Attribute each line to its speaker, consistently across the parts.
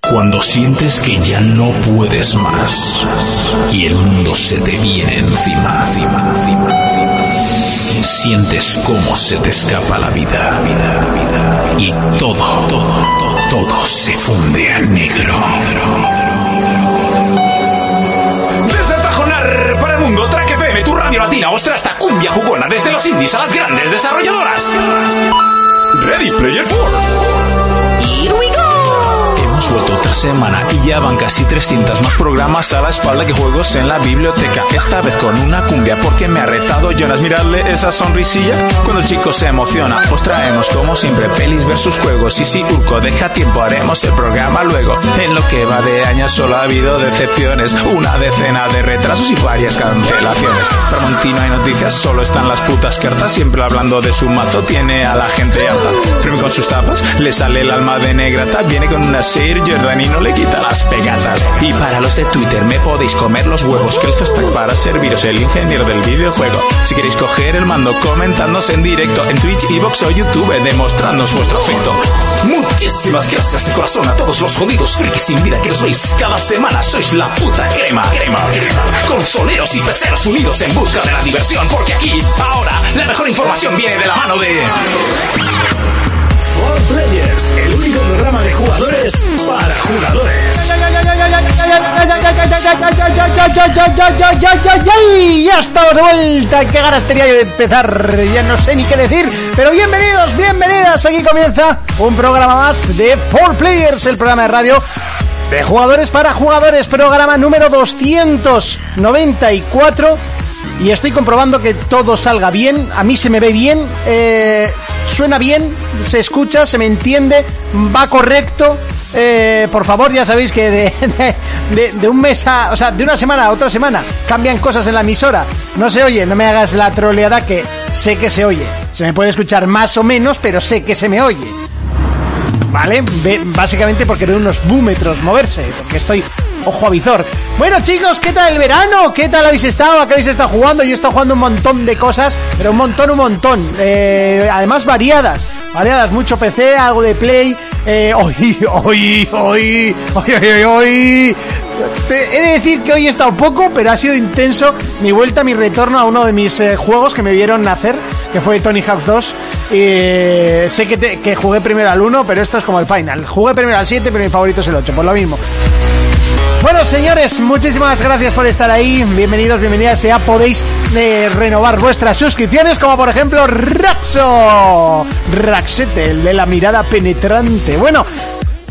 Speaker 1: cuando sientes que ya no puedes más y el mundo se te viene encima, encima, encima, encima. Sientes cómo se te escapa la vida, vida, vida y todo, todo, todo, todo se funde a negro.
Speaker 2: Desde Tajonar para el mundo, Track FM, tu radio latina, ostra hasta cumbia jugona, desde los indies a las grandes desarrolladoras. Ready Player 4.
Speaker 3: Here we go.
Speaker 1: Hemos vuelto otra semana y ya van casi 300 más programas a la espalda que juegos en la biblioteca. Esta vez con una cumbia porque me ha retado Jonas. Miradle esa sonrisilla cuando el chico se emociona. Os traemos como siempre pelis versus juegos y si Urco deja tiempo haremos el programa luego. En lo que va de año solo ha habido decepciones, una decena de retrasos y varias cancelaciones. Para Montino hay noticias, solo están las putas cartas, siempre hablando de su mazo, tiene a la gente alta. Firme con sus tapas, le sale el alma de negrata, viene con una Sir Jordan y no le quita las pegatas. Y para los de Twitter, me podéis comer los huevos, que el hashtag para serviros el ingeniero del videojuego. Si queréis coger el mando, comentadnos en directo en Twitch, Evox o YouTube, demostrándonos vuestro afecto.
Speaker 2: Muchísimas gracias de corazón a todos los jodidos frikis sin vida que os veis cada semana. Sois la puta crema, crema, crema. Consoleros y peceros unidos en busca de la diversión, porque aquí, ahora, la mejor información viene de la mano de...
Speaker 4: Four Players, el único programa de jugadores para jugadores.
Speaker 5: Ya estamos de vuelta. Qué ganas tenía yo de empezar. Ya no sé ni qué decir. Pero bienvenidos, bienvenidas. Aquí comienza un programa más de Four Players, el programa de radio de jugadores para jugadores. Programa número 294 y estoy comprobando que todo salga bien. A mí se me ve bien, eh, suena bien, se escucha, se me entiende, va correcto. Eh, por favor, ya sabéis que de, de- de- de un mes a, o sea, de una semana a otra semana cambian cosas en la emisora. No se oye, no me hagas la troleada que sé que se oye. Se me puede escuchar más o menos, pero sé que se me oye. ¿Vale? Ve- básicamente porque veo unos búmetros moverse, porque estoy ojo a visor. Bueno, chicos, ¿qué tal el verano? ¿Qué tal habéis estado? ¿A qué habéis estado jugando? Yo he estado jugando un montón de cosas, pero un montón, un montón. Eh, además, variadas. Variadas, mucho PC, algo de Play. Eh, hoy, hoy, hoy, hoy, hoy, hoy, hoy. Te- He de decir que hoy he estado poco, pero ha sido intenso mi vuelta, mi retorno a uno de mis eh, juegos que me vieron nacer, que fue Tony Hawk's 2. Eh, sé que, te- que jugué primero al 1, pero esto es como el final. Jugué primero al 7, pero mi favorito es el 8, por lo mismo. Bueno, señores, muchísimas gracias por estar ahí. Bienvenidos, bienvenidas. Ya podéis eh, renovar vuestras suscripciones, como por ejemplo Raxo. Raxete, el de la mirada penetrante. Bueno,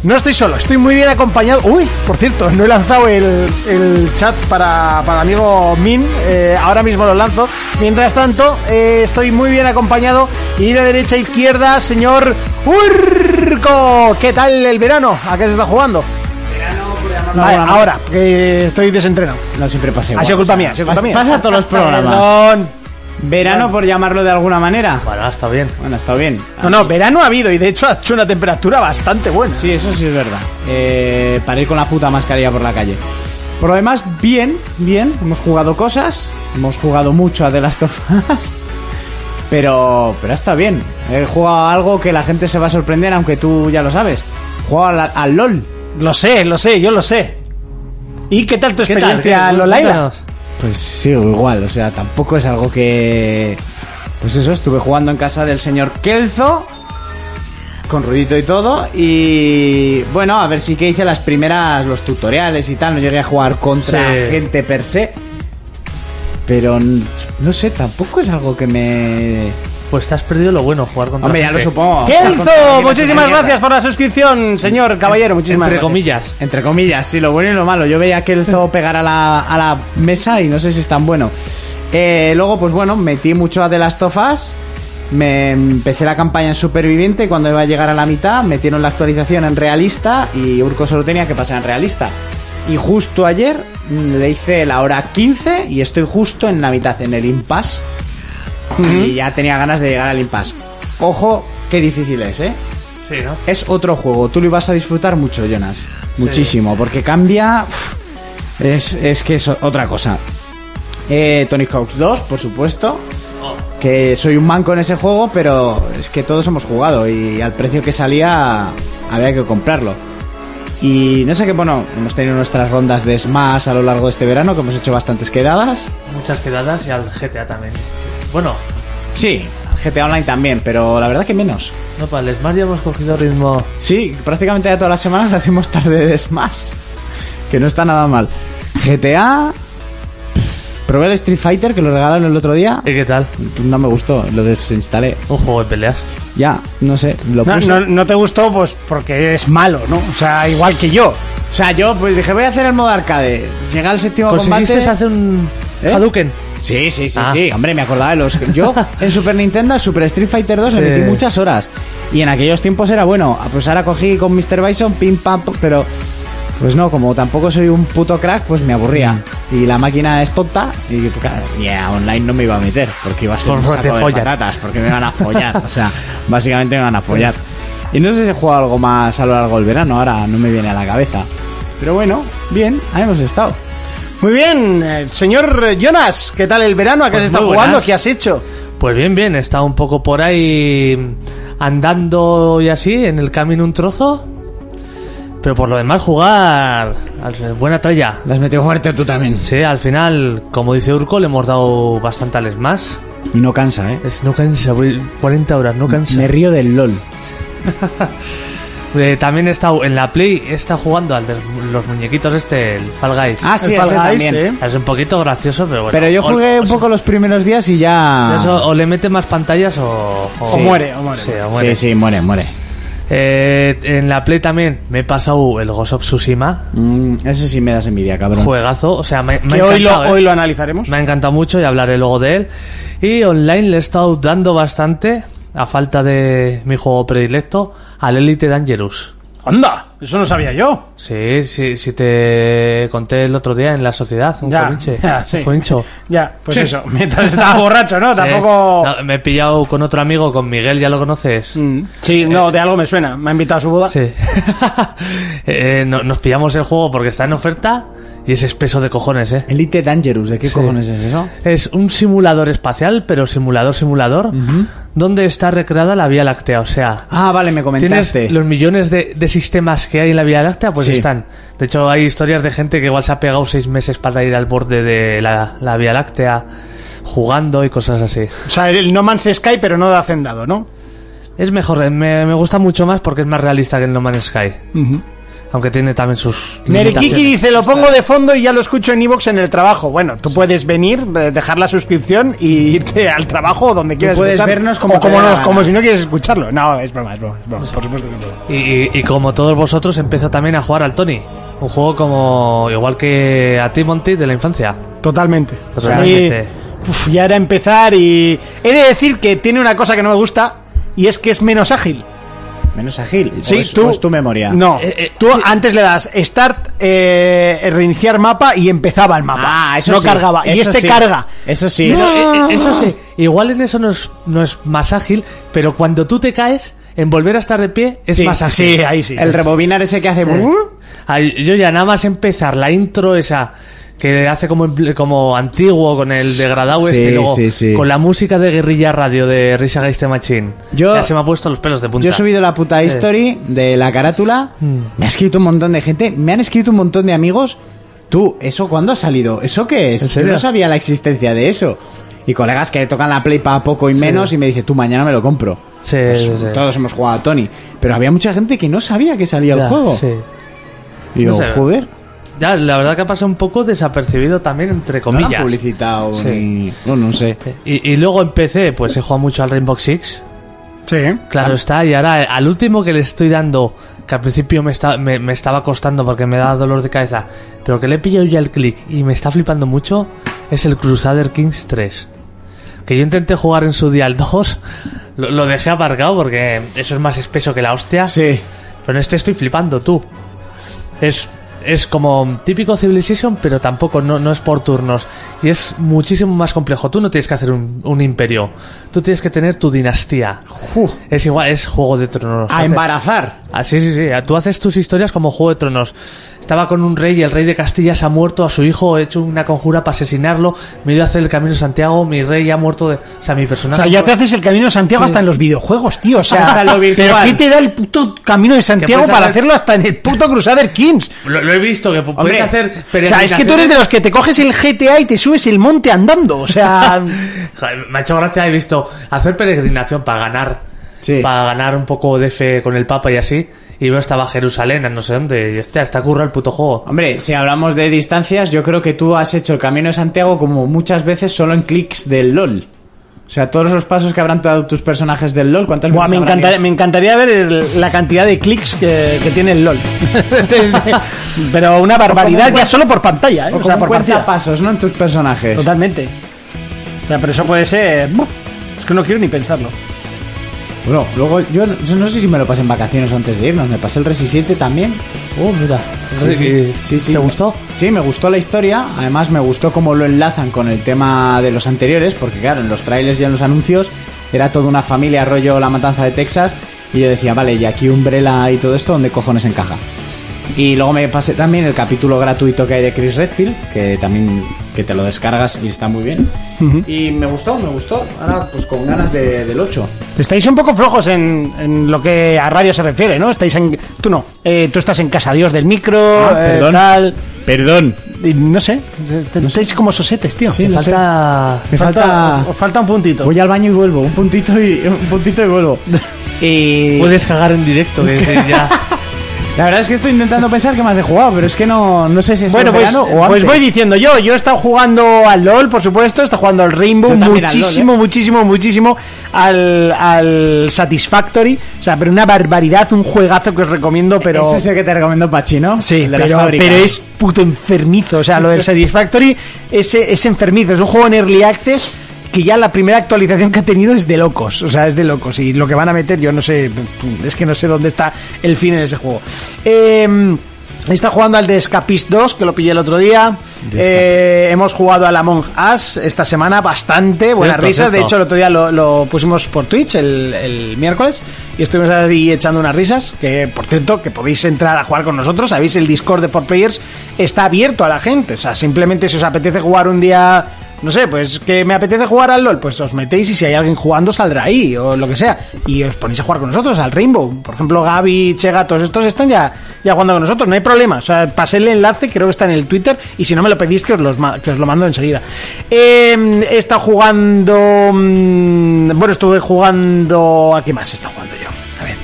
Speaker 5: no estoy solo, estoy muy bien acompañado. Uy, por cierto, no he lanzado el, el chat para, para amigo Min. eh, ahora mismo lo lanzo. Mientras tanto, eh, estoy muy bien acompañado. Y de derecha a izquierda, señor Urco. ¿Qué tal el verano? ¿A qué se está jugando? Vale, ahora, que estoy desentrenado.
Speaker 6: No siempre pasa igual.
Speaker 5: Ha sido culpa mía, ha sido culpa
Speaker 6: Pasa,
Speaker 5: mía.
Speaker 6: pasa todos los programas.
Speaker 5: Perdón.
Speaker 6: Verano, por llamarlo de alguna manera.
Speaker 7: Bueno, está bien.
Speaker 6: Bueno, está bien.
Speaker 5: No, no, verano ha habido y de hecho ha hecho una temperatura bastante buena.
Speaker 6: Sí, eso sí es verdad. Eh, para ir con la puta mascarilla por la calle. Por lo demás, bien, bien. Hemos jugado cosas. Hemos jugado mucho a The Last of Us. Pero, pero está bien. He jugado a algo que la gente se va a sorprender, aunque tú ya lo sabes. He jugado al, al LOL.
Speaker 5: Lo sé, lo sé, yo lo sé. ¿Y qué tal tu
Speaker 7: ¿Qué tal?
Speaker 5: experiencia,
Speaker 7: ¿Qué-
Speaker 5: Lolaila?
Speaker 7: cuéntanos?
Speaker 6: Pues sigo igual, o sea, tampoco es algo que... Pues eso, estuve jugando en casa del señor Kelzo, con ruidito y todo, y bueno, a ver si que hice las primeras, los tutoriales y tal, no llegué a jugar contra
Speaker 7: Sí.
Speaker 6: gente per se, pero n- no sé, tampoco es algo que me...
Speaker 7: Pues te has perdido lo bueno jugar contra
Speaker 6: Hombre, ya lo
Speaker 7: gente.
Speaker 6: supongo.
Speaker 5: Kenzo, muchísimas gracias por la suscripción, señor caballero, muchísimas
Speaker 7: Entre
Speaker 5: gracias.
Speaker 7: comillas.
Speaker 6: Entre comillas, sí, lo bueno y lo malo. Yo veía que el zoo pegar a la, a la mesa y no sé si es tan bueno. Eh, luego, pues bueno, metí mucho a The Last of Us. Me empecé la campaña en superviviente y cuando iba a llegar a la mitad metieron la actualización en realista y Urco solo tenía que pasar en realista. Y justo ayer mm, le hice la hora 15 y estoy justo en la mitad, en el impasse. Y ya tenía ganas de llegar al impasse. Ojo, qué difícil es, ¿eh?
Speaker 7: Sí, ¿no?
Speaker 6: es otro juego. Tú lo ibas a disfrutar mucho, Jonas. Muchísimo, porque cambia. uf, es, es que es o- otra cosa. Eh, Tony Hawk's 2, por supuesto. Que soy un manco en ese juego, pero es que todos hemos jugado y al precio que salía había que comprarlo. Y no sé qué, bueno, hemos tenido nuestras rondas de Smash a lo largo de este verano, que hemos hecho bastantes quedadas.
Speaker 7: Muchas quedadas y al GTA también. Bueno,
Speaker 6: Sí, al GTA Online también, pero la verdad que menos.
Speaker 7: no para el Smash ya hemos cogido ritmo.
Speaker 6: Sí, prácticamente ya todas las semanas hacemos tarde de Smash. Que no está nada mal. GTA. Probé el Street Fighter que lo regalaron el otro día.
Speaker 7: ¿Y qué tal?
Speaker 6: No me gustó, lo desinstalé.
Speaker 7: Un juego de peleas.
Speaker 6: Ya, no sé, lo
Speaker 5: No,
Speaker 6: puse.
Speaker 5: no- no te gustó, pues porque es malo, ¿no? O sea, igual que yo.
Speaker 6: O sea, yo pues dije, voy a hacer el modo arcade. Llega el séptimo
Speaker 7: ¿Conseguiste
Speaker 6: combate.
Speaker 7: hacer un
Speaker 6: ¿Eh?
Speaker 7: Hadouken?
Speaker 6: Sí, sí, sí,
Speaker 7: Ah.
Speaker 6: sí. Hombre, me acordaba de los. Yo en Super Nintendo, Super Street Fighter 2, le
Speaker 7: Sí.
Speaker 6: metí muchas horas. Y en aquellos tiempos era bueno. ah, Pues ahora cogí con Mr. Bison, pim pam, pum, pero. Pues no, como tampoco soy un puto crack, pues me aburría.
Speaker 7: Mm.
Speaker 6: Y la máquina es tonta, y pues, claro, ni a online no me iba a meter, porque iba a ser
Speaker 7: Por
Speaker 6: un
Speaker 7: favor, te
Speaker 6: saco de
Speaker 7: follan.
Speaker 6: patatas, porque me van a follar. O sea, básicamente me van a follar. Y no sé si he jugado algo más a lo largo del verano, ahora no me viene a la cabeza. Pero bueno, bien, ahí hemos estado.
Speaker 5: Muy bien, eh, señor eh, Jonas, ¿qué tal el verano? ¿A qué
Speaker 7: Pues
Speaker 5: has estado
Speaker 7: muy
Speaker 5: jugando?
Speaker 7: buenas.
Speaker 5: ¿Qué has hecho?
Speaker 7: Pues bien, bien, está un poco por ahí andando y así, en el camino un trozo. Pero por lo demás, jugar. al- Buena tralla.
Speaker 6: Las metió fuerte tú también.
Speaker 7: Sí, al final, como dice Urco, le hemos dado bastante al Smash.
Speaker 6: Y no cansa, ¿eh?
Speaker 7: Es, no cansa, voy- 40 horas, no cansa.
Speaker 6: Me río del LOL.
Speaker 7: Eh, también he estado en la Play, he estado jugando al de los muñequitos este, el Fall Guys.
Speaker 6: Ah, sí,
Speaker 5: El Fall
Speaker 6: ese
Speaker 5: Guys,
Speaker 6: también.
Speaker 5: ¿eh?
Speaker 7: Es un poquito gracioso, pero bueno.
Speaker 6: Pero yo
Speaker 7: O-
Speaker 6: jugué
Speaker 5: pues
Speaker 7: o
Speaker 6: un
Speaker 7: sea,
Speaker 6: poco los primeros días y ya...
Speaker 7: eso, o le mete más pantallas o... O,
Speaker 5: O muere, o muere.
Speaker 7: Sí, o
Speaker 6: Sí,
Speaker 7: muere.
Speaker 6: sí, muere, muere.
Speaker 7: Eh, en la Play también me he pasado el Ghost of Tsushima.
Speaker 6: Mm, eso sí me das envidia, cabrón.
Speaker 7: Juegazo, o sea, me, me ha
Speaker 5: Que hoy lo,
Speaker 7: encantado, ¿eh?
Speaker 5: hoy lo analizaremos.
Speaker 7: Me ha encantado mucho y hablaré luego de él. Y online le he estado dando bastante, a falta de mi juego predilecto, al Elite Dangerous.
Speaker 5: ¡Anda! Eso no sabía yo.
Speaker 7: Sí, sí, sí te conté el otro día en la sociedad, un
Speaker 5: Ya,
Speaker 7: colinche,
Speaker 5: ya,
Speaker 7: un
Speaker 5: sí.
Speaker 7: colincho.
Speaker 5: Ya, pues eso. Mientras estaba borracho, ¿no? Tampoco...
Speaker 7: Sí. No, me he pillado con otro amigo, con Miguel, ya lo conoces.
Speaker 5: Mm, Sí, no, de algo me suena. Me ha invitado a su boda.
Speaker 7: Sí. Eh, no- nos pillamos el juego porque está en oferta y es espeso de cojones, ¿eh?
Speaker 6: Elite Dangerous, ¿de qué cojones es eso?
Speaker 7: Es un simulador espacial, pero simulador, simulador, donde está recreada la Vía Láctea. O sea,
Speaker 6: Ah, vale, me
Speaker 7: tienes
Speaker 6: comentaste.
Speaker 7: los millones de, de sistemas que hay en la Vía Láctea, pues
Speaker 6: Sí.
Speaker 7: están. De hecho, hay historias de gente que igual se ha pegado seis meses para ir al borde de la, la Vía Láctea jugando y cosas así.
Speaker 5: O sea, el No Man's Sky, pero no de Hacendado, ¿no?
Speaker 7: Es mejor, eh, me, me gusta mucho más porque es más realista que el No Man's Sky. Aunque tiene también sus.
Speaker 5: Nerikiki
Speaker 7: limitaciones.
Speaker 5: dice, lo pongo de fondo y ya lo escucho en iVoox en el trabajo. Bueno, tú puedes venir, eh, dejar la suscripción y irte al trabajo o donde quieras
Speaker 6: puedes
Speaker 5: escuchar.
Speaker 6: vernos como
Speaker 5: o
Speaker 6: te dé
Speaker 5: como,
Speaker 6: la
Speaker 5: no-
Speaker 6: gana.
Speaker 5: como si no quieres escucharlo. No, es broma, es broma. es broma. Por supuesto que es broma.
Speaker 7: Y, y- y como todos vosotros, empezó también a jugar al Tony. Un juego como. igual que a Timonty de la infancia.
Speaker 5: Totalmente. O sea,
Speaker 7: Totalmente.
Speaker 5: ahí, uf, ya era empezar y... He de decir que tiene una cosa que no me gusta y es que es menos ágil.
Speaker 6: Menos ágil.
Speaker 5: Sí,
Speaker 6: o es,
Speaker 5: tú-
Speaker 6: o es tu memoria.
Speaker 5: No,
Speaker 7: Eh, eh,
Speaker 5: tú antes le das Start, eh, reiniciar mapa y empezaba el mapa.
Speaker 6: Ah, eso
Speaker 5: no
Speaker 6: sí,
Speaker 5: cargaba. y
Speaker 6: eso
Speaker 5: este
Speaker 6: sí.
Speaker 5: carga.
Speaker 6: Eso sí.
Speaker 7: Pero, eh, eh,
Speaker 6: Ah.
Speaker 7: eso sí, igual en eso no es, no es más ágil, pero cuando tú te caes, en volver a estar de pie es
Speaker 5: Sí,
Speaker 7: más ágil.
Speaker 5: sí, ahí sí.
Speaker 6: el rebobinar ese que hace...
Speaker 7: Ay, yo ya nada más empezar la intro esa que hace como, en- como antiguo con el degradado
Speaker 6: Sí,
Speaker 7: este y luego
Speaker 6: sí, sí.
Speaker 7: con la música de guerrilla radio de Risa Against the Machine.
Speaker 6: Yo-
Speaker 7: ya se me ha puesto los pelos de punta. Eh.
Speaker 6: Yo he subido la puta history de la carátula.
Speaker 7: Hmm.
Speaker 6: Me ha escrito un montón de gente. Me han escrito un montón de amigos. Tú, ¿eso cuándo ha salido? ¿Eso qué
Speaker 7: ¿En
Speaker 6: es? Yo
Speaker 7: serio?
Speaker 6: no sabía la existencia de eso. Y colegas que tocan la play para poco y menos y me dice, tú mañana me lo compro.
Speaker 7: Sí,
Speaker 6: Pues,
Speaker 7: sí, sí.
Speaker 6: Todos hemos jugado a Tony. Pero había mucha gente que no sabía que salía
Speaker 7: Ya,
Speaker 6: el juego.
Speaker 7: sí.
Speaker 6: Y digo,
Speaker 7: No sé.
Speaker 6: joder,
Speaker 7: Ya, la verdad que ha pasado un poco desapercibido también, entre
Speaker 6: no lo
Speaker 7: comillas.
Speaker 6: han publicitado
Speaker 7: Sí.
Speaker 6: ni- No, no sé.
Speaker 7: y, y luego empecé, pues he jugado mucho al Rainbow Six.
Speaker 5: Sí.
Speaker 7: Claro está, y ahora eh, al último que le estoy dando, que al principio me, esta- me, me estaba costando porque me da dolor de cabeza, pero que le he pillado ya el clic y me está flipando mucho, es el Crusader Kings 3. Que yo intenté jugar en su día al 2, lo, lo dejé aparcado porque eso es más espeso que la hostia.
Speaker 6: Sí.
Speaker 7: Pero en este estoy flipando, tú. Es, es como típico Civilization, pero tampoco, no, no es por turnos. Y es muchísimo más complejo. Tú no tienes que hacer un, un imperio. Tú tienes que tener tu dinastía. Es igual, es Juego de Tronos.
Speaker 6: A
Speaker 7: Hace-
Speaker 6: embarazar.
Speaker 7: Ah, sí, sí, sí. Tú haces tus historias como Juego de Tronos. Estaba con un rey y el rey de Castilla se ha muerto, a su hijo he hecho una conjura para asesinarlo, me he ido a hacer el camino de Santiago, mi rey ya ha muerto de... O sea, mi
Speaker 5: O
Speaker 7: personaje...
Speaker 5: sea, ya te haces el camino de Santiago hasta en los videojuegos, tío. O sea,
Speaker 6: Hasta en lo virtual.
Speaker 5: ¿pero qué te da el puto camino de Santiago
Speaker 7: puedes
Speaker 5: para
Speaker 7: hacer-
Speaker 5: hacerlo hasta en el puto Crusader Kings?
Speaker 7: Lo, lo he visto, que pu-
Speaker 5: Hombre,
Speaker 7: puedes hacer...
Speaker 5: o sea, es que tú eres de los que te coges el GTA y te subes el monte andando. O sea,
Speaker 7: Joder, me ha hecho gracia, he visto hacer peregrinación para ganar.
Speaker 6: Sí.
Speaker 7: Para ganar un poco de fe con el Papa y así. Y veo estaba Jerusalén, en no sé dónde. Y hostia, está curra el puto juego.
Speaker 6: Hombre, si hablamos de distancias, yo creo que tú has hecho el camino de Santiago como muchas veces solo en clics del LOL. O sea, todos los pasos que habrán dado tus personajes del LOL, ¿cuántas
Speaker 5: Buah,
Speaker 6: veces
Speaker 5: me,
Speaker 6: habrán
Speaker 5: encantaría,
Speaker 6: ido?
Speaker 5: me encantaría ver el- la cantidad de clics que, que tiene el LOL. Pero una barbaridad
Speaker 6: un
Speaker 5: ya solo por pantalla, ¿eh?
Speaker 6: O,
Speaker 5: O sea, por partida.
Speaker 6: pasos, ¿no? En tus personajes.
Speaker 5: Totalmente. O sea, pero eso puede ser... buh, Es que no quiero ni pensarlo.
Speaker 6: Bro, luego yo no, yo no sé si me lo pasé en vacaciones o antes de irnos. Me pasé el Resi 7 también.
Speaker 7: Oh, mira.
Speaker 6: Sí, sí, sí, sí.
Speaker 7: ¿Te gustó?
Speaker 6: Sí, me gustó la historia. Además, me gustó cómo lo enlazan con el tema de los anteriores, porque claro, en los trailers y en los anuncios era toda una familia rollo La Matanza de Texas. Y yo decía, vale, y aquí Umbrella y todo esto, ¿dónde cojones encaja? Y luego me pasé también el capítulo gratuito que hay de Chris Redfield, que también que te lo descargas y está muy bien. Y me gustó, me gustó. Ahora, pues con ganas de- del 8.
Speaker 5: Estáis un poco flojos en, en lo que a radio se refiere, ¿no? Estáis en... Tú no. Eh, tú estás en casa, Dios del micro,
Speaker 6: Ah,
Speaker 5: eh,
Speaker 6: perdón.
Speaker 5: tal...
Speaker 4: Perdón.
Speaker 5: Y no sé. te- Estáis como sosetes, tío.
Speaker 6: Sí,
Speaker 5: Te
Speaker 6: no sé.
Speaker 7: Falta...
Speaker 6: Me falta-
Speaker 5: os- os falta un puntito.
Speaker 6: Voy al baño y vuelvo, un puntito y un puntito y vuelvo. Y
Speaker 5: Pues-
Speaker 7: Puedes cagar en directo, que que ya...
Speaker 6: la verdad es que estoy intentando pensar que más he jugado, pero es que no, no sé si es
Speaker 5: Bueno,
Speaker 6: el
Speaker 5: pues,
Speaker 6: verano o
Speaker 5: pues
Speaker 6: antes.
Speaker 5: voy diciendo yo. Yo he estado jugando al LOL, por supuesto. He estado jugando al Rainbow
Speaker 6: Yo también al ¿eh?
Speaker 5: muchísimo, muchísimo, muchísimo. Al, al Satisfactory. O sea, pero una barbaridad, un juegazo que os recomiendo, pero...
Speaker 6: Ese es el que te recomendó Pachi, ¿no?
Speaker 5: Sí,
Speaker 6: El de la
Speaker 5: pero,
Speaker 6: fábrica.
Speaker 5: pero es puto enfermizo. O sea, lo del Satisfactory es, es enfermizo. Es un juego en Early Access que ya la primera actualización que ha tenido es de locos. O sea, es de locos. Y lo que van a meter, yo no sé. Es que no sé dónde está el fin en ese juego. Eh, Está jugando al de Escapist 2, que lo pillé el otro día. Eh, hemos jugado al Among Us esta semana bastante. Buenas
Speaker 7: Cierto,
Speaker 5: risas. De
Speaker 7: cierto.
Speaker 5: hecho, el otro día lo, lo pusimos por Twitch el, el miércoles y estuvimos ahí echando unas risas. Que por cierto, que podéis entrar a jugar con nosotros. Sabéis, el Discord de 4Players está abierto a la gente. O sea, simplemente si os apetece jugar un día, no sé, pues que me apetece jugar al LOL, pues os metéis y si hay alguien jugando saldrá ahí o lo que sea. Y os ponéis a jugar con nosotros al Rainbow. Por ejemplo, Gaby, Chega, todos estos están ya, ya jugando con nosotros. No hay problema. O sea, pasé el enlace, creo que está en el Twitter. Y si no me lo pedís, que os, los ma- que os lo mando enseguida. Eh, he estado jugando. mm, Bueno, estuve jugando. ¿A qué más he estado jugando yo? A ver.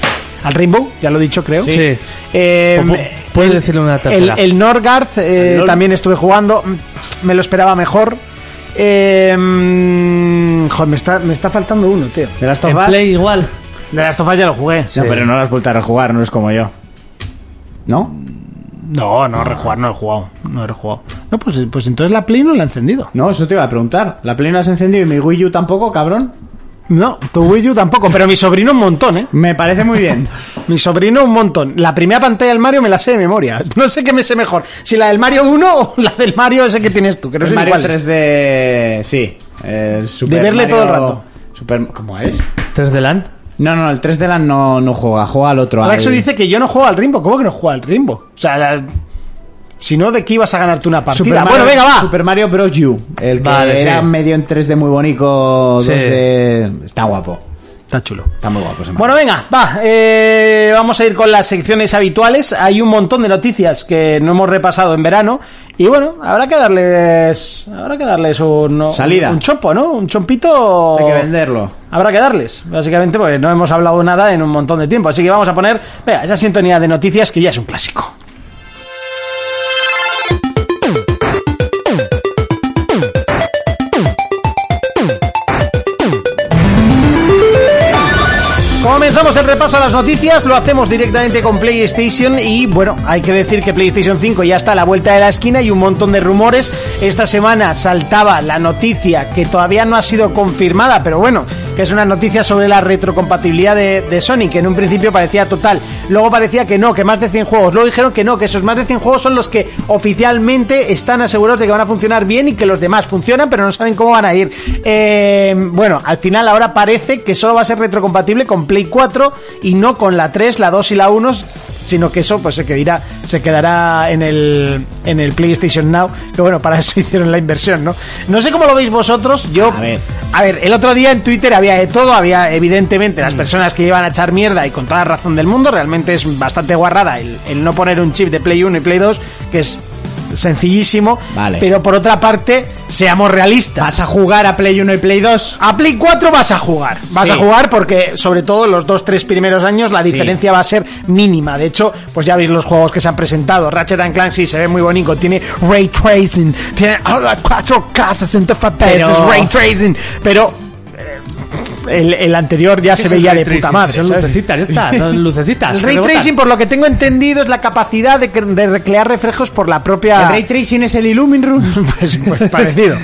Speaker 5: Al Rainbow, ya lo he dicho, creo.
Speaker 7: Sí. Sí.
Speaker 5: Eh,
Speaker 7: O pu- puedes decirle una tercera.
Speaker 5: El, el Norgard eh, también estuve jugando. mm, Me lo esperaba mejor. Eh, mm, joder, me está, me está faltando uno, tío.
Speaker 6: de las
Speaker 7: En
Speaker 6: tofas.
Speaker 7: Play igual.
Speaker 5: De las tofas ya lo jugué.
Speaker 6: No, pero no las has vuelto a rejugar, no es como yo. ¿No?
Speaker 5: No, no, rejugar no he jugado. No he rejugado. No, pues, pues entonces la Play no la he encendido.
Speaker 6: No, eso te iba a preguntar. La Play no la has encendido y mi Wii U tampoco, cabrón.
Speaker 5: No, tu Wii U tampoco, pero mi sobrino un montón, ¿eh?
Speaker 6: Me parece muy bien.
Speaker 5: Mi sobrino un montón. La primera pantalla del Mario me la sé de memoria. No sé qué me sé mejor. Si la del Mario 1 o la del Mario ese que tienes tú, que no
Speaker 6: El
Speaker 5: sé ni
Speaker 6: Mario
Speaker 5: cuál es.
Speaker 6: 3D, sí. El Super
Speaker 5: verle todo el
Speaker 6: Mario-
Speaker 5: rato.
Speaker 6: Super... ¿Cómo es?
Speaker 7: 3 de LAN.
Speaker 6: No, no, el 3D Land no, no juega, juega al otro.
Speaker 5: Alexo
Speaker 6: al-
Speaker 5: dice que yo no juego al Rimbo. ¿Cómo que no juego al Rimbo? O sea, la- si no, ¿de qué ibas a ganarte una partida?
Speaker 6: Super Mario,
Speaker 5: bueno, venga, va.
Speaker 6: Super Mario Bros. U. El que
Speaker 7: Vale, sí.
Speaker 6: era medio en 3D muy bonito.
Speaker 7: Sí.
Speaker 6: 2D. Está guapo.
Speaker 5: Está chulo.
Speaker 6: Está muy guapo ese Mario.
Speaker 5: Bueno, venga, va. eh, vamos a ir con las secciones habituales. Hay un montón de noticias que no hemos repasado en verano. Y bueno, habrá que darles. Habrá que darles un.
Speaker 6: Salida.
Speaker 5: Un chompo, ¿no? Un chompito.
Speaker 6: Hay que venderlo.
Speaker 5: Habrá que darles, básicamente, porque no hemos hablado nada en un montón de tiempo. Así que vamos a poner. Venga, esa sintonía de noticias que ya es un clásico. Comenzamos el repaso a las noticias, lo hacemos directamente con PlayStation y bueno, hay que decir que PlayStation 5 ya está a la vuelta de la esquina y un montón de rumores. Esta semana saltaba la noticia que todavía no ha sido confirmada, pero bueno, que es una noticia sobre la retrocompatibilidad de, de Sony, que en un principio parecía total, luego parecía que no, que más de 100 juegos, luego dijeron que no, que esos más de 100 juegos son los que oficialmente están asegurados de que van a funcionar bien y que los demás funcionan, pero no saben cómo van a ir. Eh, bueno, al final ahora parece que solo va a ser retrocompatible con Play 4 y no con la 3, la 2 y la 1, sino que eso pues se quedará, se quedará en el en el PlayStation Now, que bueno, para eso hicieron la inversión, ¿no? No sé cómo lo veis vosotros, yo a ver, el otro día en Twitter había de todo, había evidentemente las personas que iban a echar mierda y con toda la razón del mundo, realmente es bastante guarrada el, el no poner un chip de Play 1 y Play 2, que es sencillísimo,
Speaker 6: Vale.
Speaker 5: pero por otra parte, seamos realistas.
Speaker 6: ¿Vas a jugar a Play 1 y Play 2?
Speaker 5: A Play 4 vas a jugar. Vas
Speaker 6: Sí.
Speaker 5: a jugar porque, sobre todo, los dos, tres primeros años la diferencia va a ser mínima. De hecho, pues ya veis los juegos que se han presentado. Ratchet and Clank sí se ve muy bonito. Tiene ray tracing. Tiene oh, ahora 4K, 60 FPS,
Speaker 6: Pero-
Speaker 5: ray tracing. Pero eh, el, el anterior ya se
Speaker 7: Es el
Speaker 5: veía
Speaker 7: ray
Speaker 5: de puta
Speaker 7: tracing,
Speaker 5: madre.
Speaker 7: Son
Speaker 5: ¿sabes?
Speaker 7: lucecitas, ya está. son lucecitas.
Speaker 5: El
Speaker 7: que
Speaker 5: ray
Speaker 7: rebotan.
Speaker 5: tracing, por lo que tengo entendido, es la capacidad de, cre- de recrear reflejos por la propia.
Speaker 6: El Ray Tracing es el Illumin Room.
Speaker 5: pues, pues parecido.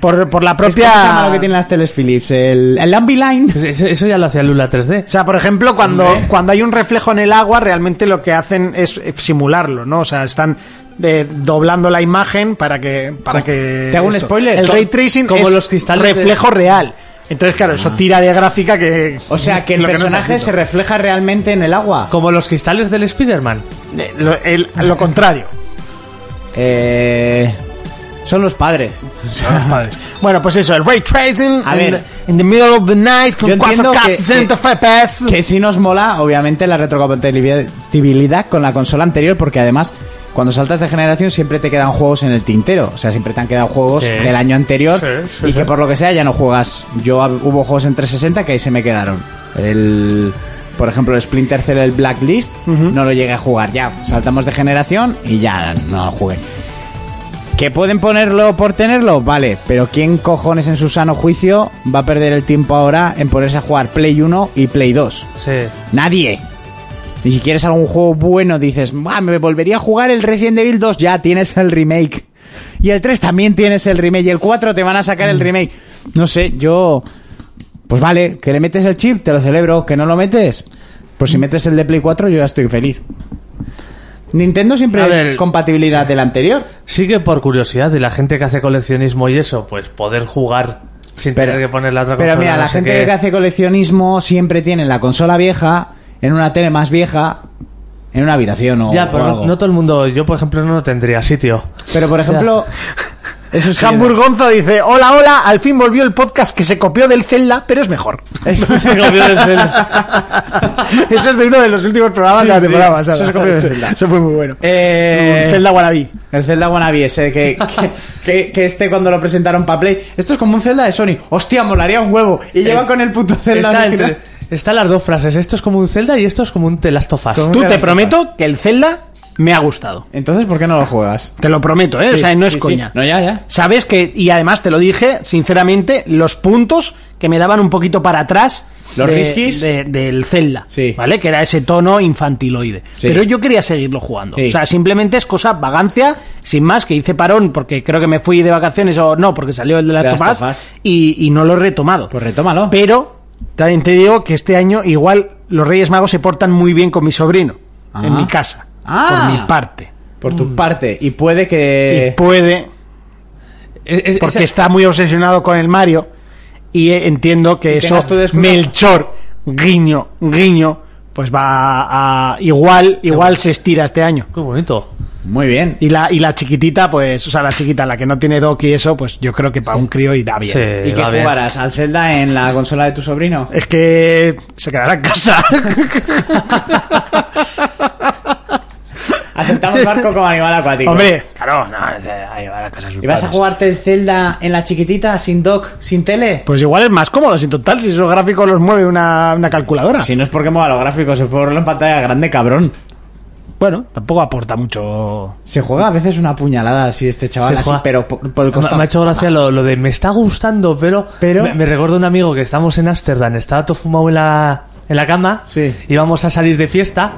Speaker 5: Por, por la
Speaker 6: Es que se llama
Speaker 5: propia.
Speaker 6: lo que tienen las teles Philips, el, el Ambiline.
Speaker 7: Pues Eso, eso ya lo hacía Lula 3D.
Speaker 5: O sea, por ejemplo, cuando, cuando hay un reflejo en el agua, realmente lo que hacen es eh, simularlo, ¿no? O sea, están eh, doblando la imagen para que. Para que
Speaker 6: ¿Te hago un spoiler?
Speaker 5: El
Speaker 6: Co-
Speaker 5: ray tracing
Speaker 7: como
Speaker 5: es
Speaker 7: los cristales de-
Speaker 5: reflejo real. Entonces, claro, eso tira de gráfica que.
Speaker 6: Ah. O sea, que el
Speaker 5: lo no es
Speaker 6: personaje
Speaker 5: bonito.
Speaker 6: se refleja realmente en el agua.
Speaker 7: Como los cristales del Spider-Man.
Speaker 5: Eh, Lo, el- lo contrario.
Speaker 6: Eh, son los padres.
Speaker 5: Bueno, pues eso, el ray tracing.
Speaker 6: A
Speaker 5: in
Speaker 6: ver.
Speaker 5: the- in the middle of the night, con
Speaker 6: Yo entiendo
Speaker 5: 4K,
Speaker 6: que-
Speaker 5: 60 FPS.
Speaker 6: Que sí nos mola, obviamente, la retrocompatibilidad con la consola anterior, porque además, cuando saltas de generación siempre te quedan juegos en el tintero. O sea, siempre te han quedado juegos
Speaker 7: Sí.
Speaker 6: del año anterior
Speaker 7: Sí, sí,
Speaker 6: y que
Speaker 7: sí.
Speaker 6: por lo que sea ya no juegas. Yo hab- hubo juegos en 360 que ahí se me quedaron. El. Por ejemplo, el Splinter Cell, el Blacklist, no lo llegué a jugar ya. Saltamos de generación y ya no lo jugué. ¿Que pueden ponerlo por tenerlo? Vale, pero ¿quién cojones en su sano juicio va a perder el tiempo ahora en ponerse a jugar Play 1 y Play 2?
Speaker 7: Sí.
Speaker 6: Nadie. Ni si quieres algún juego bueno, dices, "Buah, me volvería a jugar el Resident Evil 2, ya tienes el remake. Y el 3 también tienes el remake, y el 4 te van a sacar
Speaker 7: Mm.
Speaker 6: el remake. No sé, yo... Pues vale, que le metes el chip, te lo celebro, que no lo metes. Pues si metes el de Play 4 yo ya estoy feliz. Nintendo siempre
Speaker 7: A
Speaker 6: es
Speaker 7: ver,
Speaker 6: compatibilidad del anterior.
Speaker 7: Sí que por curiosidad y la gente que hace coleccionismo y eso, pues poder jugar sin tener que poner la otra
Speaker 6: pero
Speaker 7: consola,
Speaker 6: mira,
Speaker 7: no
Speaker 6: la
Speaker 7: sé
Speaker 6: gente
Speaker 7: qué.
Speaker 6: que hace coleccionismo siempre tiene la consola vieja en una tele más vieja en una habitación o,
Speaker 7: Ya, pero
Speaker 6: o
Speaker 7: no,
Speaker 6: algo.
Speaker 7: no todo el mundo... Yo, por ejemplo, no tendría sitio.
Speaker 6: Pero por ejemplo, eso sí.
Speaker 5: Hamburgonzo dice: Hola, hola, al fin volvió el podcast que se copió del Zelda, pero es mejor.
Speaker 6: Eso,
Speaker 7: Se copió del Zelda.
Speaker 5: Eso es de uno de los últimos programas de la
Speaker 6: Sí, sí.
Speaker 5: temporada pasada.
Speaker 6: Eso se copió de Zelda.
Speaker 5: Eso fue muy bueno.
Speaker 6: Eh,
Speaker 5: Un Zelda Wannabe.
Speaker 6: El Zelda Wannabe ese que, que, que- que este cuando lo presentaron para Play, esto es como un Zelda de Sony. Hostia, molaría un huevo
Speaker 5: Eh,
Speaker 6: y lleva con el puto Zelda
Speaker 7: Está
Speaker 6: original.
Speaker 7: entre- Están las dos frases. Esto es como un Zelda y esto es como un The Last of Us.
Speaker 6: Como-
Speaker 5: Tú
Speaker 6: Zelda
Speaker 5: te
Speaker 6: está
Speaker 5: prometo que el Zelda me ha gustado.
Speaker 6: Entonces, ¿por qué no lo juegas?
Speaker 5: Te lo prometo, ¿eh? o sea, no es
Speaker 6: Sí, sí.
Speaker 5: coña.
Speaker 6: No, ya, ya.
Speaker 5: Sabes que, y además te lo dije, sinceramente, los puntos que me daban un poquito para atrás.
Speaker 6: Los
Speaker 5: de-
Speaker 6: risquis.
Speaker 5: de- del Zelda,
Speaker 6: Sí.
Speaker 5: ¿vale? Que era ese tono infantiloide.
Speaker 6: Sí.
Speaker 5: Pero yo quería seguirlo jugando.
Speaker 6: Sí.
Speaker 5: O sea, simplemente es cosa vagancia, sin más, que hice parón porque creo que me fui de vacaciones o no, porque salió el de las
Speaker 6: De Last
Speaker 5: topas
Speaker 6: of Us.
Speaker 5: y, y no lo he retomado.
Speaker 6: Pues retómalo.
Speaker 5: Pero también te digo que este año igual los Reyes Magos se portan muy bien con mi sobrino
Speaker 6: Ah.
Speaker 5: en mi casa,
Speaker 6: Ah. Eh.
Speaker 5: por mi parte.
Speaker 6: Por tu parte y puede
Speaker 5: Mm. Y
Speaker 6: que
Speaker 5: puede,
Speaker 7: Es- es-
Speaker 5: porque
Speaker 7: esa-
Speaker 5: está muy obsesionado con el Mario y eh, entiendo que
Speaker 6: Y
Speaker 5: eso
Speaker 6: tengas tú de excusa.
Speaker 5: Melchor guiño guiño pues va a, a- igual igual se estira este año.
Speaker 7: Qué bonito.
Speaker 6: muy bien.
Speaker 5: Y la, y la chiquitita, pues, o sea, la chiquita, la que no tiene dock y eso, pues yo creo que para un crío irá bien.
Speaker 7: Sí,
Speaker 6: ¿Y qué
Speaker 7: va bien.
Speaker 6: jugarás? ¿Al Zelda en la consola de tu sobrino?
Speaker 5: Es que se quedará en casa.
Speaker 6: Aceptamos barco como animal acuático.
Speaker 5: Hombre, claro, no, ahí va la casa de sus
Speaker 6: ¿Y vas a
Speaker 5: padres.
Speaker 6: jugarte el Zelda en la chiquitita, sin dock, sin tele?
Speaker 5: Pues igual es más cómodo, si total, si esos gráficos los mueve una, una calculadora.
Speaker 6: Si no es porque mueva los gráficos, es por la pantalla grande, cabrón.
Speaker 5: Bueno, tampoco aporta mucho.
Speaker 6: Se juega a veces una puñalada así este chaval,
Speaker 7: Se
Speaker 6: así,
Speaker 7: juega.
Speaker 6: pero por, por el
Speaker 7: Me,
Speaker 6: costado.
Speaker 7: me ha hecho gracia lo, lo de me está gustando, pero,
Speaker 6: Pero-
Speaker 7: me, me recuerda un amigo que estábamos en Ámsterdam, estaba todo fumado en la, en la cama,
Speaker 6: Sí.
Speaker 7: íbamos a salir de fiesta,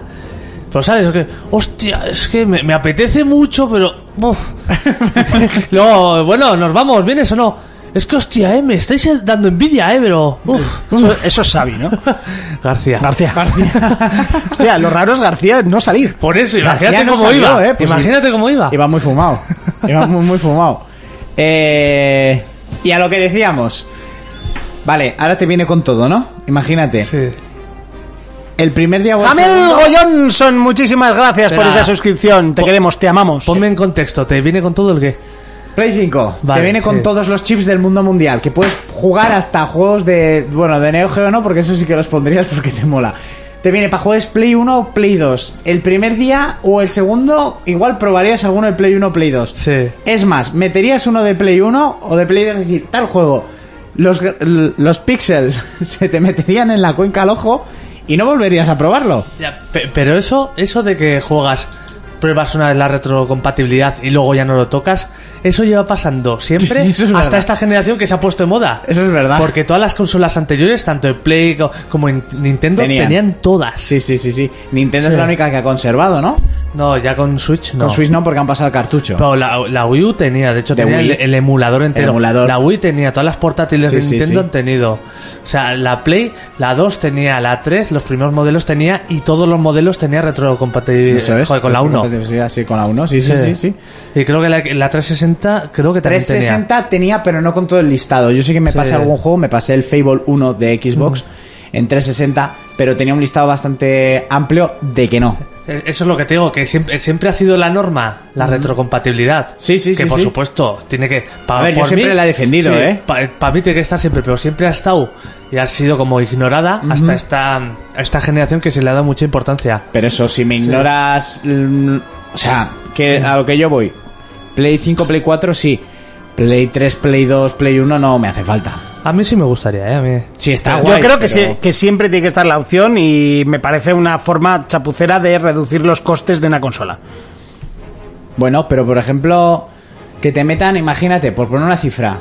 Speaker 7: pero sabes que, hostia, es que me, me apetece mucho, pero... uf". Luego, bueno, nos vamos, ¿vienes o no? Es que hostia, eh, me estáis dando envidia, eh, pero. Uf,
Speaker 5: Eso, eso es Xavi, ¿no?
Speaker 7: García.
Speaker 5: García. García. Hostia, lo raro es García no salir.
Speaker 7: Por eso, imagínate
Speaker 6: García no
Speaker 7: cómo
Speaker 6: salió,
Speaker 7: iba.
Speaker 6: eh, pues
Speaker 7: imagínate cómo iba.
Speaker 6: Iba muy fumado. Iba muy, muy fumado. Eh, y a lo que decíamos. Vale, ahora te viene con todo, ¿no? Imagínate.
Speaker 7: Sí.
Speaker 6: El primer día o el
Speaker 5: Jamel
Speaker 6: segundo-
Speaker 5: Goyonson, muchísimas gracias por
Speaker 7: Espera.
Speaker 5: esa suscripción. Te queremos, te amamos.
Speaker 7: Ponme en contexto, te viene con todo el qué.
Speaker 6: Play 5.
Speaker 7: Vale,
Speaker 6: te viene con
Speaker 7: sí.
Speaker 6: todos los chips del mundo mundial. Que puedes jugar hasta juegos de. Bueno, de Neo Geo no, porque eso sí que los pondrías porque te mola. Te viene para juegos Play 1 o Play 2. El primer día o el segundo, igual probarías alguno de Play 1 o Play 2.
Speaker 7: Sí.
Speaker 6: Es más, meterías uno de Play 1 o de Play 2, es decir, tal juego. Los, gra- l- los píxeles se te meterían en la cuenca al ojo y no volverías a probarlo.
Speaker 7: Ya, pe- pero eso, eso de que juegas, pruebas una vez la retrocompatibilidad y luego ya no lo tocas, eso lleva pasando siempre
Speaker 6: Sí, eso es
Speaker 7: hasta
Speaker 6: verdad.
Speaker 7: esta generación que se ha puesto en moda.
Speaker 6: Eso es verdad.
Speaker 7: Porque todas las consolas anteriores, tanto en Play co- como en Nintendo,
Speaker 6: Tenían.
Speaker 7: tenían, todas.
Speaker 6: Sí, sí, sí, sí. Nintendo es
Speaker 7: Sí.
Speaker 6: la única que ha conservado, ¿no?
Speaker 7: No, ya con Switch no.
Speaker 6: Con Switch no, porque han pasado el cartucho.
Speaker 7: Pero la, la Wii U tenía, de hecho,
Speaker 6: De
Speaker 7: tenía
Speaker 6: Wii.
Speaker 7: el, el emulador entero.
Speaker 6: emulador.
Speaker 7: La Wii tenía, todas las portátiles
Speaker 6: Sí,
Speaker 7: de
Speaker 6: sí,
Speaker 7: Nintendo
Speaker 6: sí.
Speaker 7: han tenido. O sea, la Play, la 2 tenía, la 3, los primeros modelos tenía y todos los modelos tenía retrocompatibilidad.
Speaker 6: Eso es.
Speaker 7: eh, Joder, con la 1.
Speaker 6: Compatibilidad, Sí, con la 1, sí, sí, sí. sí.
Speaker 7: Y creo que la, la 360, creo que también
Speaker 6: 360 tenía. pero no con todo el listado. Yo sí que me
Speaker 7: Sí.
Speaker 6: pasé algún juego, me pasé el Fable 1 de Xbox en 360, pero tenía un listado bastante amplio de que no.
Speaker 7: tenía. E-, Eso es lo que te digo, que siempre, siempre ha sido la norma, la retrocompatibilidad.
Speaker 6: Sí, sí,
Speaker 7: que
Speaker 6: sí,
Speaker 7: por
Speaker 6: sí.
Speaker 7: supuesto, tiene que. pa-
Speaker 6: A ver, yo
Speaker 7: por
Speaker 6: siempre
Speaker 7: mí-
Speaker 6: la he defendido, ¿eh?
Speaker 7: Para mí tiene que estar siempre, pero siempre ha estado y ha sido como ignorada hasta esta, esta generación que se le ha dado mucha importancia.
Speaker 6: Pero eso, si me ignoras. mm, O sea, que a lo que yo voy. Play 5, Play 4, sí. Play 3, Play 2, Play 1, no me hace falta.
Speaker 7: A mí sí me gustaría, ¿eh? A mí.
Speaker 6: Sí, está
Speaker 5: Yo
Speaker 6: guay.
Speaker 5: creo que,
Speaker 6: pero-
Speaker 5: sí- que siempre tiene que estar la opción y me parece una forma chapucera de reducir los costes de una consola.
Speaker 6: Bueno, pero por ejemplo, que te metan, imagínate, por poner una cifra,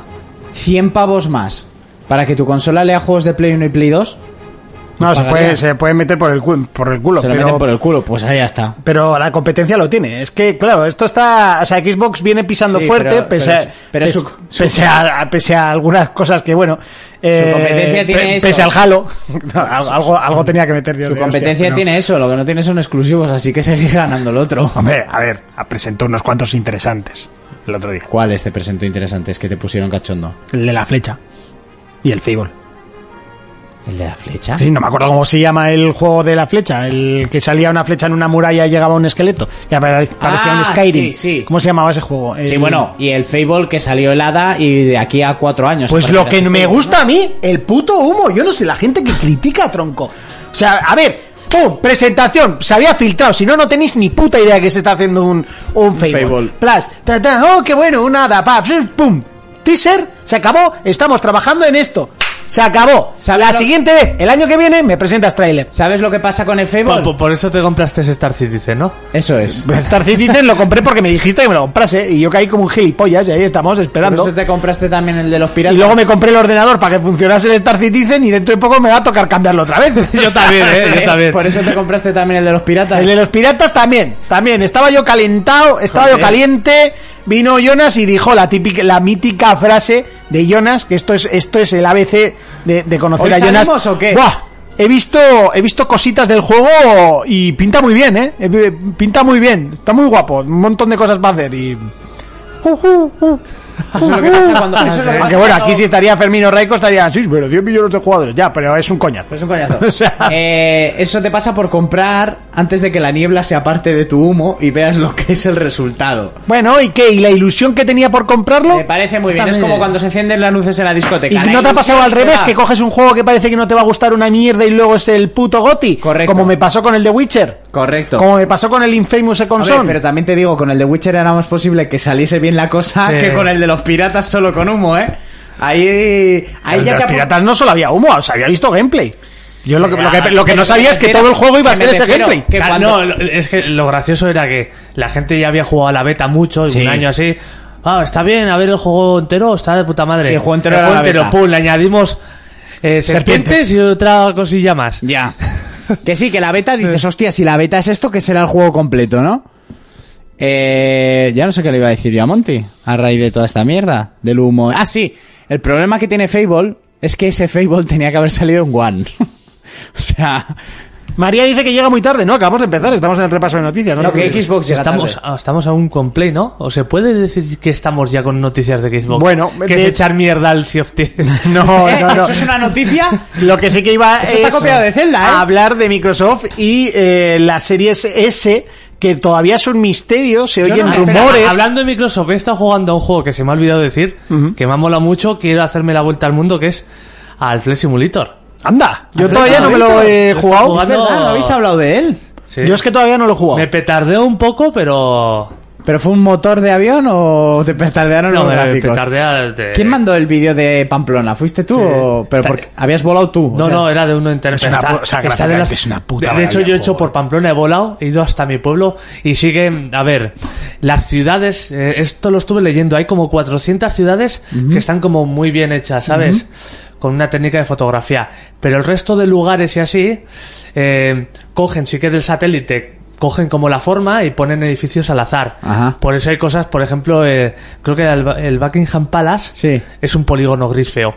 Speaker 6: 100 pavos más para que tu consola lea juegos de Play 1 y Play 2.
Speaker 5: No, se
Speaker 6: pagaría.
Speaker 5: puede, se puede meter por el, cu- por el culo,
Speaker 6: se lo
Speaker 5: pero,
Speaker 6: meten por el culo, pues ahí ya está.
Speaker 5: pero la competencia lo tiene. Es que, claro, esto está... O sea, Xbox viene pisando
Speaker 6: Sí,
Speaker 5: fuerte,
Speaker 6: pero-
Speaker 5: pese,
Speaker 6: pero- pero
Speaker 5: pes-
Speaker 6: su- su-
Speaker 5: pese a, a- pese a algunas cosas que, bueno... eh,
Speaker 6: competencia tiene eso.
Speaker 5: Pese al Halo. No, algo, algo tenía que meter yo.
Speaker 6: Su
Speaker 5: de hostia,
Speaker 6: competencia
Speaker 5: pero-
Speaker 6: tiene eso, lo que no tiene son exclusivos, así que sigue ganando el otro.
Speaker 5: Hombre, a ver, presentó unos cuantos interesantes el otro día.
Speaker 6: ¿Cuáles te este presento interesantes que te pusieron cachondo?
Speaker 5: El de la flecha. Y el Fable.
Speaker 6: ¿El de la flecha?
Speaker 5: Ah, Sí, no me acuerdo cómo se llama el juego de la flecha. El que salía una flecha en una muralla y llegaba un esqueleto. Que apare- parecía
Speaker 6: Ah,
Speaker 5: un Skyrim.
Speaker 6: sí, sí.
Speaker 5: ¿Cómo se llamaba ese juego?
Speaker 6: Sí,
Speaker 5: El-
Speaker 6: bueno, y el Fable que salió helada y de aquí a cuatro años.
Speaker 5: Pues lo
Speaker 6: aparecerá
Speaker 5: que
Speaker 6: ese
Speaker 5: me
Speaker 6: Fable,
Speaker 5: gusta a mí, el puto humo. Yo no sé, la gente que critica, tronco. O sea, a ver, pum, presentación, se había filtrado. Si no, no tenéis ni puta idea que se está haciendo un, un Fable.
Speaker 6: Fable.
Speaker 5: Plas, ta, ta, oh, qué bueno, una nada, pa, flir, pum. Teaser, se acabó, estamos trabajando en esto. Se acabó.
Speaker 6: ¿Sabes
Speaker 5: La
Speaker 6: lo-
Speaker 5: siguiente vez, el año que viene, me presentas trailer.
Speaker 6: ¿no? ¿Sabes lo que pasa con el Fable?
Speaker 7: Por, por- por eso te compraste ese Star Citizen, ¿no?
Speaker 6: Eso es.
Speaker 5: Star Citizen lo compré porque me dijiste que me lo comprase y yo caí como un gilipollas y ahí estamos
Speaker 6: Por
Speaker 5: esperando.
Speaker 6: eso te compraste también el de los piratas.
Speaker 5: Y luego me compré el ordenador para que funcionase el Star Citizen y dentro de poco me va a tocar cambiarlo otra vez.
Speaker 7: Yo también, ¿eh? Yo
Speaker 6: ¿Eh?
Speaker 7: también.
Speaker 6: Por eso te compraste también el de los piratas.
Speaker 5: El de los piratas también, también. Estaba yo calentado, estaba yo
Speaker 6: Joder.
Speaker 5: caliente. Vino Jonas y dijo la típica, la mítica frase de Jonas, que esto es, esto es el ABC de, de conocer
Speaker 6: ¿Hoy
Speaker 5: a Jonas.
Speaker 6: salimos o qué?
Speaker 5: Buah, He visto, he visto cositas del juego y pinta muy bien, ¿eh? Eh, Pinta muy bien, está muy guapo, un montón de cosas para hacer y.
Speaker 6: Eso es lo que pasa cuando. Eso es lo que pasa
Speaker 5: Aunque bueno,
Speaker 6: cuando-
Speaker 5: aquí si estaría Fermino Raico estaría, sí, pero 10 millones de jugadores, ya, pero es un coñazo.
Speaker 6: Es Pues un coñazo.
Speaker 5: O sea-
Speaker 6: Eh, eso te pasa por comprar antes de que la niebla sea parte de tu humo y veas lo que es el resultado.
Speaker 5: Bueno, ¿y qué? ¿Y la ilusión que tenía por comprarlo?
Speaker 6: Me parece muy bien. Es
Speaker 7: También.
Speaker 6: como cuando se encienden las luces en la discoteca.
Speaker 5: ¿Y
Speaker 6: La
Speaker 5: no te ha
Speaker 6: ilusión
Speaker 5: pasado al
Speaker 6: se
Speaker 5: revés?
Speaker 6: va.
Speaker 5: Que coges un juego que parece que no te va a gustar una mierda y luego es el puto Goti.
Speaker 6: Correcto.
Speaker 5: Como me pasó con el The Witcher.
Speaker 6: Correcto.
Speaker 5: Como me pasó con el Infamous Second
Speaker 6: Hombre,
Speaker 5: Son.
Speaker 6: pero también te digo, con el de Witcher era más posible que saliese bien la cosa
Speaker 7: Sí.
Speaker 6: que con el de los piratas solo con humo, ¿eh? Ahí, ahí
Speaker 5: El de
Speaker 6: ya
Speaker 5: los
Speaker 6: te apu-
Speaker 5: piratas no solo había humo, o sea, había visto gameplay. Yo lo que, lo que, lo que no
Speaker 6: Pero
Speaker 5: sabía
Speaker 6: me
Speaker 5: es que
Speaker 6: refiero-
Speaker 5: todo el juego iba a
Speaker 6: que
Speaker 5: ser
Speaker 6: me
Speaker 5: ese
Speaker 6: refiero
Speaker 5: gameplay.
Speaker 6: que
Speaker 7: Ah,
Speaker 6: cuando-
Speaker 7: No, lo- es que lo gracioso era que la gente ya había jugado a la beta mucho, un año así. Ah, está bien, a ver el juego entero, está de puta madre.
Speaker 6: El juego entero
Speaker 7: El
Speaker 6: era la beta.
Speaker 7: pum, le añadimos eh, serpientes.
Speaker 5: Serpientes.
Speaker 7: y otra cosilla más.
Speaker 6: Ya. Que sí, que la beta dices, hostia, si la beta es esto, que será el juego completo, ¿no? Eh, ya no sé qué le iba a decir yo a Monty, a raíz de toda esta mierda, del humo. Ah, sí, El problema que tiene Fable es que ese Fable tenía que haber salido en One. o sea,
Speaker 5: María dice que llega muy tarde. No, acabamos de empezar. Estamos en el repaso de noticias. No,
Speaker 6: lo
Speaker 5: te
Speaker 6: que
Speaker 5: preocupes.
Speaker 6: Xbox llega
Speaker 7: Estamos,
Speaker 6: tarde.
Speaker 7: ah, estamos aún con Play, ¿no? ¿O se puede decir que estamos ya con noticias de Xbox?
Speaker 5: Bueno,
Speaker 7: que
Speaker 5: de-
Speaker 7: es echar mierda al Sea of Thieves.
Speaker 5: No,
Speaker 6: ¿Eh?
Speaker 5: no, no.
Speaker 6: ¿Eso es una noticia?
Speaker 5: Lo que sí que iba
Speaker 6: Eso está
Speaker 5: es
Speaker 6: copiado de Zelda, ¿eh?
Speaker 5: a hablar de Microsoft y eh, la Series S, que todavía es un misterio, se
Speaker 6: Yo
Speaker 5: oyen
Speaker 6: no-
Speaker 7: Ah, Espera,
Speaker 5: rumores.
Speaker 7: hablando de Microsoft, he estado jugando a un juego que se me ha olvidado decir, que me ha molado mucho, quiero hacerme la vuelta al mundo, que es al Flex Simulator.
Speaker 5: Anda, yo
Speaker 7: Alfredo
Speaker 5: todavía no me lo
Speaker 7: Manolito,
Speaker 5: he
Speaker 7: lo está
Speaker 5: jugado.
Speaker 7: jugando.
Speaker 6: Es verdad, Ah, no habéis hablado de él.
Speaker 7: Sí.
Speaker 5: Yo es que todavía no lo he jugado.
Speaker 7: Me petardeó un poco, pero...
Speaker 6: ¿Pero fue un motor de avión o te petardearon
Speaker 7: No,
Speaker 6: los
Speaker 7: me
Speaker 6: gráficos?
Speaker 7: petardea de-
Speaker 6: ¿Quién mandó el vídeo de Pamplona? ¿Fuiste tú o...? Pero
Speaker 7: Está-
Speaker 6: porque habías volado tú. o
Speaker 7: No,
Speaker 6: sea,
Speaker 7: no, eh. era de uno entero.
Speaker 2: Es una
Speaker 7: Está-
Speaker 2: pu- o sea,
Speaker 7: está
Speaker 2: gráficamente
Speaker 7: de las-
Speaker 2: es una puta
Speaker 7: de- De hecho,
Speaker 2: maravilla,
Speaker 7: yo he hecho
Speaker 2: joder.
Speaker 7: por Pamplona, he volado, he ido hasta mi pueblo y sigue. A ver, las ciudades, eh, esto lo estuve leyendo, hay como 400 ciudades que están como muy bien hechas, ¿sabes? Con una técnica de fotografía. Pero el resto de lugares y así, eh, cogen, sí que del satélite, cogen como la forma y ponen edificios al azar.
Speaker 6: Ajá.
Speaker 7: Por eso hay cosas, por ejemplo, eh, creo que el, el Buckingham Palace
Speaker 6: Sí.
Speaker 7: es un polígono gris feo.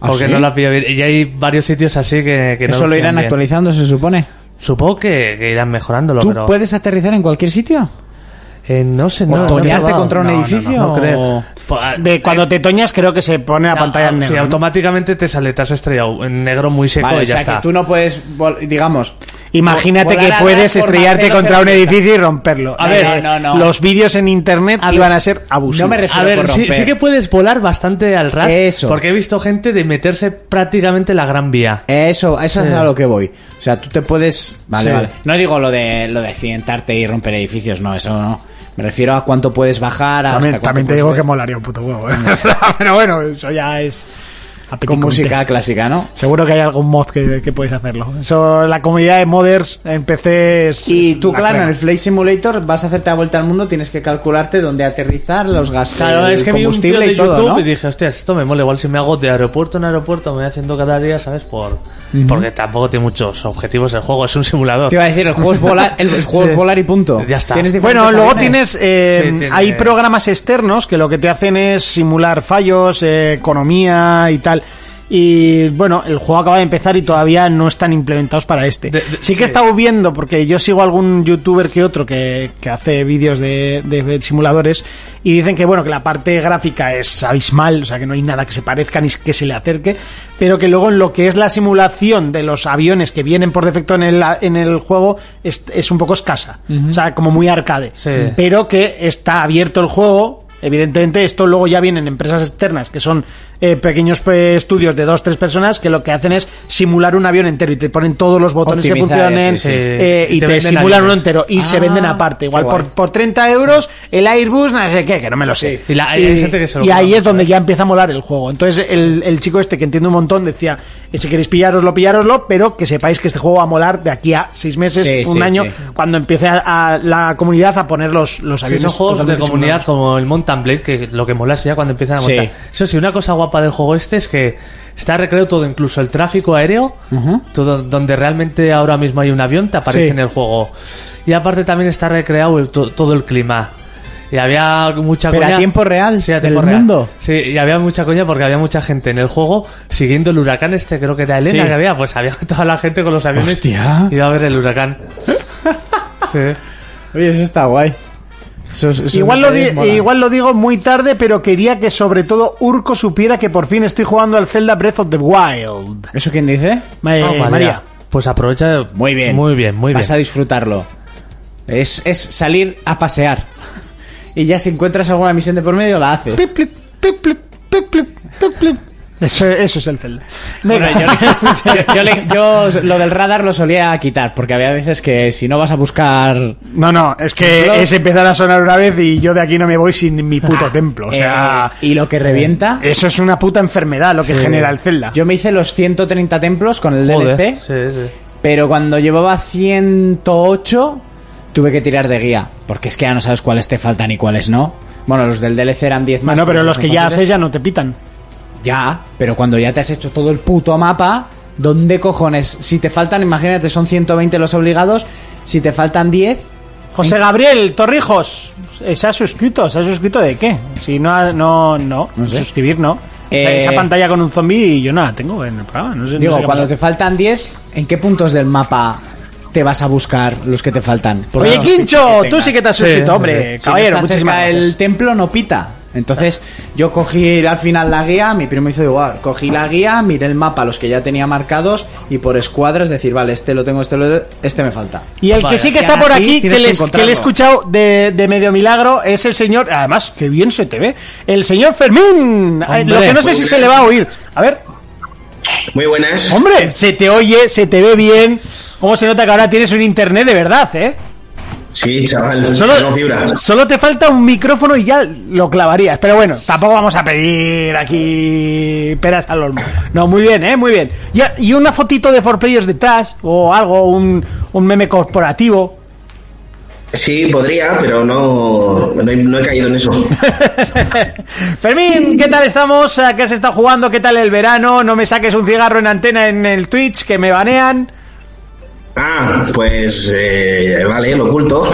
Speaker 6: ¿Ah,
Speaker 7: Porque
Speaker 6: sí?
Speaker 7: no la pillo bien. Y hay varios sitios así que, que no
Speaker 6: Eso lo
Speaker 7: pillan
Speaker 6: irán
Speaker 7: bien.
Speaker 6: actualizando, se supone.
Speaker 7: Supongo que, que irán mejorándolo,
Speaker 6: ¿Tú
Speaker 7: pero.
Speaker 6: puedes aterrizar en cualquier sitio?
Speaker 7: eh, no sé,
Speaker 6: ¿O
Speaker 7: no. no he
Speaker 6: torearte
Speaker 7: probado.
Speaker 6: contra un
Speaker 7: No, no, no,
Speaker 6: edificio?
Speaker 7: No, creo.
Speaker 6: o-
Speaker 7: Po- ah,
Speaker 5: De cuando te toñas, creo que se pone la
Speaker 7: ah,
Speaker 5: pantalla
Speaker 7: ah,
Speaker 5: en negro.
Speaker 7: Sí,
Speaker 5: ¿no?
Speaker 7: automáticamente te sale, te has estrellado en negro muy seco
Speaker 6: Vale, o
Speaker 7: y ya
Speaker 6: sea
Speaker 7: está.
Speaker 6: que tú no puedes, vol- digamos...
Speaker 5: Imagínate
Speaker 6: Volar
Speaker 5: que
Speaker 6: atrás
Speaker 5: puedes
Speaker 6: por
Speaker 5: estrellarte
Speaker 6: Marcelo
Speaker 5: contra un
Speaker 6: Cervera.
Speaker 5: edificio y romperlo.
Speaker 6: A
Speaker 5: Eh,
Speaker 6: ver, no, no, no.
Speaker 5: los vídeos en internet
Speaker 6: A ver,
Speaker 5: iban a ser abusivos.
Speaker 6: no me refiero
Speaker 7: A ver,
Speaker 6: por
Speaker 7: sí,
Speaker 6: romper.
Speaker 7: sí que puedes volar bastante al ras.
Speaker 6: Eso.
Speaker 7: Porque he visto gente de meterse prácticamente la gran vía.
Speaker 6: Eso, eso es a lo que voy. O sea, tú te puedes... Vale,
Speaker 7: Sí.
Speaker 6: vale. No digo lo de, lo de accidentarte y romper edificios, no, eso no. Me refiero a cuánto puedes bajar, hasta
Speaker 5: También,
Speaker 6: cuánto
Speaker 5: también te
Speaker 6: puedes
Speaker 5: digo
Speaker 6: ver.
Speaker 5: que molaría un puto huevo. ¿eh? Pero bueno, eso ya es.
Speaker 6: Con
Speaker 5: apetitante.
Speaker 6: música clásica, ¿no?
Speaker 5: Seguro que hay algún mod que, que podéis hacerlo. Eso, la comunidad de modders en PC es.
Speaker 6: Y
Speaker 5: es
Speaker 6: tú,
Speaker 5: la
Speaker 6: claro, en
Speaker 5: crema.
Speaker 6: el Flight Simulator vas a hacerte la vuelta al mundo, tienes que calcularte dónde aterrizar, los gastos,
Speaker 7: Claro,
Speaker 6: el
Speaker 7: es que vi un tío
Speaker 6: Eh, combustible
Speaker 7: de
Speaker 6: y todo,
Speaker 7: YouTube
Speaker 6: ¿no?
Speaker 7: y dije, hostia, esto me mola. Igual si me hago de aeropuerto en aeropuerto, me voy haciendo cada día, ¿sabes? Por, Porque tampoco tiene muchos objetivos el juego, es un simulador.
Speaker 6: Te iba a decir, el juego es volar, el juego es
Speaker 7: Sí.
Speaker 6: volar y punto.
Speaker 7: Ya está.
Speaker 6: Tienes diferentes
Speaker 5: Bueno, luego
Speaker 6: aviones.
Speaker 5: tienes. eh,
Speaker 7: Sí, tiene-
Speaker 5: Hay programas externos que lo que te hacen es simular fallos, eh, economía y tal. Y bueno, el juego acaba de empezar y todavía no están implementados para este.
Speaker 7: De- de-
Speaker 5: sí que he
Speaker 7: sí.
Speaker 5: estado viendo, porque yo sigo algún youtuber que otro que, que hace vídeos de, de simuladores y dicen que bueno, que la parte gráfica es abismal, o sea que no hay nada que se parezca ni que se le acerque, pero que luego en lo que es la simulación de los aviones que vienen por defecto en el, en el juego es, es un poco escasa. O sea, como muy arcade
Speaker 7: Sí.
Speaker 5: pero que está abierto el juego. Evidentemente, esto luego ya vienen empresas externas que son eh, pequeños eh, estudios de dos, tres personas que lo que hacen es simular un avión entero y te ponen todos los botones que
Speaker 6: Optimizar,
Speaker 5: funcionen
Speaker 6: sí,
Speaker 7: sí.
Speaker 5: eh, y,
Speaker 7: Y te
Speaker 5: te,
Speaker 7: venden
Speaker 5: simulan uno
Speaker 7: aviones.
Speaker 5: entero y se
Speaker 6: Ah,
Speaker 5: venden aparte. Igual
Speaker 6: qué
Speaker 5: por,
Speaker 6: guay.
Speaker 5: por 30 euros el Airbus, no sé qué, que no me lo sé.
Speaker 7: Sí. Y la- hay gente que se lo
Speaker 5: y ahí
Speaker 7: compra,
Speaker 5: es donde
Speaker 7: ¿eh?
Speaker 5: ya empieza a molar el juego. Entonces, el, el chico este que entiende un montón decía: eh, si queréis pillároslo, pillároslo, pero que sepáis que este juego va a molar de aquí a seis meses,
Speaker 6: Sí,
Speaker 5: un
Speaker 6: sí,
Speaker 5: año,
Speaker 6: sí.
Speaker 5: cuando empiece a, a la comunidad a poner los, los
Speaker 7: Sí, son
Speaker 5: aviones.
Speaker 7: juegos de
Speaker 5: totalmente
Speaker 7: comunidad
Speaker 5: simulados.
Speaker 7: como el Mountain Blade, que lo que mola es ya cuando empiezan a
Speaker 6: Sí.
Speaker 7: montar. Eso sí, una cosa guapa del juego este es que está recreado todo, incluso el tráfico aéreo, todo, donde realmente ahora mismo hay un avión, te aparece
Speaker 5: Sí.
Speaker 7: en el juego. Y aparte también está recreado el- to- todo el clima. Y había mucha
Speaker 6: Pero a
Speaker 7: coña-
Speaker 6: tiempo real,
Speaker 7: sí, a
Speaker 6: del
Speaker 7: tiempo real.
Speaker 6: mundo.
Speaker 7: Sí, y había mucha coña porque había mucha gente en el juego siguiendo el huracán este, creo que era Elena
Speaker 6: Sí.
Speaker 7: que había, pues había toda la gente con los aviones
Speaker 6: Hostia.
Speaker 7: iba a ver el huracán. sí.
Speaker 6: Oye, eso está guay. Eso es- eso
Speaker 5: Igual lo, di-
Speaker 6: es- mola.
Speaker 5: igual lo digo muy tarde, pero quería que sobre todo Urco supiera que por fin estoy jugando al Zelda Breath of the Wild.
Speaker 6: ¿Eso quién dice?
Speaker 5: Eh,
Speaker 7: Ah, María.
Speaker 5: María.
Speaker 7: Pues aprovecha.
Speaker 6: Muy bien.
Speaker 7: Muy bien, muy bien.
Speaker 6: Vas a disfrutarlo. Es, es salir a pasear. Y ya si encuentras alguna misión de por medio, la haces.
Speaker 5: Plip, plip, plip, plip, plip, plip, plip, plip. Eso, eso es el Zelda. Venga.
Speaker 6: Bueno, yo, yo le- yo lo del radar lo solía quitar, porque había veces que si no vas a buscar...
Speaker 5: No, no, es que es empezar a sonar una vez y yo de aquí no me voy sin mi puto templo. O sea,
Speaker 6: Ah, eh, y lo que revienta... eh,
Speaker 5: eso es una puta enfermedad lo que genera el Zelda.
Speaker 6: Yo me hice los 130 templos con el
Speaker 7: Joder.
Speaker 6: DLC,
Speaker 7: Sí, sí.
Speaker 6: pero cuando llevaba 108 tuve que tirar de guía, porque es que ya no sabes cuáles te faltan y cuáles no. Bueno, los del DLC eran 10 más.
Speaker 5: bueno, pero
Speaker 6: esos
Speaker 5: los
Speaker 6: son
Speaker 5: que ya
Speaker 6: fáciles.
Speaker 5: haces ya no te pitan.
Speaker 6: Ya, pero cuando ya te has hecho todo el puto mapa, ¿dónde cojones? Si te faltan, imagínate, son 120 los obligados, si te faltan 10,
Speaker 5: José Gabriel Torrijos, eh, ¿se ha suscrito? ¿Se ha suscrito de qué? Si no, ha- no, no,
Speaker 6: No sé.
Speaker 5: suscribir no. O sea,
Speaker 6: Eh,
Speaker 5: esa pantalla con un zombie yo no la tengo en el programa. No sé, no sé
Speaker 6: Digo,
Speaker 5: qué
Speaker 6: cuando
Speaker 5: pasa.
Speaker 6: te faltan 10, ¿en qué puntos del mapa te vas a buscar los que te faltan? Porque
Speaker 5: Oye,
Speaker 6: los
Speaker 5: Quincho,
Speaker 6: que
Speaker 5: tú
Speaker 6: tengas.
Speaker 5: sí que te has
Speaker 7: Sí,
Speaker 5: suscrito, hombre.
Speaker 6: Si
Speaker 5: Eh, caballero,
Speaker 6: no está
Speaker 5: muchísimas
Speaker 6: cerca
Speaker 5: gracias.
Speaker 6: el templo no pita. Entonces yo cogí al final la guía, mi primo hizo igual, cogí la guía, miré el mapa, los que ya tenía marcados y por escuadras decir, vale, este lo tengo, este lo este me falta.
Speaker 5: Y el que
Speaker 7: Vale.
Speaker 5: sí que
Speaker 6: Y
Speaker 5: está
Speaker 6: aún
Speaker 5: por
Speaker 6: así
Speaker 5: aquí, que,
Speaker 6: tienes que
Speaker 5: le- que
Speaker 6: encontrarlo.
Speaker 5: le he escuchado de, de medio milagro, es el señor. Además, que bien se te ve. El señor Fermín. Ay, Lo
Speaker 7: Hombre.
Speaker 5: que no sé si se le va a oír. A ver,
Speaker 8: Muy buenas.
Speaker 5: hombre, se te oye, se te ve bien. ¿Cómo se nota que ahora tienes un internet de verdad, eh?
Speaker 8: Sí, chaval, tengo fibra.
Speaker 5: solo te falta un micrófono y ya lo clavarías. Pero bueno, tampoco vamos a pedir aquí peras al olmo. No, muy bien, ¿eh? Muy bien. Y, y una fotito de 4Players detrás o algo, un, un meme corporativo.
Speaker 8: Sí, podría, pero no, no, he, no he caído en eso.
Speaker 5: Fermín, ¿qué tal estamos? ¿A qué has estado jugando? ¿Qué tal el verano? No me saques un cigarro en antena en el Twitch, que me banean.
Speaker 8: Ah, pues eh, vale, lo oculto.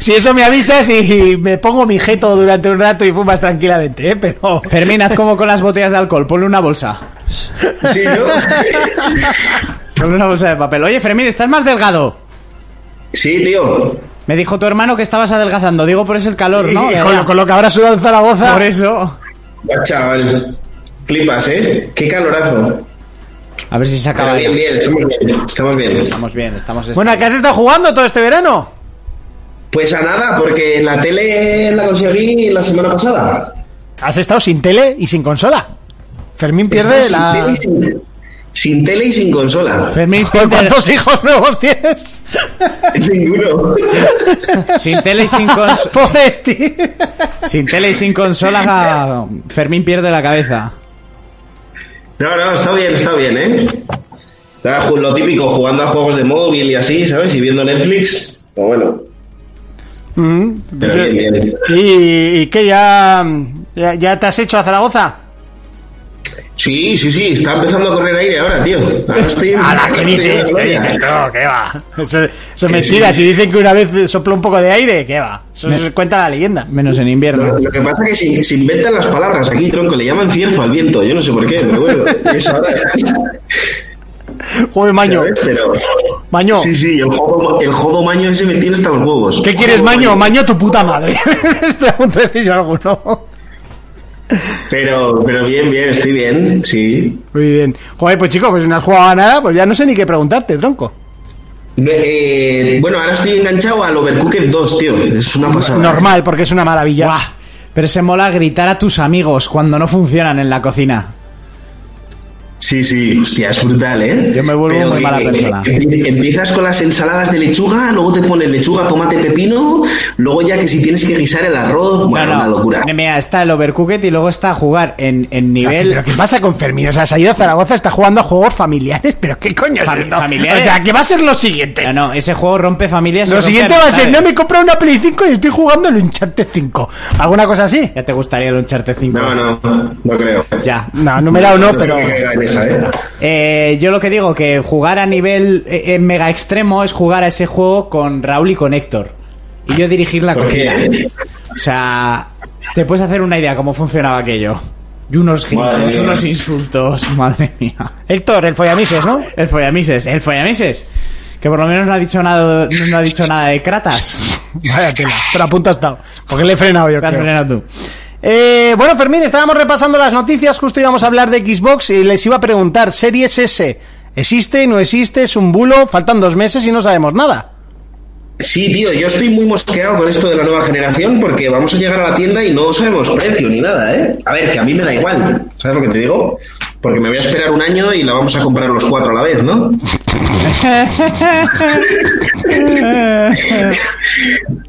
Speaker 5: si eso me avisas y, y me pongo mi jeto durante un rato y fumas tranquilamente, ¿eh? Pero...
Speaker 6: Fermín, haz como con las botellas de alcohol, ponle una bolsa.
Speaker 8: Sí, ¿no?
Speaker 6: Ponle una bolsa de papel. Oye, Fermín, estás más delgado.
Speaker 8: Sí, tío.
Speaker 6: Me dijo tu hermano que estabas adelgazando, digo por eso el calor, ¿no?
Speaker 5: Y- y con, lo, con lo que habrá sudado en Zaragoza.
Speaker 6: Por eso.
Speaker 8: Chaval, flipas, ¿eh? Qué calorazo.
Speaker 6: A ver si se acaba.
Speaker 8: Pero bien,
Speaker 6: ya.
Speaker 8: bien, estamos bien, estamos bien.
Speaker 6: Estamos bien, estamos
Speaker 5: Bueno, ¿a qué has estado jugando todo este verano?
Speaker 8: Pues a nada, porque la tele la conseguí la semana pasada.
Speaker 5: Has estado sin tele y sin consola. Fermín pierde
Speaker 8: Sin
Speaker 5: la...
Speaker 8: tele y sin- sin tele y sin consola.
Speaker 5: Fermín, ¿cuántos hijos nuevos tienes?
Speaker 8: Ninguno.
Speaker 6: sin tele y sin cons-
Speaker 5: Pobre Steve.
Speaker 6: sin tele y sin consola, Fermín pierde la cabeza.
Speaker 8: No, no, está bien, está bien, ¿eh? Está ju- Lo típico, jugando a juegos de móvil y así, ¿sabes? Y viendo Netflix. Pero bueno,
Speaker 5: Mm,
Speaker 8: pero
Speaker 5: yo-
Speaker 8: bien, bien.
Speaker 5: ¿Y, y qué? Ya, ya, ya te has hecho a Zaragoza?
Speaker 8: Sí, sí, sí, está empezando a correr aire ahora, tío. Ahora estoy...
Speaker 5: ¡Hala, qué
Speaker 8: estoy en
Speaker 5: dices!
Speaker 8: la
Speaker 5: ¿Qué
Speaker 8: gloria.
Speaker 5: dices tú? ¿Qué va? Eso, eso es
Speaker 8: Sí,
Speaker 5: mentira.
Speaker 8: sí.
Speaker 5: Si dicen que una vez sopló un poco de aire, ¿qué va? Eso se cuenta la leyenda.
Speaker 6: Menos en
Speaker 8: Lo,
Speaker 6: invierno.
Speaker 8: lo que pasa es que se, se inventan las palabras aquí, tronco. Le llaman cierzo al viento. Yo no sé por qué, pero bueno. es ahora.
Speaker 5: Joder, Maño.
Speaker 8: ¿Sabes? Pero...
Speaker 5: Maño.
Speaker 8: Sí, sí, el jodo, el jodo maño ese me tiene hasta los huevos.
Speaker 5: ¿Qué quieres,
Speaker 8: Jodo
Speaker 5: Maño? Maño, tu puta madre. Estoy a punto de decir yo alguno.
Speaker 8: Pero, pero bien, bien, estoy bien, sí.
Speaker 5: Muy bien. Joder, pues chicos, pues si no has jugado a nada, pues ya no sé ni qué preguntarte, tronco.
Speaker 8: Eh, bueno, ahora estoy enganchado al Overcooked 2, tío. Es una pasada.
Speaker 5: Normal, porque es una maravilla.
Speaker 6: Buah, pero se mola gritar a tus amigos cuando no funcionan en la cocina.
Speaker 8: Sí, sí, hostia, es brutal, ¿eh?
Speaker 6: Yo me vuelvo muy mala persona.
Speaker 8: Empiezas con las ensaladas de lechuga, luego te pones lechuga, tomate, pepino, luego ya que si tienes que guisar el arroz, bueno,
Speaker 6: No, no.
Speaker 8: una locura.
Speaker 6: Mira, está el overcooked y luego está a jugar en,
Speaker 5: O
Speaker 6: en
Speaker 5: sea,
Speaker 6: nivel.
Speaker 5: ¿Pero qué pasa con Fermín? O sea, se ha ido a Zaragoza, está jugando a juegos familiares. ¿Pero qué coño es
Speaker 6: Fam-
Speaker 5: esto?
Speaker 6: ¿familiares?
Speaker 5: O sea, ¿qué va a ser lo siguiente?
Speaker 6: No, no, ese juego rompe familias. y
Speaker 5: Lo
Speaker 6: rompe
Speaker 5: siguiente va a ser, no
Speaker 6: amistades.
Speaker 5: me compra una Play 5 y estoy jugando el Uncharted 5. ¿Alguna cosa así?
Speaker 6: Ya te gustaría lucharte 5.
Speaker 8: No, no, no creo.
Speaker 6: Ya.
Speaker 5: No, numerado no, pero...
Speaker 8: creo que caiga en esa, ¿eh?
Speaker 6: Eh, yo lo que digo, que jugar a nivel eh, eh, mega extremo es jugar a ese juego con Raúl y con Héctor. Y yo dirigir la
Speaker 8: ¿Por
Speaker 6: cocina.
Speaker 8: qué?
Speaker 6: O sea, te puedes hacer una idea cómo funcionaba aquello. Y unos
Speaker 8: Madre
Speaker 6: gritos,
Speaker 8: mía.
Speaker 6: unos insultos. Madre mía.
Speaker 5: Héctor, el follamises, ¿no?
Speaker 6: El follamises, el follamises. Que por lo menos no ha dicho nada, no ha dicho nada de Kratas.
Speaker 5: Vaya tela, pero a punto ha estado. Porque le he frenado yo,
Speaker 6: Te has
Speaker 5: creo.
Speaker 6: frenado tú.
Speaker 5: Eh, bueno, Fermín, estábamos repasando las noticias, justo íbamos a hablar de Xbox y les iba a preguntar, ¿Series S existe, no existe, es un bulo, faltan dos meses y no sabemos nada?
Speaker 8: Sí, tío, yo estoy muy mosqueado con esto de la nueva generación porque vamos a llegar a la tienda y no sabemos precio ni nada, ¿eh? A ver, que a mí me da igual, ¿sabes lo que te digo? Porque me voy a esperar un año y la vamos a comprar los cuatro a la vez, ¿no?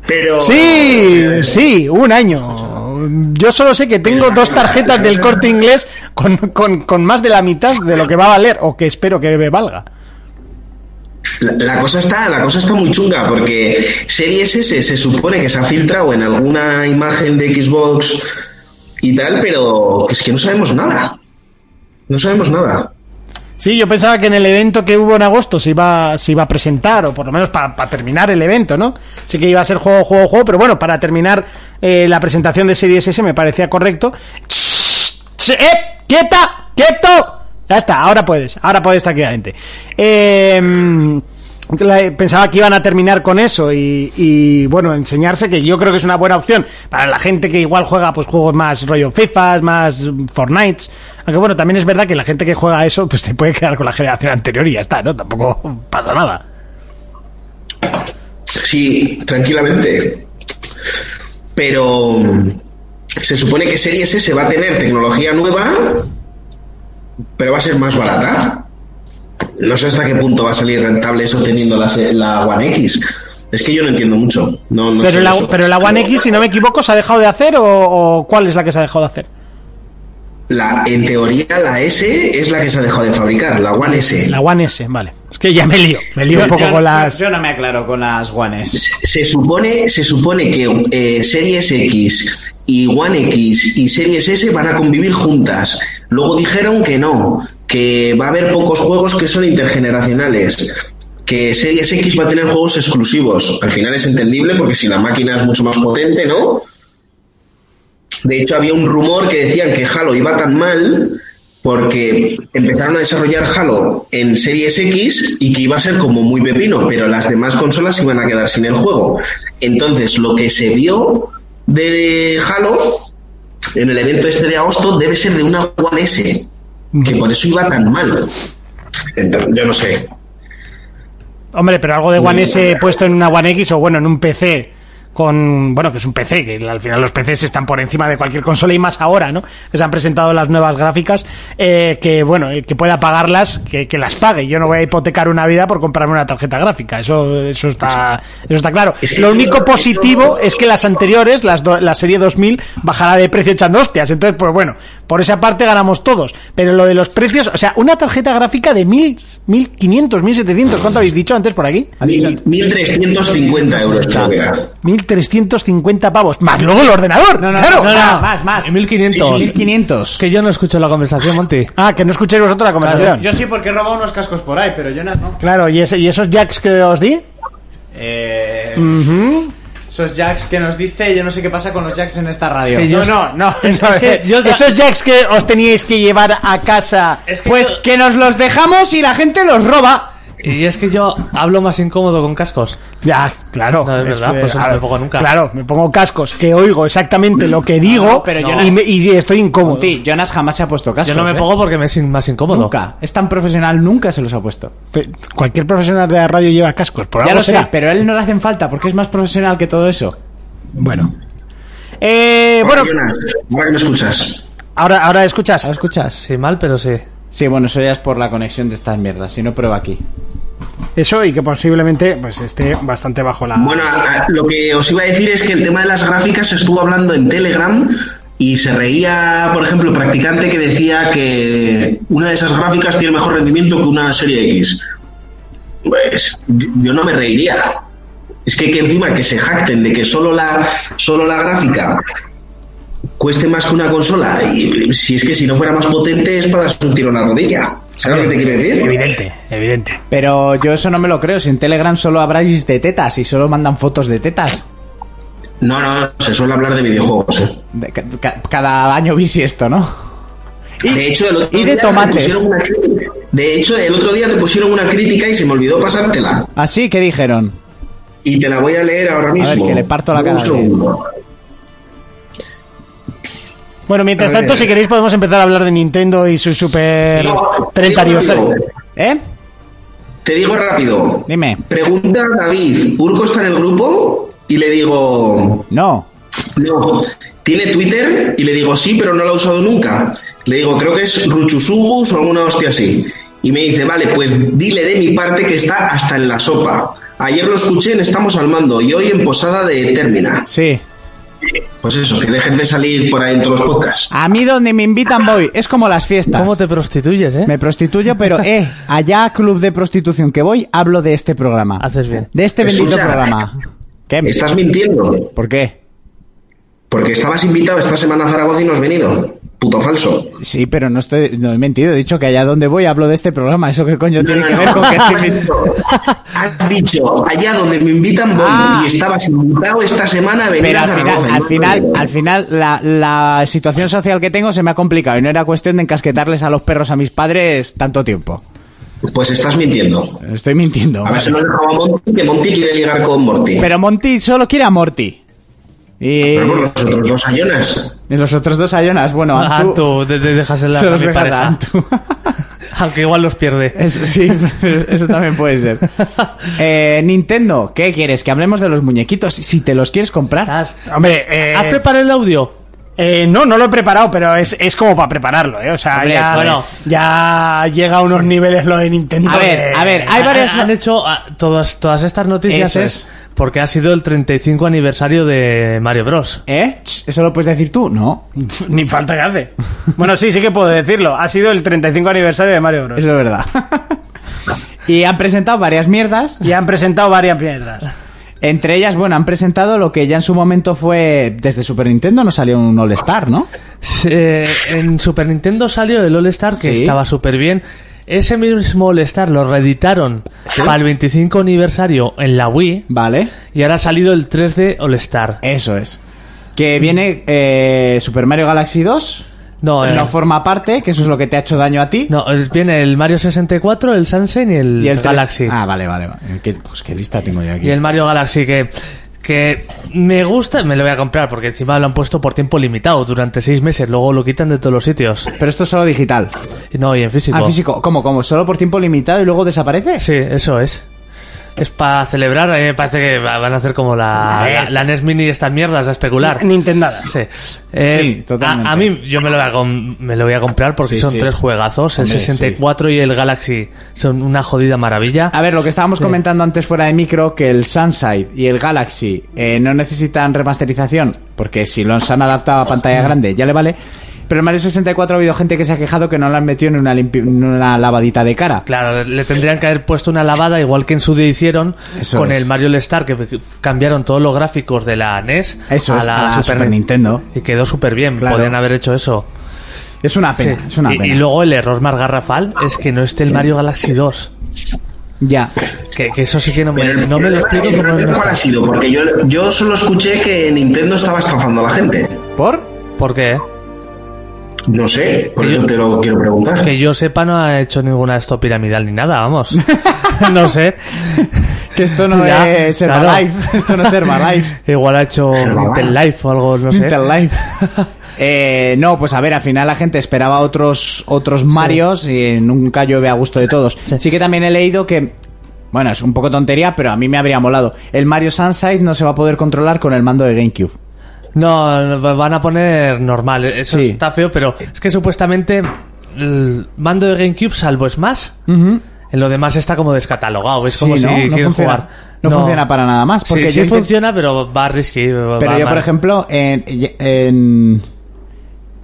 Speaker 8: Pero...
Speaker 5: Sí, sí, un año. Yo solo sé que tengo dos tarjetas del corte inglés con, con- con más de la mitad de lo que va a valer, o que espero que me valga.
Speaker 8: La, la cosa está, la cosa está muy chunga porque Series S se supone que se ha filtrado en alguna imagen de Xbox y tal, pero es que no sabemos nada. No sabemos nada.
Speaker 5: Sí, yo pensaba que en el evento que hubo en agosto se iba, se iba a presentar, o por lo menos para terminar el evento, ¿no? Sí que iba a ser juego, juego, juego, pero bueno, para terminar eh, la presentación de Series S me parecía correcto. se- ¡Eh! ¡Quieta! ¡Quieto! Ya está, ahora puedes, ahora puedes tranquilamente. Eh, la- pensaba que iban a terminar con eso y, y, bueno, enseñarse que yo creo que es una buena opción para la gente que igual juega pues juegos más rollo FIFA, más mm, Fortnite. Aunque bueno, también es verdad que la gente que juega eso pues se puede quedar con la generación anterior y ya está, ¿no? Tampoco pasa nada.
Speaker 8: Sí, tranquilamente. Pero mm, se supone que Series S va a tener tecnología nueva, pero va a ser más barata. No sé hasta qué punto va a salir rentable eso teniendo la, se- la One X. Es que yo no entiendo mucho. No, no
Speaker 5: Pero
Speaker 8: sé
Speaker 5: la,
Speaker 8: eso.
Speaker 5: pero la One X, si no me equivoco, ¿se ha dejado de hacer o, o cuál es la que se ha dejado de hacer?
Speaker 8: La- en teoría, la S es la que se ha dejado de fabricar, la One S.
Speaker 5: La One S, vale. Es que ya me lío, me lío un poco
Speaker 6: yo,
Speaker 5: con las...
Speaker 6: yo no me aclaro con las guanes.
Speaker 8: Se se supone, se supone que eh, Series X y One X y Series S van a convivir juntas. Luego dijeron que no, que va a haber pocos juegos que son intergeneracionales, que Series X va a tener juegos exclusivos. Al final es entendible porque si la máquina es mucho más potente, ¿no? De hecho, había un rumor que decían que Halo iba tan mal porque empezaron a desarrollar Halo en Series X y que iba a ser como muy pepino, pero las demás consolas se iban a quedar sin el juego. Entonces, lo que se vio de Halo en el evento este de agosto debe ser de una One S, que por eso iba tan mal. Entonces, yo no sé.
Speaker 5: Hombre, pero algo de One S puesto en una One X o bueno, en un PC con, bueno, que es un PC, que al final los PCs están por encima de cualquier consola y más ahora, ¿no? Que se han presentado las nuevas gráficas, eh, que bueno, el que pueda pagarlas, que, que las pague. Yo no voy a hipotecar una vida por comprarme una tarjeta gráfica, eso, eso está, eso está claro. Lo único positivo es que las anteriores, las do- la serie 2000, bajará de precio echando hostias, entonces pues bueno, por esa parte ganamos todos, pero lo de los precios, o sea, una tarjeta gráfica de 1000, 1500, 1700, ¿cuánto habéis dicho antes por aquí?
Speaker 8: Mil- 1.350 euros, creo que era.
Speaker 5: 1350 pavos, más luego el ordenador.
Speaker 6: No, no,
Speaker 5: claro, Ah,
Speaker 6: no, no,
Speaker 5: o sea,
Speaker 6: más, más.
Speaker 7: 1500.
Speaker 6: 1500.
Speaker 7: Que yo no escucho la conversación, Monty.
Speaker 5: Ah, que no escuchéis vosotros la conversación.
Speaker 6: Yo sí porque he robado unos cascos por ahí, pero Jonas no.
Speaker 5: Claro, ¿y, ese- y esos jacks que os di?
Speaker 6: Eh, Esos jacks que nos diste, yo no sé qué pasa con los jacks en esta radio.
Speaker 7: Es que yo-
Speaker 5: No, no,
Speaker 7: Es
Speaker 5: no,
Speaker 7: que yo-
Speaker 5: esos jacks que os teníais que llevar a casa.
Speaker 7: Es que
Speaker 6: Pues
Speaker 7: yo-
Speaker 6: que nos los dejamos y la gente los roba.
Speaker 7: Y es que yo hablo más incómodo con cascos.
Speaker 5: Ya, claro.
Speaker 7: No, es verdad, pues no
Speaker 5: claro,
Speaker 7: me pongo nunca.
Speaker 5: Claro, me pongo cascos, que oigo exactamente lo que digo
Speaker 6: no, pero yo
Speaker 5: y,
Speaker 6: no-
Speaker 5: me- y estoy incómodo.
Speaker 6: Monty, Jonas jamás se ha puesto cascos.
Speaker 7: Yo no me
Speaker 6: ¿eh?
Speaker 7: pongo porque me es in- más incómodo.
Speaker 6: Nunca. Es tan profesional, nunca se los ha puesto.
Speaker 5: Pe- Cualquier profesional de la radio lleva cascos, por
Speaker 6: ya
Speaker 5: algo
Speaker 6: lo sé,
Speaker 5: será.
Speaker 6: pero a él no le hacen falta porque es más profesional que todo eso.
Speaker 5: Bueno. Eh, bueno,
Speaker 8: Jonas, ahora que me escuchas.
Speaker 5: ahora, ahora escuchas.
Speaker 6: ¿Lo escuchas?
Speaker 7: Sí, mal, pero sí.
Speaker 6: Sí, bueno, eso ya es por la conexión de estas mierdas. Si no, prueba aquí.
Speaker 5: Eso y que posiblemente pues esté bastante bajo la.
Speaker 8: Bueno, a- a- lo que os iba a decir es que el tema de las gráficas se estuvo hablando en Telegram y se reía, por ejemplo, el practicante que decía que una de esas gráficas tiene mejor rendimiento que una serie X. Pues yo yo no me reiría. Es que, que encima que se jacten de que solo la, solo la gráfica cueste más que una consola, y si es que si no fuera más potente es para darse un tiro en la rodilla. ¿Sabes lo que te quiero decir?
Speaker 5: Evidente, evidente.
Speaker 6: Pero yo eso no me lo creo. Si en Telegram solo habrá gis de tetas y solo mandan fotos de tetas.
Speaker 8: No, no, se suele hablar de videojuegos. ¿eh?
Speaker 6: De ca- ca- cada año bisiesto, ¿no?
Speaker 8: de hecho, el otro
Speaker 6: y de
Speaker 8: día
Speaker 6: tomates.
Speaker 8: te pusieron una crítica. De hecho, el otro día te pusieron una crítica y se me olvidó pasártela.
Speaker 6: Así que dijeron.
Speaker 8: Y te la voy a leer ahora mismo.
Speaker 6: que le parto la
Speaker 8: Dame un
Speaker 6: cara a alguien.
Speaker 8: segundo.
Speaker 5: Bueno, mientras
Speaker 8: A ver.
Speaker 5: tanto, si queréis, podemos empezar a hablar de Nintendo y su super
Speaker 8: No,
Speaker 5: 30
Speaker 8: te digo
Speaker 5: aniversario.
Speaker 8: rápido.
Speaker 6: ¿Eh?
Speaker 8: Te digo rápido.
Speaker 6: Dime.
Speaker 8: Pregunta a David, ¿Urco está en el grupo? Y le digo,
Speaker 6: No.
Speaker 8: no. ¿Tiene Twitter? Y le digo, sí, pero no lo ha usado nunca. Le digo, creo que es Ruchusugus o alguna hostia así. Y me dice, vale, pues dile de mi parte que está hasta en la sopa. Ayer lo escuché en Estamos al Mando y hoy en Posada de Términa.
Speaker 6: Sí.
Speaker 8: Pues eso, que dejen de salir por ahí en todos los podcasts.
Speaker 6: A mí donde me invitan voy. Es como las fiestas.
Speaker 7: ¿Cómo te prostituyes, eh?
Speaker 6: Me prostituyo, pero eh, allá a club de prostitución que voy, hablo de este programa.
Speaker 7: Haces bien.
Speaker 6: De este bendito
Speaker 8: Escucha.
Speaker 6: programa. ¿Qué?
Speaker 8: Estás mintiendo,
Speaker 6: ¿Por qué?
Speaker 8: porque estabas invitado esta semana a Zaragoza y no has venido. Puto falso.
Speaker 6: Sí, pero no estoy, no he mentido. He dicho que allá donde voy hablo de este programa. Eso que coño tiene que ver con que se invite-
Speaker 8: Has dicho, allá donde me invitan voy
Speaker 6: Ah.
Speaker 8: y estabas invitado esta semana a venir
Speaker 6: Pero
Speaker 8: a
Speaker 6: al final,
Speaker 8: Zaragoza.
Speaker 6: al
Speaker 8: Yo
Speaker 6: final,
Speaker 8: creo.
Speaker 6: al final, la, la situación social que tengo se me ha complicado y no era cuestión de encasquetarles a los perros a mis padres tanto tiempo.
Speaker 8: Pues estás mintiendo.
Speaker 6: Estoy mintiendo.
Speaker 8: A ver,
Speaker 6: vale.
Speaker 8: se lo dejaba a Monty, que Monty quiere ligar con Morty.
Speaker 6: Pero eh, Monty solo quiere a Morty. Y,
Speaker 8: Ah, Pero los otros dos ayonas.
Speaker 6: y los otros dos ayonas, bueno,
Speaker 7: Ah,
Speaker 6: Antu
Speaker 7: tú, de, de- dejas en la
Speaker 6: se los
Speaker 7: mi
Speaker 6: dejas Eh.
Speaker 7: pareja.
Speaker 6: a Antu.
Speaker 7: Aunque igual los pierde.
Speaker 6: Eso, sí, eso también puede ser. Eh, Nintendo, ¿qué quieres? Que hablemos de los muñequitos. Si te los quieres comprar.
Speaker 7: Estás-
Speaker 5: Hombre, eh,
Speaker 7: ¿Has preparado el audio?
Speaker 5: eh, no, no lo he preparado, pero es, es como para prepararlo, ¿eh? O sea,
Speaker 6: Hombre,
Speaker 5: ya,
Speaker 7: pues.
Speaker 5: ya llega a unos niveles lo de Nintendo.
Speaker 6: A ver,
Speaker 5: de-
Speaker 6: a ver, eh, hay
Speaker 7: Ha-
Speaker 6: varias.
Speaker 7: Han hecho ah, todas, todas estas noticias
Speaker 6: Eso
Speaker 7: es,
Speaker 6: es.
Speaker 7: porque ha sido el 35 aniversario de Mario Bros.
Speaker 6: ¿Eh? Ch, ¿Eso lo puedes decir tú? No.
Speaker 5: Ni falta que hace. Bueno, sí, sí que puedo decirlo. Ha sido el 35 aniversario de Mario Bros.
Speaker 6: Eso es verdad. y han presentado varias mierdas.
Speaker 5: Y han presentado varias mierdas.
Speaker 6: Entre ellas, bueno, han presentado lo que ya en su momento fue. Desde Super Nintendo no salió un All-Star, ¿no?
Speaker 7: Eh, en Super Nintendo salió el All Star que
Speaker 6: Sí.
Speaker 7: estaba súper bien. Ese mismo All Star lo reeditaron para el 25 aniversario en la Wii
Speaker 6: Vale.
Speaker 7: y ahora ha salido el 3D All Star.
Speaker 6: Eso es. Que viene eh, Super Mario Galaxy 2.
Speaker 7: No, eh,
Speaker 6: No forma parte, que eso es lo que te ha hecho daño a ti.
Speaker 7: no, es- viene el Mario 64, el Sunshine y el,
Speaker 6: Y el tres-
Speaker 7: Galaxy.
Speaker 6: Ah, vale, vale. vale. ¿Qué- pues qué lista tengo yo aquí.
Speaker 7: Y el Mario Galaxy que, que me gusta, me lo voy a comprar porque encima lo han puesto por tiempo limitado durante seis meses, luego lo quitan de todos los sitios.
Speaker 6: Pero esto es solo digital.
Speaker 7: Y No, y en físico.
Speaker 6: Ah, físico. ¿Cómo, cómo? ¿Solo por tiempo limitado y luego desaparece?
Speaker 7: Sí, eso es. Es para celebrar, a mí me parece que va- van a E hacer como la, la, la NES Mini y estas mierdas a especular.
Speaker 5: Nintendadas.
Speaker 7: Sí, Eh,
Speaker 6: Sí, totalmente.
Speaker 7: A, a mí yo me lo, voy a com- me lo voy a comprar porque
Speaker 6: Sí,
Speaker 7: son
Speaker 6: sí.
Speaker 7: tres juegazos, el
Speaker 6: Hombre,
Speaker 7: 64 y el Galaxy son una jodida maravilla.
Speaker 6: A ver, lo que estábamos comentando antes fuera de micro, que el Sunside y el Galaxy eh, no necesitan remasterización, porque si los han adaptado a pantalla grande ya le vale. Pero en Mario 64 ha habido gente que se ha quejado que no lo han metido en una, limpi- en una lavadita de cara.
Speaker 7: Claro, le tendrían que haber puesto una lavada, igual que en su día hicieron
Speaker 6: Eso
Speaker 7: con
Speaker 6: es.
Speaker 7: el Mario All Star, que que cambiaron todos los gráficos de la E NES
Speaker 6: Eso es, a la Super Nintendo.
Speaker 7: E Y quedó súper bien,
Speaker 6: Claro.
Speaker 7: podían haber hecho eso.
Speaker 6: Es una pena,
Speaker 7: Sí.
Speaker 6: es una
Speaker 7: y,
Speaker 6: pena.
Speaker 7: y luego el error más garrafal es que no esté el Mario Galaxy 2.
Speaker 6: Ya.
Speaker 7: Que, que eso sí que no me,
Speaker 8: Pero el
Speaker 7: no me lo
Speaker 8: problema-
Speaker 7: explico
Speaker 8: el
Speaker 7: cómo no
Speaker 8: problema
Speaker 7: está.
Speaker 8: ¿Cuál ha sido? Porque yo, yo solo escuché que Nintendo estaba estafando a la gente.
Speaker 6: ¿Por?
Speaker 7: ¿Por qué?
Speaker 8: No sé, por
Speaker 7: Que
Speaker 8: eso
Speaker 7: yo-
Speaker 8: te lo quiero preguntar.
Speaker 7: Que yo sepa no ha hecho ninguna esto piramidal ni nada, vamos. no sé.
Speaker 6: Que esto no
Speaker 7: Ya,
Speaker 6: es
Speaker 7: claro.
Speaker 6: Herbalife. Esto no es Herbalife.
Speaker 7: Igual ha hecho
Speaker 8: Herbalife.
Speaker 7: Intel Life o algo, no sé.
Speaker 6: Intel Life. Eh, no, pues a ver, al final la gente esperaba otros, otros Marios y nunca llueve a gusto de todos. Sí. que también he leído que, bueno, es un poco tontería, pero a mí me habría molado. El Mario Sunshine no se va a poder controlar con el mando de GameCube.
Speaker 7: No, no, va- van a poner normal. e-, Eso
Speaker 6: Sí.
Speaker 7: está feo, pero es que supuestamente el mando de GameCube, salvo Smash, en lo demás está como descatalogado. Es
Speaker 6: Sí,
Speaker 7: como si
Speaker 6: ¿no? No
Speaker 7: quieren
Speaker 6: funciona.
Speaker 7: jugar.
Speaker 6: No funciona para nada más, porque
Speaker 7: sí, sí
Speaker 6: yo intent-
Speaker 7: funciona, pero va risky. va
Speaker 6: Pero yo,
Speaker 7: mal.
Speaker 6: por ejemplo, en... en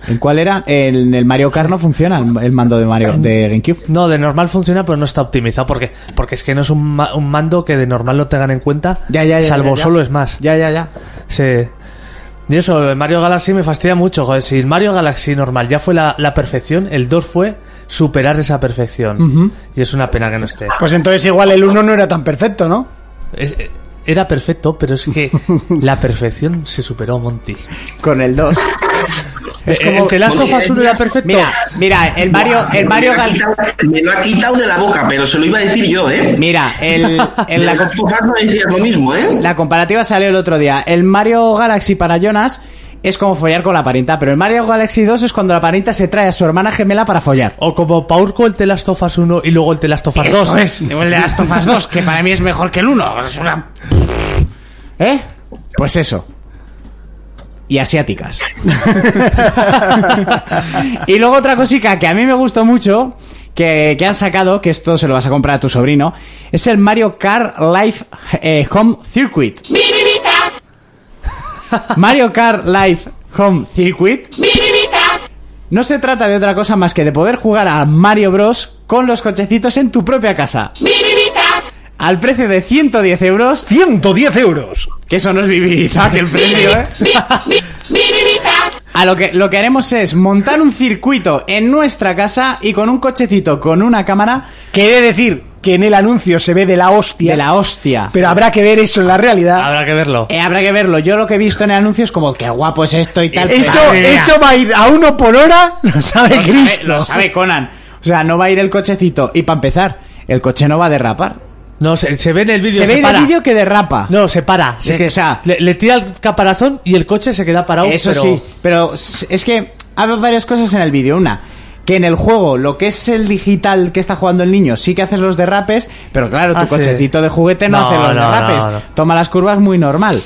Speaker 6: ¿en cuál era? En el Mario Kart no funciona el, el mando de Mario de GameCube.
Speaker 7: No, de normal funciona, pero no está optimizado. Porque, porque es que no es un, ma- un mando que de normal no tengan en cuenta.
Speaker 6: Ya, ya, ya,
Speaker 7: salvo
Speaker 6: ya, ya.
Speaker 7: solo Smash.
Speaker 6: Ya, ya, ya.
Speaker 7: Sí. Y eso, el Mario Galaxy me fastidia mucho. Joder, si el Mario Galaxy normal ya fue la, la perfección, el 2 fue superar esa perfección. Y es una pena que no esté.
Speaker 5: Pues entonces igual el 1 no era tan perfecto, ¿no?
Speaker 7: Es- eh, era perfecto, pero es que la perfección se superó, Monty.
Speaker 6: Con el 2.
Speaker 7: Es
Speaker 6: Eh,
Speaker 7: como que Last of Us uno era perfecto.
Speaker 6: Mira, mira, el Mario, el Mario
Speaker 8: me, lo ha
Speaker 6: Gal-
Speaker 8: quitado, me lo ha quitado de la boca, pero se lo iba a decir yo, ¿eh?
Speaker 6: Mira, el, el- la,
Speaker 8: la
Speaker 6: comp-
Speaker 8: no decía lo mismo, ¿eh?
Speaker 6: la comparativa salió el otro día. El Mario Galaxy para Jonas es como follar con la parienta, pero el Mario Galaxy 2 es cuando la parienta se trae a su hermana gemela para follar.
Speaker 7: O como Paurco el Telastofas 1 y luego el Telastofas 2.
Speaker 6: es. El de Last of Us 2, que para mí es mejor que el 1. Es una- ¿Eh? Pues eso. Y asiáticas. y luego otra cosica que a mí me gustó mucho, que, que han sacado, que esto se lo vas a comprar a tu sobrino, es el Mario Kart Live eh, Home Circuit. Mario Kart Live Home Circuit. No se trata de otra cosa más que de poder jugar a Mario Bros. con los cochecitos en tu propia casa. Al precio de 110 euros,
Speaker 5: 110 euros.
Speaker 6: que eso no es vivir, Isaac, el precio, ¿eh? A lo que, lo que haremos es montar un circuito en nuestra casa y con un cochecito, con una cámara
Speaker 5: Que he de decir que en el anuncio se ve de la hostia.
Speaker 6: de la hostia.
Speaker 5: Pero habrá que ver eso en la realidad.
Speaker 7: Habrá que verlo.
Speaker 6: Eh, habrá que verlo. Yo lo que he visto en el anuncio es como, qué guapo es esto y tal.
Speaker 5: Eso,
Speaker 6: pero-
Speaker 5: eso va a ir a uno por hora, lo sabe
Speaker 6: lo sabe,
Speaker 5: Cristo.
Speaker 6: lo sabe Conan. O sea, no va a ir el cochecito. Y para empezar, el coche no va a derrapar.
Speaker 7: No, se, se ve en el vídeo.
Speaker 6: Se ve en
Speaker 7: para.
Speaker 6: el vídeo que derrapa.
Speaker 7: No, se para.
Speaker 6: Es
Speaker 7: Se que-
Speaker 6: que, o sea-
Speaker 7: le, le tira el caparazón y el coche se queda parado.
Speaker 6: Eso
Speaker 7: pero-
Speaker 6: sí, pero s- es que hay varias cosas en el vídeo. Una, que en el juego, lo que es el digital que está jugando el niño, sí que haces los derrapes, pero claro, tu
Speaker 7: Ah, sí.
Speaker 6: cochecito de juguete no,
Speaker 7: No,
Speaker 6: hace los
Speaker 7: no,
Speaker 6: derrapes.
Speaker 7: no, no.
Speaker 6: Toma las curvas muy normal.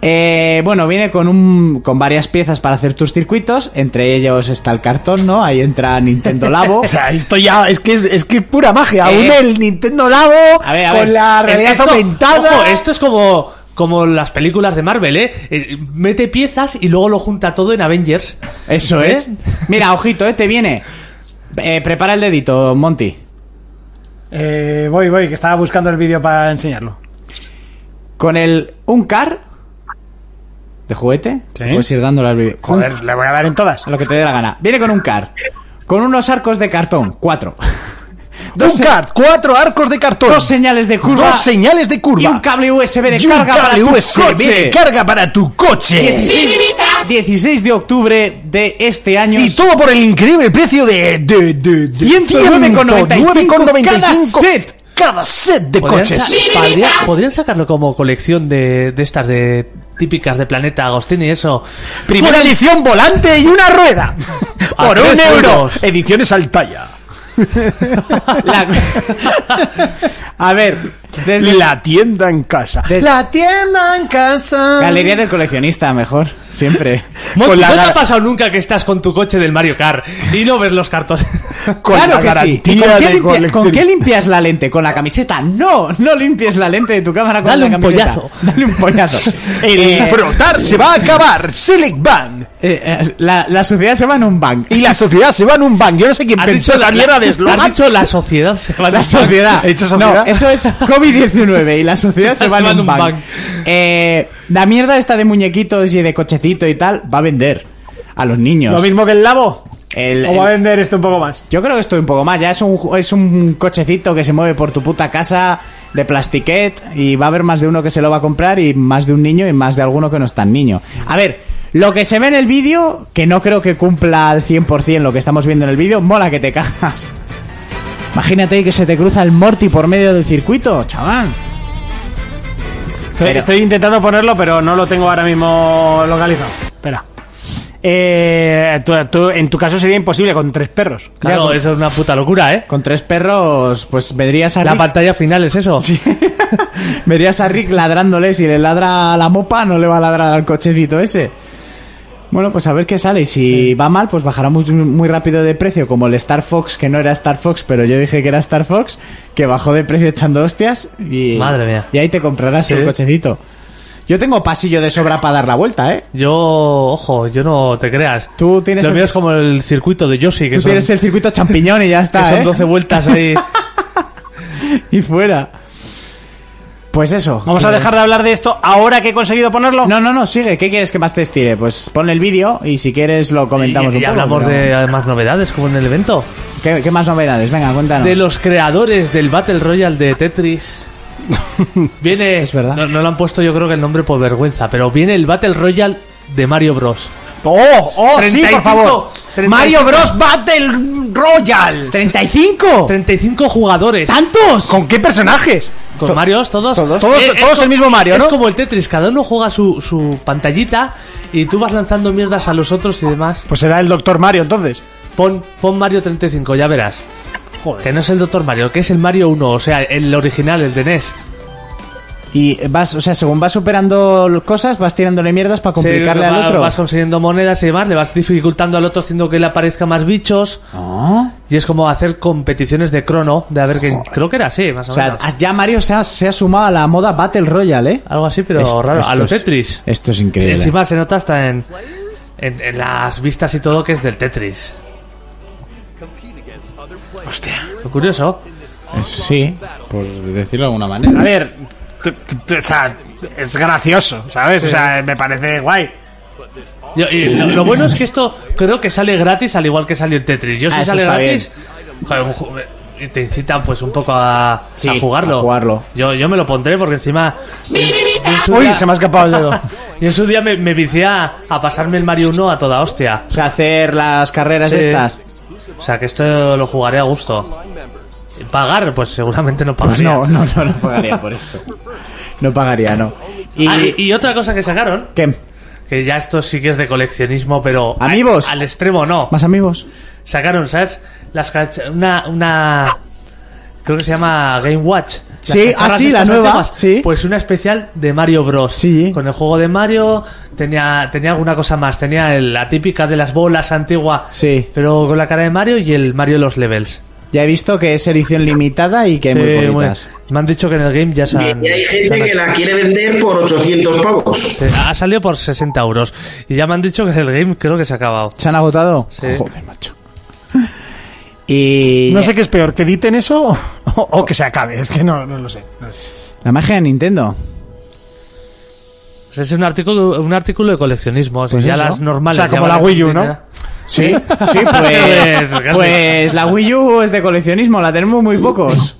Speaker 6: Eh, bueno, viene con un con varias piezas para hacer tus circuitos. Entre ellos está el cartón, ¿no? Ahí entra Nintendo Labo.
Speaker 5: O sea, esto ya es que es, es que es pura magia.
Speaker 6: Eh.
Speaker 5: Aún el Nintendo Labo
Speaker 6: A ver, a ver.
Speaker 5: con la realidad
Speaker 7: esto,
Speaker 5: aumentada.
Speaker 7: ojo, esto es como, como las películas de Marvel, ¿eh? Eh, Mete piezas y luego lo junta todo en Avengers.
Speaker 6: Eso es. Mira, ojito, eh, te viene. Eh, prepara el dedito, Monty.
Speaker 5: Eh, voy, voy, que estaba buscando el vídeo para enseñarlo.
Speaker 6: Con el un car de juguete,
Speaker 5: Sí.
Speaker 6: puedes ir dándole al vídeo.
Speaker 5: Joder, le voy a dar en todas.
Speaker 6: Un- lo que te dé la gana. Viene con un car, con unos arcos de cartón, cuatro,
Speaker 5: Dos
Speaker 6: se-
Speaker 5: card, cuatro arcos de cartón.
Speaker 6: dos señales de curva,
Speaker 5: Dos señales de curva.
Speaker 6: y un cable USB de
Speaker 5: Y un
Speaker 6: carga para
Speaker 5: cable
Speaker 6: tu
Speaker 5: USB
Speaker 6: coche.
Speaker 5: de carga para tu coche.
Speaker 6: 16, 16 de octubre de este año.
Speaker 5: Y todo por el increíble precio de, de, de, de
Speaker 6: 109,95
Speaker 5: cada
Speaker 6: cada
Speaker 5: set.
Speaker 6: set.
Speaker 5: Cada set de
Speaker 7: Podrían, sa-
Speaker 5: coches.
Speaker 7: podría- podrían sacarlo como colección de, de estas de típicas de Planeta Agostini y eso.
Speaker 5: Primera edición volante y una rueda.
Speaker 7: A
Speaker 5: Por un
Speaker 7: tres
Speaker 5: euro.
Speaker 7: euros.
Speaker 5: Ediciones Altaya.
Speaker 6: La- A ver, desde
Speaker 5: La tienda en casa.
Speaker 6: Desde-
Speaker 5: La tienda en casa.
Speaker 6: Galería del coleccionista, mejor, siempre.
Speaker 7: Monty,
Speaker 5: con la
Speaker 7: no te
Speaker 5: gar-
Speaker 7: ha pasado nunca que estás con tu coche del Mario Kart y no ves los cartones.
Speaker 5: Con la
Speaker 6: sí.
Speaker 5: garantía
Speaker 6: ¿Y ¿Con, qué
Speaker 5: de
Speaker 6: limpia- con qué
Speaker 5: coleccionista.
Speaker 6: limpias la lente? ¿Con la camiseta? No, no limpies la lente de tu cámara con
Speaker 7: Dale
Speaker 6: la
Speaker 7: un
Speaker 6: camiseta.
Speaker 7: pollazo.
Speaker 6: Dale un pollazo.
Speaker 5: El
Speaker 6: Eh,
Speaker 5: frotar se va a acabar. Select Bank.
Speaker 6: eh, eh, la, la suciedad se va en un bank.
Speaker 5: Y la sociedad se va en un bank. Yo no sé quién
Speaker 7: Has
Speaker 5: pensó
Speaker 7: dicho
Speaker 5: la mierda de
Speaker 7: Has
Speaker 5: eslogan.
Speaker 7: dicho la sociedad se va a
Speaker 6: La sociedad.
Speaker 5: ¿He dicho sociedad?
Speaker 6: No, eso es COVID-19 y la sociedad se va en un bank. Eh, la mierda esta de muñequitos y de cochecito y tal va a vender a los niños.
Speaker 9: Lo mismo que el Labo.
Speaker 6: El-
Speaker 9: O va a
Speaker 6: el-
Speaker 9: vender esto un poco más.
Speaker 6: Yo creo que estoy un poco más. Ya es un, ju- es un cochecito que se mueve por tu puta casa de plastiquet y va a haber más de uno que se lo va a comprar y más de un niño y más de alguno que no es tan niño. A ver, lo que se ve en el vídeo, que no creo que cumpla al 100% lo que estamos viendo en el vídeo, mola que te cagas. Imagínate que se te cruza el Morty por medio del circuito, chaval.
Speaker 9: Estoy,
Speaker 6: Pero-
Speaker 9: estoy intentando ponerlo, pero no lo tengo ahora mismo localizado. Espera. Eh, tú- tú- en tu caso sería imposible con tres perros.
Speaker 7: Claro, eso es una puta locura, ¿eh?
Speaker 6: Con tres perros, pues vendrías a
Speaker 7: La
Speaker 6: Rick-
Speaker 7: pantalla final es eso.
Speaker 6: Verías a Rick ladrándole. Si le ladra a la mopa, no le va a ladrar al cochecito ese. Bueno, pues a ver qué sale. Y si va mal, pues bajará muy, muy rápido de precio. Como el Star Fox, que no era Star Fox, pero yo dije que era Star Fox, que bajó de precio echando hostias. Y,
Speaker 7: Madre mía.
Speaker 6: Y ahí te comprarás el
Speaker 7: Sí.
Speaker 6: cochecito. Yo tengo pasillo de sobra para dar la vuelta, ¿eh?
Speaker 7: Yo, ojo, yo no te creas.
Speaker 6: Tú tienes
Speaker 7: Lo
Speaker 6: el-
Speaker 7: mío es como el circuito de Yoshi, que
Speaker 6: Tú
Speaker 7: son,
Speaker 6: tienes el circuito champiñón y ya
Speaker 7: que
Speaker 6: está.
Speaker 7: son
Speaker 6: ¿eh?
Speaker 7: 12 vueltas ahí.
Speaker 6: Y fuera. Pues eso.
Speaker 9: Vamos a dejar de hablar de esto ahora que he conseguido ponerlo.
Speaker 6: No, no, no, sigue. ¿Qué quieres que más te estire? Pues ponle el vídeo y si quieres lo comentamos
Speaker 7: y,
Speaker 6: un
Speaker 7: y
Speaker 6: poco.
Speaker 7: hablamos
Speaker 6: pero-
Speaker 7: de además novedades, como en el evento.
Speaker 6: ¿Qué, qué más novedades? Venga, cuéntanos.
Speaker 7: De los creadores del Battle Royale de Tetris. Viene.
Speaker 6: Es- es verdad.
Speaker 7: No, no lo han puesto, yo creo que el nombre por vergüenza, pero viene el Battle Royale de Mario Bros.
Speaker 5: Oh, oh, sí,
Speaker 7: 35,
Speaker 5: por favor.
Speaker 7: 35.
Speaker 5: Mario Bros. Battle Royale. ¿35?
Speaker 7: 35 jugadores.
Speaker 5: ¿Tantos? ¿Con qué personajes?
Speaker 7: Con Marios, todos. eh,
Speaker 5: todos- todos- todos el mismo Mario,
Speaker 7: es
Speaker 5: ¿no?
Speaker 7: como el Tetris, cada uno juega su, su pantallita y tú vas lanzando mierdas a los otros y demás.
Speaker 5: Pues será el Doctor Mario entonces.
Speaker 7: Pon, pon Mario 35, ya verás. Que no es el Doctor Mario, que es el Mario 1, o sea, el original, el de E NES.
Speaker 6: Y vas, o sea, según vas superando l- cosas, vas tirándole mierdas para complicarle
Speaker 7: Sí,
Speaker 6: al
Speaker 7: va-
Speaker 6: otro.
Speaker 7: Vas consiguiendo monedas y demás, le vas dificultando al otro haciendo que le aparezca más bichos.
Speaker 6: No.
Speaker 7: Y es como hacer competiciones de crono, de a ver que creo que era así, más o,
Speaker 6: O sea,
Speaker 7: menos.
Speaker 6: has- ya Mario se ha, se ha sumado a la moda Battle Royale, ¿eh?
Speaker 7: Algo así, pero
Speaker 6: Esto-
Speaker 7: raro, a
Speaker 6: esto
Speaker 7: los
Speaker 6: es-
Speaker 7: Tetris.
Speaker 6: Esto es
Speaker 7: Y
Speaker 6: increíble.
Speaker 7: encima se nota hasta en, en, en las vistas y todo que es del Tetris. Hostia. Lo curioso.
Speaker 6: Sí, por decirlo de alguna manera.
Speaker 9: A ver, t- t- t- o sea, es gracioso, ¿sabes? O sea, me parece guay.
Speaker 7: Yo- y lo, lo bueno es que esto creo que sale gratis al igual que salió el Tetris. Yo
Speaker 6: Ah,
Speaker 7: si
Speaker 6: eso
Speaker 7: sale
Speaker 6: está
Speaker 7: gratis, joder, un ju- y te incitan pues un poco a,
Speaker 6: Sí,
Speaker 7: a jugarlo.
Speaker 6: a jugarlo.
Speaker 7: Yo, yo me lo pondré porque encima... en su
Speaker 5: Uy,
Speaker 7: día-
Speaker 5: se me ha escapado el dedo.
Speaker 7: Y en su día me, me vicié a, a pasarme el Mario 1 a toda hostia.
Speaker 6: O sea, hacer las carreras
Speaker 7: Sí.
Speaker 6: estas.
Speaker 7: O sea, que esto lo jugaré a gusto. Pagar, pues seguramente no
Speaker 6: Pues
Speaker 7: pagaría.
Speaker 6: no, no, no, no pagaría por esto. No pagaría, no. Y,
Speaker 7: Ah, y- y otra cosa que sacaron,
Speaker 6: ¿Qué?
Speaker 7: que ya esto sí que es de coleccionismo, pero... a-
Speaker 6: ¿Amigos?
Speaker 7: Al extremo no.
Speaker 6: ¿Más amigos?
Speaker 7: sacaron, ¿sabes? Las cach- una, una creo que se llama Game Watch. Las
Speaker 6: Sí,
Speaker 7: cacharras
Speaker 6: ah, sí, la
Speaker 7: estas
Speaker 6: nueva,
Speaker 7: antiguas.
Speaker 6: sí.
Speaker 7: Pues una especial de Mario Bros.
Speaker 6: Sí.
Speaker 7: Con el juego de Mario tenía tenía alguna cosa más, tenía el- la típica de las bolas antigua.
Speaker 6: Sí.
Speaker 7: Pero con la cara de Mario y el Mario de los levels.
Speaker 6: Ya he visto que es edición limitada y que hay muy
Speaker 7: Sí,
Speaker 6: bonitas.
Speaker 7: muy- me han dicho que en el game ya se han-
Speaker 8: Y hay
Speaker 7: se
Speaker 8: gente
Speaker 7: han-
Speaker 8: que la quiere vender por 800 pavos.
Speaker 7: se- ha salido por 60 euros y ya me han dicho que en el game creo que se ha acabado.
Speaker 6: ¿Se han agotado?
Speaker 7: Sí.
Speaker 6: Joder, macho. Y
Speaker 5: No sé qué es peor, que editen eso o, o que se acabe. Es que no, no lo sé. No sé.
Speaker 6: la magia de Nintendo.
Speaker 7: O sea, Es un artículo un artículo de coleccionismo, o sea,
Speaker 6: Pues
Speaker 7: ya
Speaker 6: eso.
Speaker 7: las normales.
Speaker 5: O sea,
Speaker 7: ya
Speaker 5: como la
Speaker 7: valen
Speaker 5: Wii U, ¿no?
Speaker 7: 30.
Speaker 6: Sí, sí, pues,
Speaker 7: Pues, casi.
Speaker 6: pues la Wii U es de coleccionismo, la tenemos muy pocos.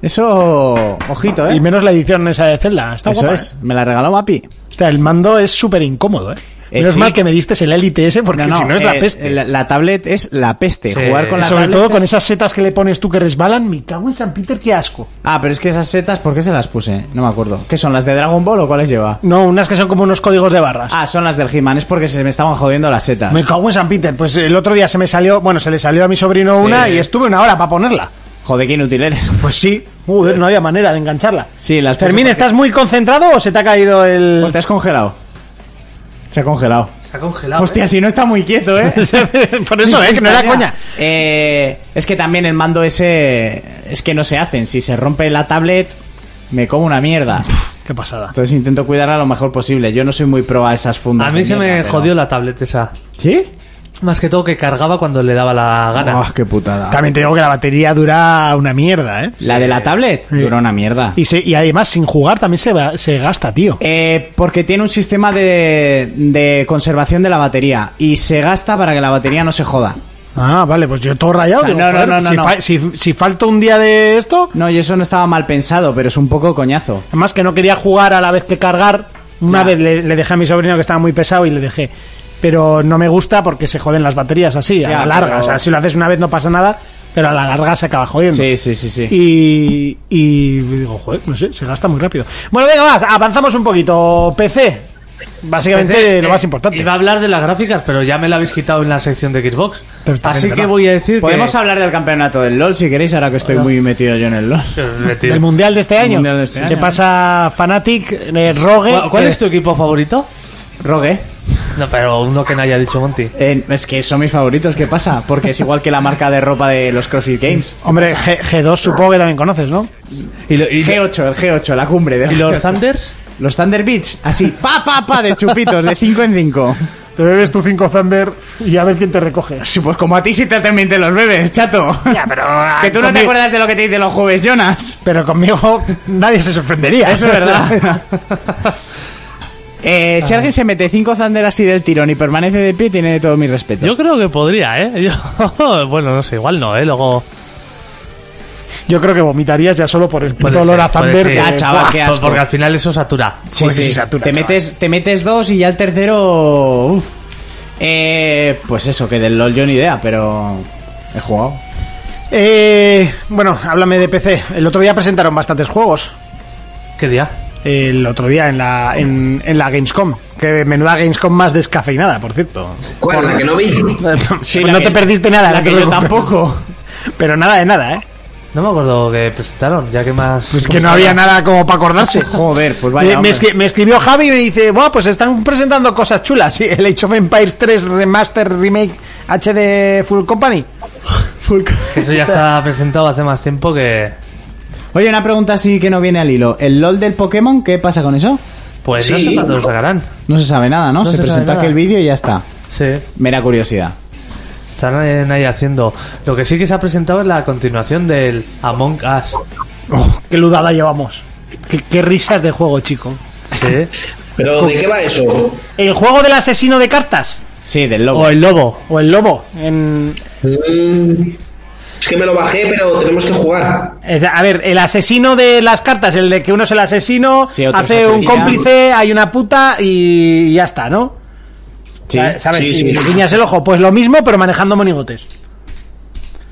Speaker 6: Eso, ojito, ¿eh?
Speaker 5: Y menos la edición esa de Zelda. Está
Speaker 6: Eso
Speaker 5: guapa,
Speaker 6: es,
Speaker 5: ¿eh?
Speaker 6: me la regaló Mapi.
Speaker 5: O sea, el mando es súper incómodo, ¿eh?
Speaker 6: Eh,
Speaker 5: menos
Speaker 6: sí.
Speaker 5: mal que me diste el Elite S porque si no es la
Speaker 6: eh,
Speaker 5: peste.
Speaker 6: La, la tablet es la peste.
Speaker 7: Sí.
Speaker 6: Jugar con la
Speaker 5: Sobre
Speaker 6: tablet
Speaker 5: todo con
Speaker 6: es-
Speaker 5: esas setas que le pones tú que resbalan, me cago en San Peter, qué asco.
Speaker 6: Ah, pero es que esas setas, ¿por qué se las puse? No me acuerdo. ¿Qué son, las de Dragon Ball o cuáles lleva?
Speaker 5: No, unas que son como unos códigos de barras.
Speaker 6: Ah, son las del He-Man, es porque se me estaban jodiendo las setas.
Speaker 5: Me cago en San Peter. Pues el otro día se me salió, bueno, se le salió a mi sobrino una y estuve una hora para ponerla.
Speaker 6: Joder, qué inútil eres.
Speaker 5: Pues sí, joder, no había manera de engancharla.
Speaker 6: Sí, las puse
Speaker 5: Fermín,
Speaker 6: porque-
Speaker 5: ¿estás muy concentrado o se te ha caído
Speaker 6: ¿O
Speaker 5: el...?
Speaker 6: ¿Te has congelado? Se ha congelado.
Speaker 7: Se ha congelado.
Speaker 6: Hostia, si no está muy quieto, ¿eh?
Speaker 5: Por eso, eh, que no era coña.
Speaker 6: Eh, es que también el mando ese... Es que no se hacen. Si se rompe la tablet, me como una mierda.
Speaker 5: Qué pasada.
Speaker 6: Entonces intento cuidarla lo mejor posible. Yo no soy muy pro a esas
Speaker 7: A
Speaker 6: fundas.
Speaker 7: mí
Speaker 6: de
Speaker 7: se
Speaker 6: mierda,
Speaker 7: me
Speaker 6: pero-
Speaker 7: jodió la tablet esa.
Speaker 6: ¿Sí?
Speaker 7: Más que todo que cargaba cuando le daba la gana.
Speaker 6: Ah, qué putada.
Speaker 5: También te digo que la batería dura una mierda, ¿eh?
Speaker 6: La de la tablet dura una mierda.
Speaker 5: Y, se- y además, sin jugar también se, va- se gasta, tío.
Speaker 6: Eh, porque tiene un sistema de, de conservación de la batería y se gasta para que la batería no se joda.
Speaker 5: Ah, vale, pues yo todo rayado.
Speaker 6: O sea,
Speaker 5: digo,
Speaker 6: no, no,
Speaker 5: joder,
Speaker 6: no, no,
Speaker 5: si,
Speaker 6: no.
Speaker 5: fa- si- si falta un día de esto,
Speaker 6: No, y eso no estaba mal pensado, pero es un poco coñazo.
Speaker 5: además que no quería jugar a la vez que cargar. Una
Speaker 6: Ya.
Speaker 5: vez le, le dejé a mi sobrino que estaba muy pesado y le dejé. Pero no me gusta porque se joden las baterías así, a
Speaker 6: Ya,
Speaker 5: la larga.
Speaker 6: pero-
Speaker 5: O sea, si lo haces una vez no pasa nada, pero a la larga se acaba jodiendo.
Speaker 6: Sí, sí, sí, sí.
Speaker 5: Y, y digo, joder, no sé, se gasta muy rápido. Bueno, venga, más, avanzamos un poquito. PC. Básicamente
Speaker 7: Entonces,
Speaker 5: lo
Speaker 7: eh,
Speaker 5: más importante.
Speaker 7: Iba a hablar de las gráficas, pero ya me la habéis quitado en la sección de Xbox.
Speaker 5: Pero también
Speaker 7: Así
Speaker 5: es
Speaker 7: que
Speaker 5: verdad.
Speaker 7: voy a decir
Speaker 6: Podemos
Speaker 7: que...
Speaker 6: hablar del campeonato del LOL si queréis, ahora que estoy muy metido yo en el LOL.
Speaker 5: Del mundial de este año.
Speaker 6: mundial de este
Speaker 5: ¿Qué
Speaker 6: año.
Speaker 5: pasa, Fanatic, eh, Rogue?
Speaker 7: ¿Cuál, cuál
Speaker 5: eh,
Speaker 7: es tu equipo favorito?
Speaker 6: Rogue.
Speaker 7: No, pero uno que no haya dicho Monty.
Speaker 6: eh, es que son mis favoritos, ¿qué pasa? Porque es igual que la marca de ropa de los CrossFit Games.
Speaker 5: Hombre, G- G2 supongo que también conoces, ¿no?
Speaker 7: ¿Y, lo- y-
Speaker 6: G8, el G8, la cumbre de
Speaker 7: y los Thunders?
Speaker 6: Los Thunder Beach, así, pa, pa, pa, de chupitos, de 5 en 5.
Speaker 5: Te bebes tu 5 Thunder y a ver quién te recoge.
Speaker 6: Sí, pues como a ti sí te, también te los bebes, chato.
Speaker 5: Ya, pero. ah,
Speaker 6: que tú no te acuerdas de lo que te dice los jueves, Jonas.
Speaker 5: Pero conmigo nadie se sorprendería.
Speaker 6: Eso es verdad. Eh, si alguien se mete 5 Thunder así del tirón y permanece de pie, tiene todo mi respeto.
Speaker 7: Yo creo que podría, ¿eh? Yo- bueno, no sé, igual no, ¿eh? Luego...
Speaker 5: Yo creo que vomitarías ya solo por el
Speaker 7: Puede
Speaker 5: puto olor
Speaker 7: ser,
Speaker 5: a Thunder.
Speaker 7: puede
Speaker 5: que-
Speaker 7: ser.
Speaker 6: Ah, chaval, qué asco.
Speaker 7: Porque al final eso satura.
Speaker 6: Sí,
Speaker 5: Porque
Speaker 6: sí.
Speaker 5: se satura,
Speaker 6: te,
Speaker 5: chaval.
Speaker 6: metes, te metes dos y ya el tercero. uf. Eh, pues eso, que del LOL yo ni idea, pero. He jugado.
Speaker 5: Eh, bueno, háblame de PC. El otro día presentaron bastantes juegos.
Speaker 7: ¿Qué día?
Speaker 5: El otro día en la, en, en la Gamescom. Que menuda Gamescom más descafeinada, por cierto.
Speaker 8: ¿Cuál? ¿La que no vi?
Speaker 5: Pues
Speaker 6: la
Speaker 5: no
Speaker 6: que-
Speaker 5: te perdiste nada.
Speaker 6: la
Speaker 5: no
Speaker 6: que
Speaker 5: te
Speaker 6: yo
Speaker 5: preocupes.
Speaker 6: tampoco.
Speaker 5: Pero nada de nada, ¿eh?
Speaker 7: No me acuerdo que presentaron, ya que más...
Speaker 5: Pues que no había nada como para acordarse.
Speaker 6: Joder, pues
Speaker 5: Me,
Speaker 6: vaya.
Speaker 5: me
Speaker 6: hombre.
Speaker 5: escri- me escribió Javi y me dice, bueno, pues están presentando cosas chulas. Sí, el Age of Empires 3 Remaster Remake HD Full Company.
Speaker 7: Que Eso ya está presentado hace más tiempo que...
Speaker 6: Oye, una pregunta así que no viene al hilo. ¿El LOL del Pokémon, qué pasa con eso?
Speaker 7: Pues no
Speaker 8: Sí.
Speaker 7: sé cuándo lo sacarán.
Speaker 6: No se sabe nada, ¿no?
Speaker 7: No
Speaker 6: se,
Speaker 7: se sabe
Speaker 6: presentó
Speaker 7: nada.
Speaker 6: aquel vídeo y ya está.
Speaker 7: Sí,
Speaker 6: Mera curiosidad.
Speaker 7: están ahí- ahí haciendo. Lo que sí que se ha presentado es la continuación del Among Us.
Speaker 5: Oh, qué ludada llevamos. Qué, qué risas de juego, chico.
Speaker 7: Sí.
Speaker 8: Pero ¿de qué va eso?
Speaker 5: El juego del asesino de cartas.
Speaker 6: Sí, del lobo.
Speaker 7: O el lobo.
Speaker 5: O el lobo. En-
Speaker 8: Mm, Es que me lo bajé, pero tenemos que jugar.
Speaker 5: es- a ver, el asesino de las cartas, el de que uno es el asesino,
Speaker 6: Sí, otro
Speaker 5: hace
Speaker 6: es otro.
Speaker 5: un cómplice, hay una puta y ya está, ¿no?
Speaker 6: Sí.
Speaker 5: ¿Sabes?
Speaker 8: Sí,
Speaker 5: y
Speaker 8: sí.
Speaker 5: le guiñas el ojo. Pues lo mismo, pero manejando monigotes.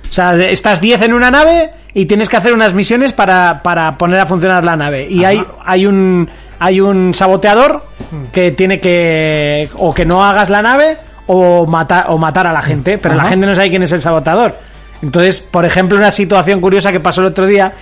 Speaker 5: O sea, de- estás 10 en una nave y tienes que hacer unas misiones para, para poner a funcionar la nave. Y hay, hay un hay un saboteador que tiene que o que no hagas la nave o matar o matar a la gente, pero la gente no sabe quién es el saboteador. Entonces, por ejemplo, una situación curiosa que pasó el otro día,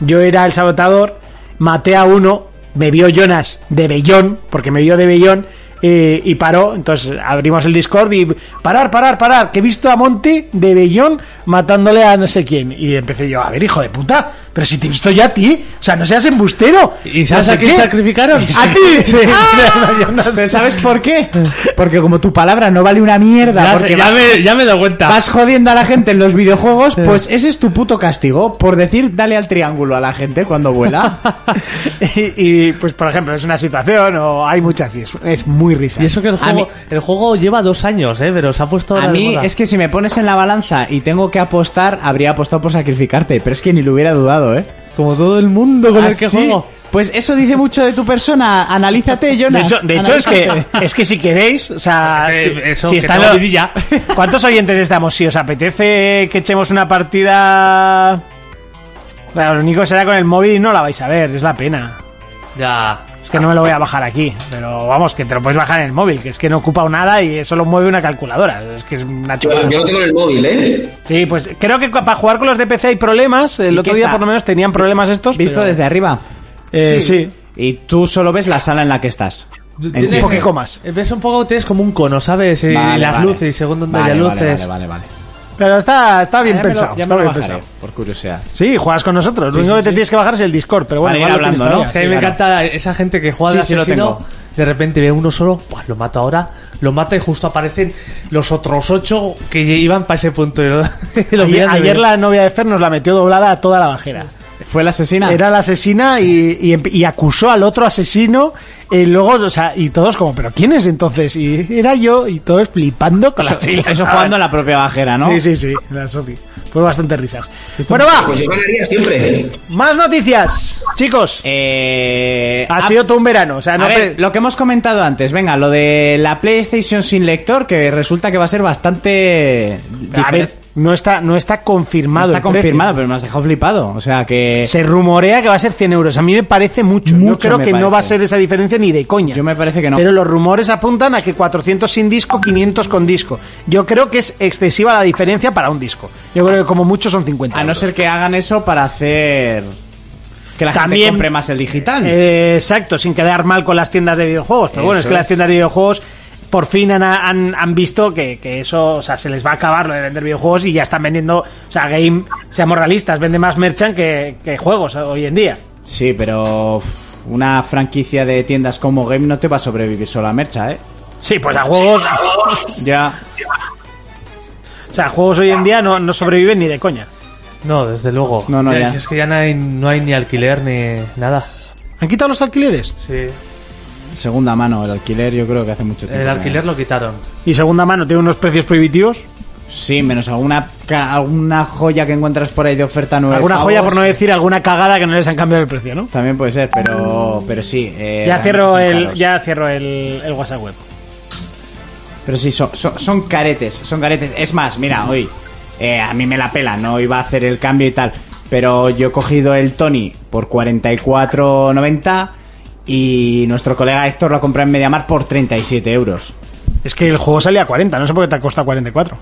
Speaker 5: yo era el saboteador, maté a uno, me vio Jonas de Bellón, porque me vio de Bellón eh, y paró. Entonces abrimos el Discord y parar, parar, parar, que he visto a Monty de Bellón matándole a no sé quién. Y empecé yo, a ver, hijo de puta, pero si te he visto ya a ti, o sea, no seas embustero.
Speaker 7: ¿Y
Speaker 5: no
Speaker 7: sabes
Speaker 5: sé
Speaker 7: a quién
Speaker 5: qué.
Speaker 7: sacrificaron?
Speaker 5: ¡A ti!
Speaker 7: Sí.
Speaker 5: Ah.
Speaker 6: Pero ¿sabes por qué? Porque como tu palabra no vale una mierda,
Speaker 7: Ya,
Speaker 6: porque
Speaker 7: ya
Speaker 6: vas,
Speaker 7: me, ya me he dado cuenta.
Speaker 6: vas jodiendo a la gente en los videojuegos, pues ese es tu puto castigo por decir dale al triángulo a la gente cuando vuela.
Speaker 5: y, y, pues, por ejemplo, es una situación o hay muchas y es, es muy risa.
Speaker 7: Y eso que el
Speaker 6: A
Speaker 7: juego,
Speaker 6: mí-
Speaker 7: el juego lleva dos años, ¿eh? Pero se ha puesto...
Speaker 6: A mí es que si me pones en la balanza y tengo que apostar, habría apostado por sacrificarte, pero es que ni lo hubiera dudado, ¿eh?
Speaker 7: Como todo el mundo con el que
Speaker 6: ¿Ah, sí?
Speaker 7: juego.
Speaker 6: Pues eso dice mucho de tu persona, analízate,
Speaker 5: De
Speaker 6: Jonas.
Speaker 5: hecho, de hecho es, que,
Speaker 6: analízate.
Speaker 5: es que si queréis, o sea,
Speaker 7: Eh,
Speaker 5: si,
Speaker 7: eso,
Speaker 5: si
Speaker 7: que
Speaker 5: están
Speaker 7: tengo
Speaker 5: los-
Speaker 7: vidilla.
Speaker 5: ¿Cuántos oyentes estamos? Si os apetece que echemos una partida... Claro, lo único será con el móvil y no la vais a ver, es la pena.
Speaker 7: Ya.
Speaker 5: Es que no me lo voy a bajar aquí, pero vamos, que te lo puedes bajar en el móvil, que es que no ocupa nada y solo mueve una calculadora. Es que es una
Speaker 8: Yo,
Speaker 5: chulada.
Speaker 8: yo lo tengo en el móvil, ¿eh?
Speaker 5: Sí, pues creo que cu- para jugar con los de PC hay problemas. El
Speaker 6: ¿Y
Speaker 5: otro
Speaker 6: qué
Speaker 5: día
Speaker 6: está?
Speaker 5: por lo menos tenían problemas estos.
Speaker 6: Visto
Speaker 5: pero-
Speaker 6: desde arriba.
Speaker 5: Eh, sí.
Speaker 6: Y tú solo ves la sala en la que estás.
Speaker 5: Un
Speaker 6: Entiendo.
Speaker 5: poco que comas.
Speaker 7: Ves un poco, tienes como un cono, ¿sabes? Y
Speaker 6: Vale,
Speaker 7: las
Speaker 6: vale.
Speaker 7: luces, y según donde
Speaker 6: Vale,
Speaker 7: haya
Speaker 6: vale,
Speaker 7: luces.
Speaker 6: Vale, vale, vale.
Speaker 5: Pero está, está bien
Speaker 6: Ah, Ya me lo-
Speaker 5: pensado.
Speaker 6: ya me
Speaker 5: está
Speaker 6: lo
Speaker 5: bien
Speaker 6: bajaré,
Speaker 5: pensado.
Speaker 6: por curiosidad.
Speaker 5: Sí, juegas con nosotros. Lo único que te tienes que bajar es el Discord, pero bueno,
Speaker 6: Para ir
Speaker 5: igual lo tienes
Speaker 6: hablando, ¿no?
Speaker 5: todavía.
Speaker 7: Es que a mí
Speaker 6: Sí,
Speaker 7: me
Speaker 6: claro.
Speaker 7: encanta esa gente que juega de
Speaker 6: Sí, sí, lo
Speaker 7: asesino,
Speaker 6: tengo.
Speaker 7: De repente ve uno solo, pues lo mato ahora, lo mata y justo aparecen los otros ocho que iban para ese punto. Y lo, y lo
Speaker 5: Ayer,
Speaker 7: miran de
Speaker 5: ayer
Speaker 6: ¿eh?
Speaker 7: ver.
Speaker 5: la novia de Fer nos la metió doblada a toda la bajera.
Speaker 6: ¿Fue la asesina?
Speaker 5: Era la asesina y, y empe- y acusó al otro asesino. Y luego, o sea, y todos como, ¿pero quién es entonces? Y era yo, y todos flipando con la
Speaker 6: Eso,
Speaker 5: chica.
Speaker 6: eso jugando a la propia bajera, ¿no?
Speaker 5: Sí, sí, sí, la Sofi. Fue bastante risas. Bueno,
Speaker 6: Ah.
Speaker 5: va,
Speaker 8: Pues yo ganaría siempre.
Speaker 5: más noticias, chicos.
Speaker 6: Eh,
Speaker 5: Ha
Speaker 6: ah,
Speaker 5: sido todo un verano, o sea, no
Speaker 6: a ver,
Speaker 5: pe-
Speaker 6: lo que hemos comentado antes, venga, lo de la PlayStation sin lector, que resulta que va a ser bastante...
Speaker 5: A ver, no está, no está
Speaker 6: No
Speaker 5: confirmado.
Speaker 6: está
Speaker 5: el precio.
Speaker 6: confirmado, pero me has dejado flipado. O sea que...
Speaker 5: Se rumorea que va a ser 100 euros. A mí me parece mucho. Yo
Speaker 6: Mucho
Speaker 5: creo
Speaker 6: me
Speaker 5: que no va a
Speaker 6: parece.
Speaker 5: ser esa diferencia ni de coña.
Speaker 6: Yo me parece que no.
Speaker 5: Pero los rumores apuntan a que 400 sin disco, 500 con disco. Yo creo que es excesiva la diferencia para un disco. Yo creo que como mucho son 50.
Speaker 6: A no
Speaker 5: euros.
Speaker 6: ser que hagan eso para hacer... Que la gente
Speaker 5: También-
Speaker 6: compre más el digital.
Speaker 5: Eh, exacto, sin quedar mal con las tiendas de videojuegos. Pero bueno,
Speaker 6: Eso
Speaker 5: es que las
Speaker 6: es.
Speaker 5: tiendas de videojuegos por fin han, han- han visto que, que eso, o sea, se les va a acabar lo de vender videojuegos y ya están vendiendo, o sea, Game, seamos realistas, vende más merchant que, que juegos hoy en día.
Speaker 6: Sí, pero... uf, Una franquicia de tiendas como Game no te va a sobrevivir solo a mercha, ¿eh?
Speaker 5: Sí, pues a juegos,
Speaker 6: Ya.
Speaker 5: o sea, juegos hoy en día no, no sobreviven ni de coña.
Speaker 7: No, desde luego.
Speaker 6: No, no,
Speaker 7: Ya,
Speaker 6: ya.
Speaker 7: si Es que ya no hay, no hay ni alquiler ni nada.
Speaker 5: ¿Han quitado los alquileres?
Speaker 7: Sí.
Speaker 6: Segunda mano, el alquiler yo creo que hace mucho tiempo.
Speaker 7: El
Speaker 6: que-
Speaker 7: alquiler lo quitaron.
Speaker 5: Y segunda mano tiene unos precios prohibitivos.
Speaker 6: Sí, menos alguna ca- alguna joya que encuentras por ahí de oferta nueva.
Speaker 5: Alguna joya, por no decir alguna cagada que no les han cambiado el precio, ¿no?
Speaker 6: También puede ser, pero pero sí. eh,
Speaker 5: Ya cierro
Speaker 6: son
Speaker 5: el,
Speaker 6: caros.
Speaker 5: ya cierro el, el WhatsApp web.
Speaker 6: Pero sí, son, son, son caretes, son caretes. Es más, mira, hoy eh, a mí me la pela, no iba a hacer el cambio y tal. Pero yo he cogido el Tony por 44.90 y nuestro colega Héctor lo compró en Mediamar por 37 euros.
Speaker 5: Es que el juego salía a 40, no sé por qué te costa 44.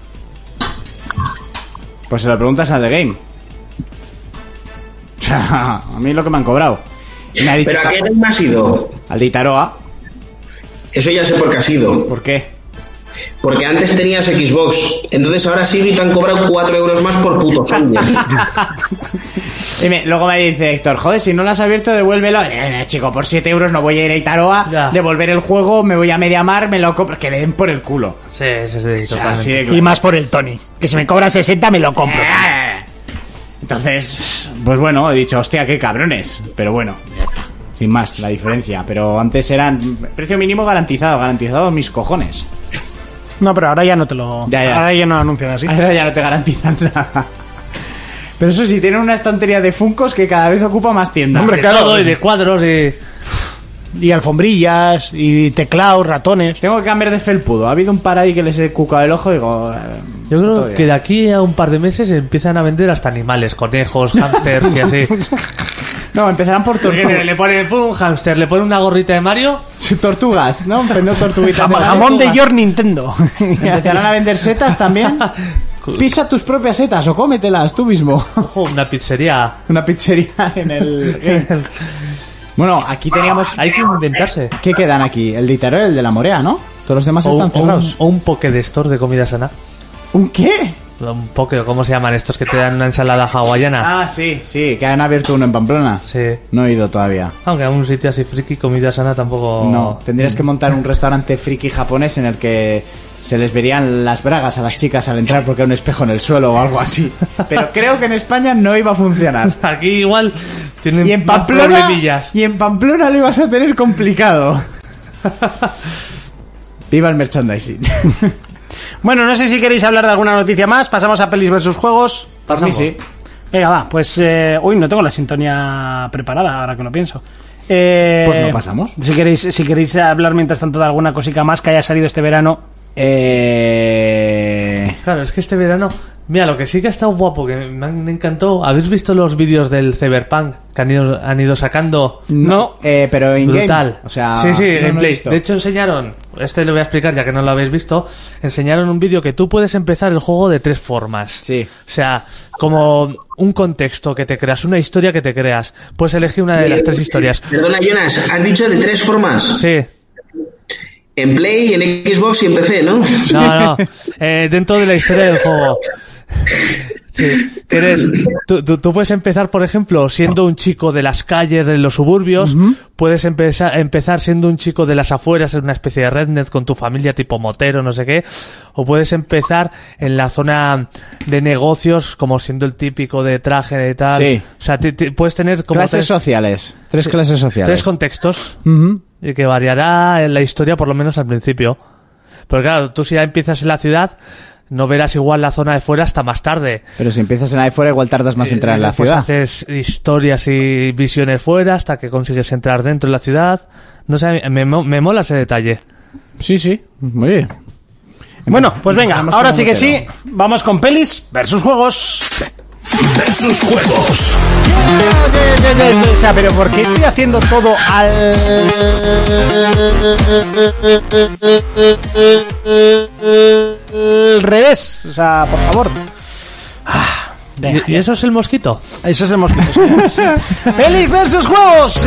Speaker 6: Pues se lo preguntas al The Game. O sea, a mí lo que me han cobrado. Y me ha dicho
Speaker 8: ¿Pero a qué game has ido?
Speaker 6: al de Itaroa,
Speaker 8: Eso ya sé por qué ha sido.
Speaker 6: ¿por qué?
Speaker 8: Porque antes tenías Xbox. Entonces ahora sí y te han cobrado 4 euros más por puto sueño.
Speaker 6: Y me- luego me dice Héctor, joder, si no lo has abierto, devuélvelo. Eh, eh, chico, por 7 euros no voy a ir a Itaroa,
Speaker 7: Ya.
Speaker 6: devolver el juego, me voy a Mediamar, me lo compro, que le den por el culo.
Speaker 7: Sí, sí, sí.
Speaker 6: O sea,
Speaker 7: totalmente.
Speaker 6: así de
Speaker 5: Y
Speaker 6: claro. Eh,
Speaker 5: más por el Tony. Que si me cobra 60 me lo compro.
Speaker 6: Entonces, pues bueno, he dicho, hostia, qué cabrones. Pero bueno, ya está. sin más la diferencia. Pero antes eran precio mínimo garantizado, garantizado mis cojones.
Speaker 5: No, pero ahora ya no te lo.
Speaker 6: Ya, ya.
Speaker 5: Ahora ya no lo anuncian así.
Speaker 6: Ahora ya no te garantizan nada. Pero eso sí, tienen una estantería de Funcos que cada vez ocupa más tienda.
Speaker 5: Hombre,
Speaker 7: De
Speaker 5: claro.
Speaker 7: todo y de cuadros y...
Speaker 5: Y alfombrillas, y teclados, ratones.
Speaker 6: Tengo que cambiar de felpudo. Ha habido un par ahí que les he cucado el ojo y digo... eh,
Speaker 7: Yo creo
Speaker 6: Todavía.
Speaker 7: que de aquí a un par de meses empiezan a vender hasta animales, conejos, hámsters y así.
Speaker 6: No, empezarán por
Speaker 7: Porque le,
Speaker 6: tortugas.
Speaker 7: le pone, le pone un hámster, le pone una gorrita de Mario.
Speaker 6: Tortugas, ¿no? Vendo tortuguitas.
Speaker 5: Jam-
Speaker 6: de
Speaker 5: jamón de
Speaker 6: tortugas.
Speaker 5: Your Nintendo.
Speaker 6: Empezarán a vender setas también. Pisa tus propias setas o cómetelas tú mismo.
Speaker 7: Ojo, una pizzería.
Speaker 6: Una pizzería en el... game. Bueno, aquí teníamos...
Speaker 7: Hay que inventarse.
Speaker 6: ¿Qué quedan aquí? El de Itaroel, el de la Morea, ¿no? Todos los demás
Speaker 7: O,
Speaker 6: están
Speaker 7: un- o un,
Speaker 6: cerrados.
Speaker 7: o un poke de store de comida sana.
Speaker 6: ¿Un qué?
Speaker 7: Un poke, ¿cómo se llaman estos que te dan una ensalada hawaiana?
Speaker 6: Ah, sí, sí, que han abierto uno en Pamplona.
Speaker 7: Sí.
Speaker 6: No he ido todavía.
Speaker 7: Aunque a un sitio así friki, comida sana tampoco...
Speaker 6: No, tendrías que montar un restaurante friki japonés en el que se les verían las bragas a las chicas al entrar porque hay un espejo en el suelo o algo así. Pero creo que en España no iba a funcionar.
Speaker 7: Aquí igual tienen
Speaker 6: Y en
Speaker 7: más
Speaker 6: Pamplona,
Speaker 7: problemillas.
Speaker 6: y en Pamplona lo ibas a tener complicado. Viva el merchandising.
Speaker 5: bueno, no sé si queréis hablar de alguna noticia más. Pasamos a pelis versus juegos.
Speaker 7: Pasamos.
Speaker 6: Sí, sí.
Speaker 5: Venga, va. Pues, eh, uy, no tengo la sintonía preparada ahora que lo pienso. Eh,
Speaker 6: Pues no pasamos.
Speaker 5: Si queréis, si queréis hablar mientras tanto de alguna cosica más que haya salido este verano.
Speaker 6: Eh...
Speaker 7: Claro, es que este verano... Mira, lo que sí que ha estado guapo, que me han- me encantó... ¿Habéis visto los vídeos del Cyberpunk que han ido, han ido sacando?
Speaker 6: No, eh, pero en
Speaker 7: Brutal.
Speaker 6: O sea,
Speaker 7: sí, sí,
Speaker 6: no, no he
Speaker 7: gameplay.
Speaker 6: visto.
Speaker 7: de hecho, enseñaron, este lo voy a explicar ya que no lo habéis visto, enseñaron un vídeo que tú puedes empezar el juego de tres formas.
Speaker 6: Sí.
Speaker 7: O sea, como un contexto que te creas, una historia que te creas. Puedes elegir una de las tres historias.
Speaker 8: Perdona, Jonas, has dicho de tres formas.
Speaker 7: Sí.
Speaker 8: En Play, en Xbox y en PC, ¿no?
Speaker 7: No, no. Eh, dentro de la historia del juego. Sí. que eres- tú, tú- tú puedes empezar, por ejemplo, siendo un chico de las calles, de los suburbios. Puedes empezar, empezar siendo un chico de las afueras, en una especie de rednet con tu familia, tipo motero, no sé qué. O puedes empezar en la zona de negocios, como siendo el típico de traje de tal.
Speaker 6: Sí.
Speaker 7: O sea, te- te- puedes tener como
Speaker 6: Clases
Speaker 7: tres,
Speaker 6: sociales. Tres clases sociales.
Speaker 7: tres contextos.
Speaker 6: Ujú.
Speaker 7: Y que variará en la historia, por lo menos al principio. Pero claro, tú si ya empiezas en la ciudad, no verás igual la zona de fuera hasta más tarde.
Speaker 6: Pero si empiezas en ahí fuera, igual tardas más en entrar en la
Speaker 7: Pues
Speaker 6: ciudad.
Speaker 7: haces historias y visiones fuera hasta que consigues entrar dentro de la ciudad. No sé, me, mo- me mola ese detalle.
Speaker 6: Sí, sí. Muy bien.
Speaker 5: Bueno, pues venga,
Speaker 6: Empezamos
Speaker 5: ahora
Speaker 6: con
Speaker 5: sí que sí.
Speaker 6: Motero.
Speaker 5: Vamos con pelis versus juegos.
Speaker 1: Versus juegos.
Speaker 5: O sea, pero ¿por qué estoy haciendo todo al... al revés? O sea, por favor. Ah, venga,
Speaker 7: ¿Y, y eso es el mosquito?
Speaker 5: Eso es el mosquito. sí. Pelis versus juegos,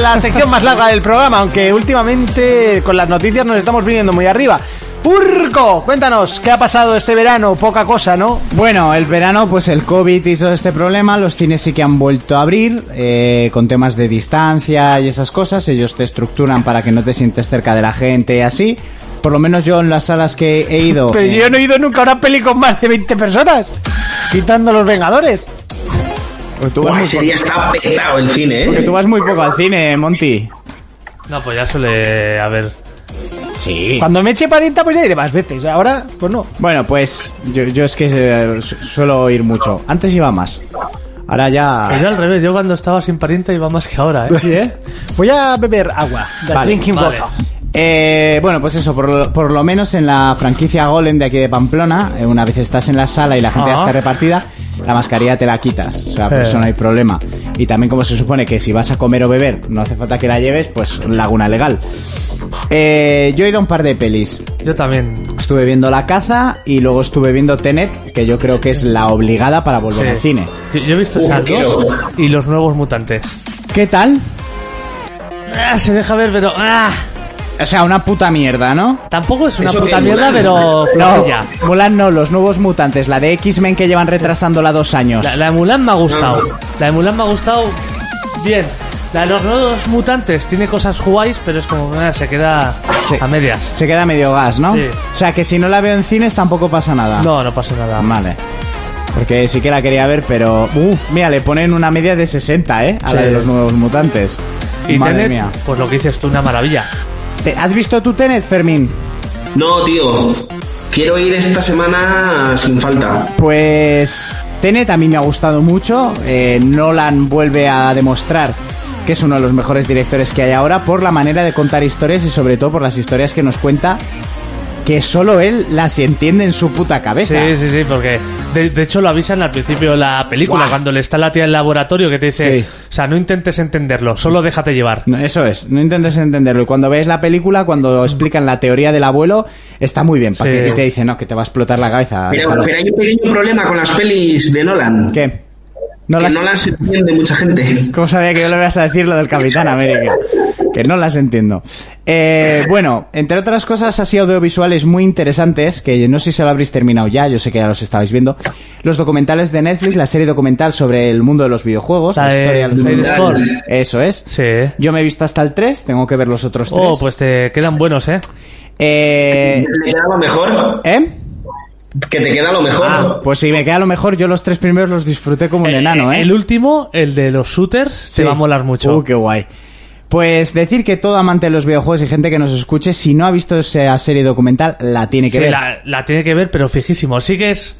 Speaker 5: la sección más larga del programa, aunque últimamente con las noticias nos estamos viniendo muy arriba. Urco, cuéntanos, ¿qué ha pasado este verano? Poca cosa, ¿no?
Speaker 6: Bueno, el verano, pues el COVID y todo este problema, los cines sí que han vuelto a abrir eh, con temas de distancia y esas cosas. Ellos te estructuran para que no te sientes cerca de la gente y así. Por lo menos yo en las salas que he ido.
Speaker 5: Pero
Speaker 6: eh,
Speaker 5: yo no he ido nunca a una peli con más de 20 personas, quitando los Vengadores.
Speaker 6: tú vas
Speaker 8: Buah,
Speaker 6: muy
Speaker 8: ese
Speaker 6: poco-
Speaker 8: día está petado el cine,
Speaker 6: porque
Speaker 8: ¿eh?
Speaker 6: tú vas muy poco al cine, Monty.
Speaker 7: No, pues ya suele haber.
Speaker 6: Sí.
Speaker 5: Cuando me eche parienta, pues ya iré más veces. Ahora, pues no.
Speaker 6: Bueno, pues yo, yo es que eh, su- suelo ir mucho. Antes iba más. Ahora ya...
Speaker 7: Pero Pues yo al revés, yo cuando estaba sin parienta iba más que ahora, ¿eh?
Speaker 5: Voy a beber agua. The
Speaker 6: Vale,
Speaker 5: drinking
Speaker 7: vale.
Speaker 5: water.
Speaker 6: Eh, bueno, pues eso, por lo, por lo menos en la franquicia Golem de aquí de Pamplona, eh, una vez estás en la sala y la gente ya
Speaker 7: Ah.
Speaker 6: está repartida, la mascarilla te la quitas, o sea, por
Speaker 7: Eh.
Speaker 6: eso no hay problema. Y también como se supone que si vas a comer o beber no hace falta que la lleves, pues laguna legal. Eh, yo he ido a un par de pelis,
Speaker 7: Yo también.
Speaker 6: estuve viendo La Caza y luego estuve viendo Tenet, que yo creo que es la obligada para volver
Speaker 7: Sí.
Speaker 6: al cine.
Speaker 7: Yo, yo he visto esas dos y los nuevos mutantes.
Speaker 6: ¿Qué tal?
Speaker 7: Ah, se deja ver, pero. ah,
Speaker 6: O sea, una puta mierda, ¿no?
Speaker 7: tampoco es una
Speaker 8: Eso que
Speaker 7: puta
Speaker 8: es
Speaker 7: mierda,
Speaker 8: Mulan.
Speaker 7: pero.
Speaker 6: No,
Speaker 7: flojilla.
Speaker 6: Mulan no, los nuevos mutantes, la de X-Men que llevan retrasándola dos años.
Speaker 7: La, la de Mulan me ha gustado. La de Mulan me ha gustado bien. La de los nuevos mutantes tiene cosas guays, pero es como ah, se queda
Speaker 6: Sí.
Speaker 7: a medias.
Speaker 6: Se queda medio gas, ¿no?
Speaker 7: Sí.
Speaker 6: O sea, que si no la veo en cines tampoco pasa nada.
Speaker 7: No, no pasa nada.
Speaker 6: Vale. Porque sí que la quería ver, pero... Uf, mira, le ponen una media de 60, ¿eh? A la
Speaker 7: Sí.
Speaker 6: de los nuevos mutantes.
Speaker 7: Y
Speaker 6: Madre
Speaker 7: Tenet,
Speaker 6: mía.
Speaker 7: pues lo que dices tú, una maravilla.
Speaker 6: ¿Te- ¿Has visto tú Tenet, Fermín?
Speaker 8: No, tío. Quiero ir esta semana sin falta.
Speaker 6: Pues Tenet a mí me ha gustado mucho. Eh, Nolan vuelve a demostrar que es uno de los mejores directores que hay ahora por la manera de contar historias y sobre todo por las historias que nos cuenta que solo él las entiende en su puta cabeza.
Speaker 7: Sí, sí, sí, porque de, de hecho lo avisan al principio de la película,
Speaker 6: Guau.
Speaker 7: cuando le está la tía en el laboratorio que te dice,
Speaker 6: Sí.
Speaker 7: o sea, no intentes entenderlo, solo déjate llevar.
Speaker 6: No, eso es, no intentes entenderlo. Y cuando veis la película, cuando explican la teoría del abuelo, está muy bien. Para
Speaker 7: Sí.
Speaker 6: que te dicen, no, que te va a explotar la cabeza.
Speaker 8: Pero,
Speaker 6: déjalo".
Speaker 8: pero hay un pequeño problema con las pelis de Nolan.
Speaker 6: ¿Qué? No
Speaker 8: que
Speaker 6: las...
Speaker 8: no las entiende mucha gente.
Speaker 6: ¿Cómo sabía que yo le ibas a decir lo del Capitán América? Que no las entiendo. Eh, bueno, entre otras cosas, así audiovisuales muy interesantes, que no sé si lo habréis terminado ya, yo sé que ya los estabais viendo. Los documentales de Netflix, la serie documental sobre el mundo de los videojuegos, la,
Speaker 7: La de
Speaker 6: historia del mundo.
Speaker 7: Side Scroll.
Speaker 6: Eso es.
Speaker 7: Sí.
Speaker 6: Yo me he visto hasta el 3, tengo que ver los otros 3.
Speaker 7: Oh, pues te quedan buenos, ¿eh?
Speaker 6: eh,
Speaker 8: ¿Te queda lo mejor?
Speaker 6: ¿Eh?
Speaker 8: ¿Que te queda lo mejor?
Speaker 6: Ah, pues si me queda lo mejor, yo los tres primeros los disfruté como un
Speaker 7: Eh,
Speaker 6: enano, ¿eh?
Speaker 7: El último, el de los shooters,
Speaker 6: Sí.
Speaker 7: te va a molar mucho.
Speaker 6: Uh, qué guay. Pues decir que todo amante de los videojuegos y gente que nos escuche, si no ha visto esa serie documental, la tiene que
Speaker 7: Sí,
Speaker 6: ver.
Speaker 7: la, la tiene que ver, pero fijísimo. Sí que es.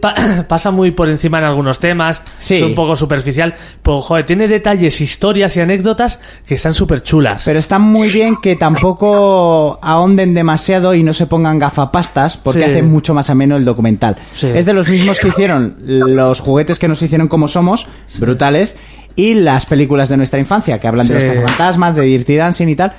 Speaker 7: pa- pasa muy por encima en algunos temas.
Speaker 6: Sí.
Speaker 7: Es un poco superficial. Pero, joder, tiene detalles, historias y anécdotas que están súper chulas.
Speaker 6: Pero está muy bien que tampoco ahonden demasiado y no se pongan gafapastas, porque
Speaker 7: Sí.
Speaker 6: hace mucho más ameno el documental.
Speaker 7: Sí.
Speaker 6: Es de los mismos que hicieron los juguetes que nos hicieron como somos, brutales, y las películas de nuestra infancia, que hablan de los
Speaker 7: Sí.
Speaker 6: cazafantasmas, de Dirty Dancing y tal.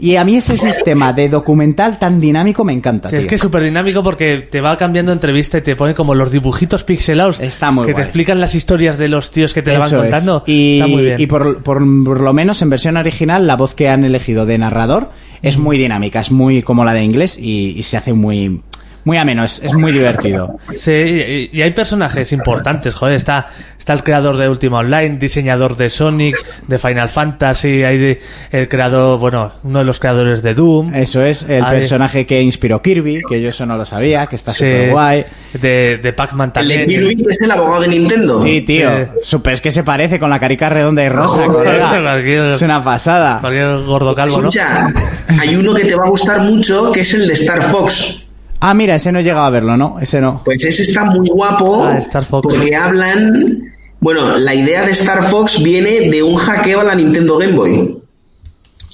Speaker 6: Y a mí ese sistema de documental tan dinámico me encanta.
Speaker 7: Sí, es
Speaker 6: tío.
Speaker 7: que es súper dinámico porque te va cambiando entrevista y te pone como los dibujitos pixelados
Speaker 6: Está muy
Speaker 7: que te
Speaker 6: guay.
Speaker 7: explican las historias de los tíos que te la van
Speaker 6: Eso es.
Speaker 7: contando.
Speaker 6: Y,
Speaker 7: Está muy bien.
Speaker 6: y por, por- por lo menos en versión original, la voz que han elegido de narrador es muy dinámica, es muy como la de inglés y, y se hace muy, muy ameno, es, es muy divertido.
Speaker 7: Sí, y, y hay personajes importantes, joder, está, está el creador de Ultima Online, diseñador de Sonic, de Final Fantasy, hay de- el creador, bueno, uno de los creadores de Doom.
Speaker 6: Eso es el
Speaker 7: Ahí.
Speaker 6: personaje que inspiró Kirby, que yo eso no lo sabía, que está
Speaker 7: Sí,
Speaker 6: súper guay.
Speaker 7: De, de Pac-Man
Speaker 8: el
Speaker 7: también.
Speaker 8: de Kirby que es el abogado de Nintendo.
Speaker 6: pues, Sí, tío.
Speaker 7: Sí.
Speaker 6: Súper, es que se parece con la carica redonda y rosa, colega.
Speaker 7: Cualquier-
Speaker 6: Es una pasada.
Speaker 7: Cualquier gordo calvo, ¿no?
Speaker 8: Escucha, hay uno que te va a gustar mucho, que es el de Star Fox.
Speaker 6: Ah, mira, ese no he llegado a verlo, ¿no? Ese no.
Speaker 8: Pues ese está muy guapo
Speaker 7: Ah, Star Fox.
Speaker 8: porque hablan... Bueno, la idea de Star Fox viene de un hackeo a la Nintendo Game Boy.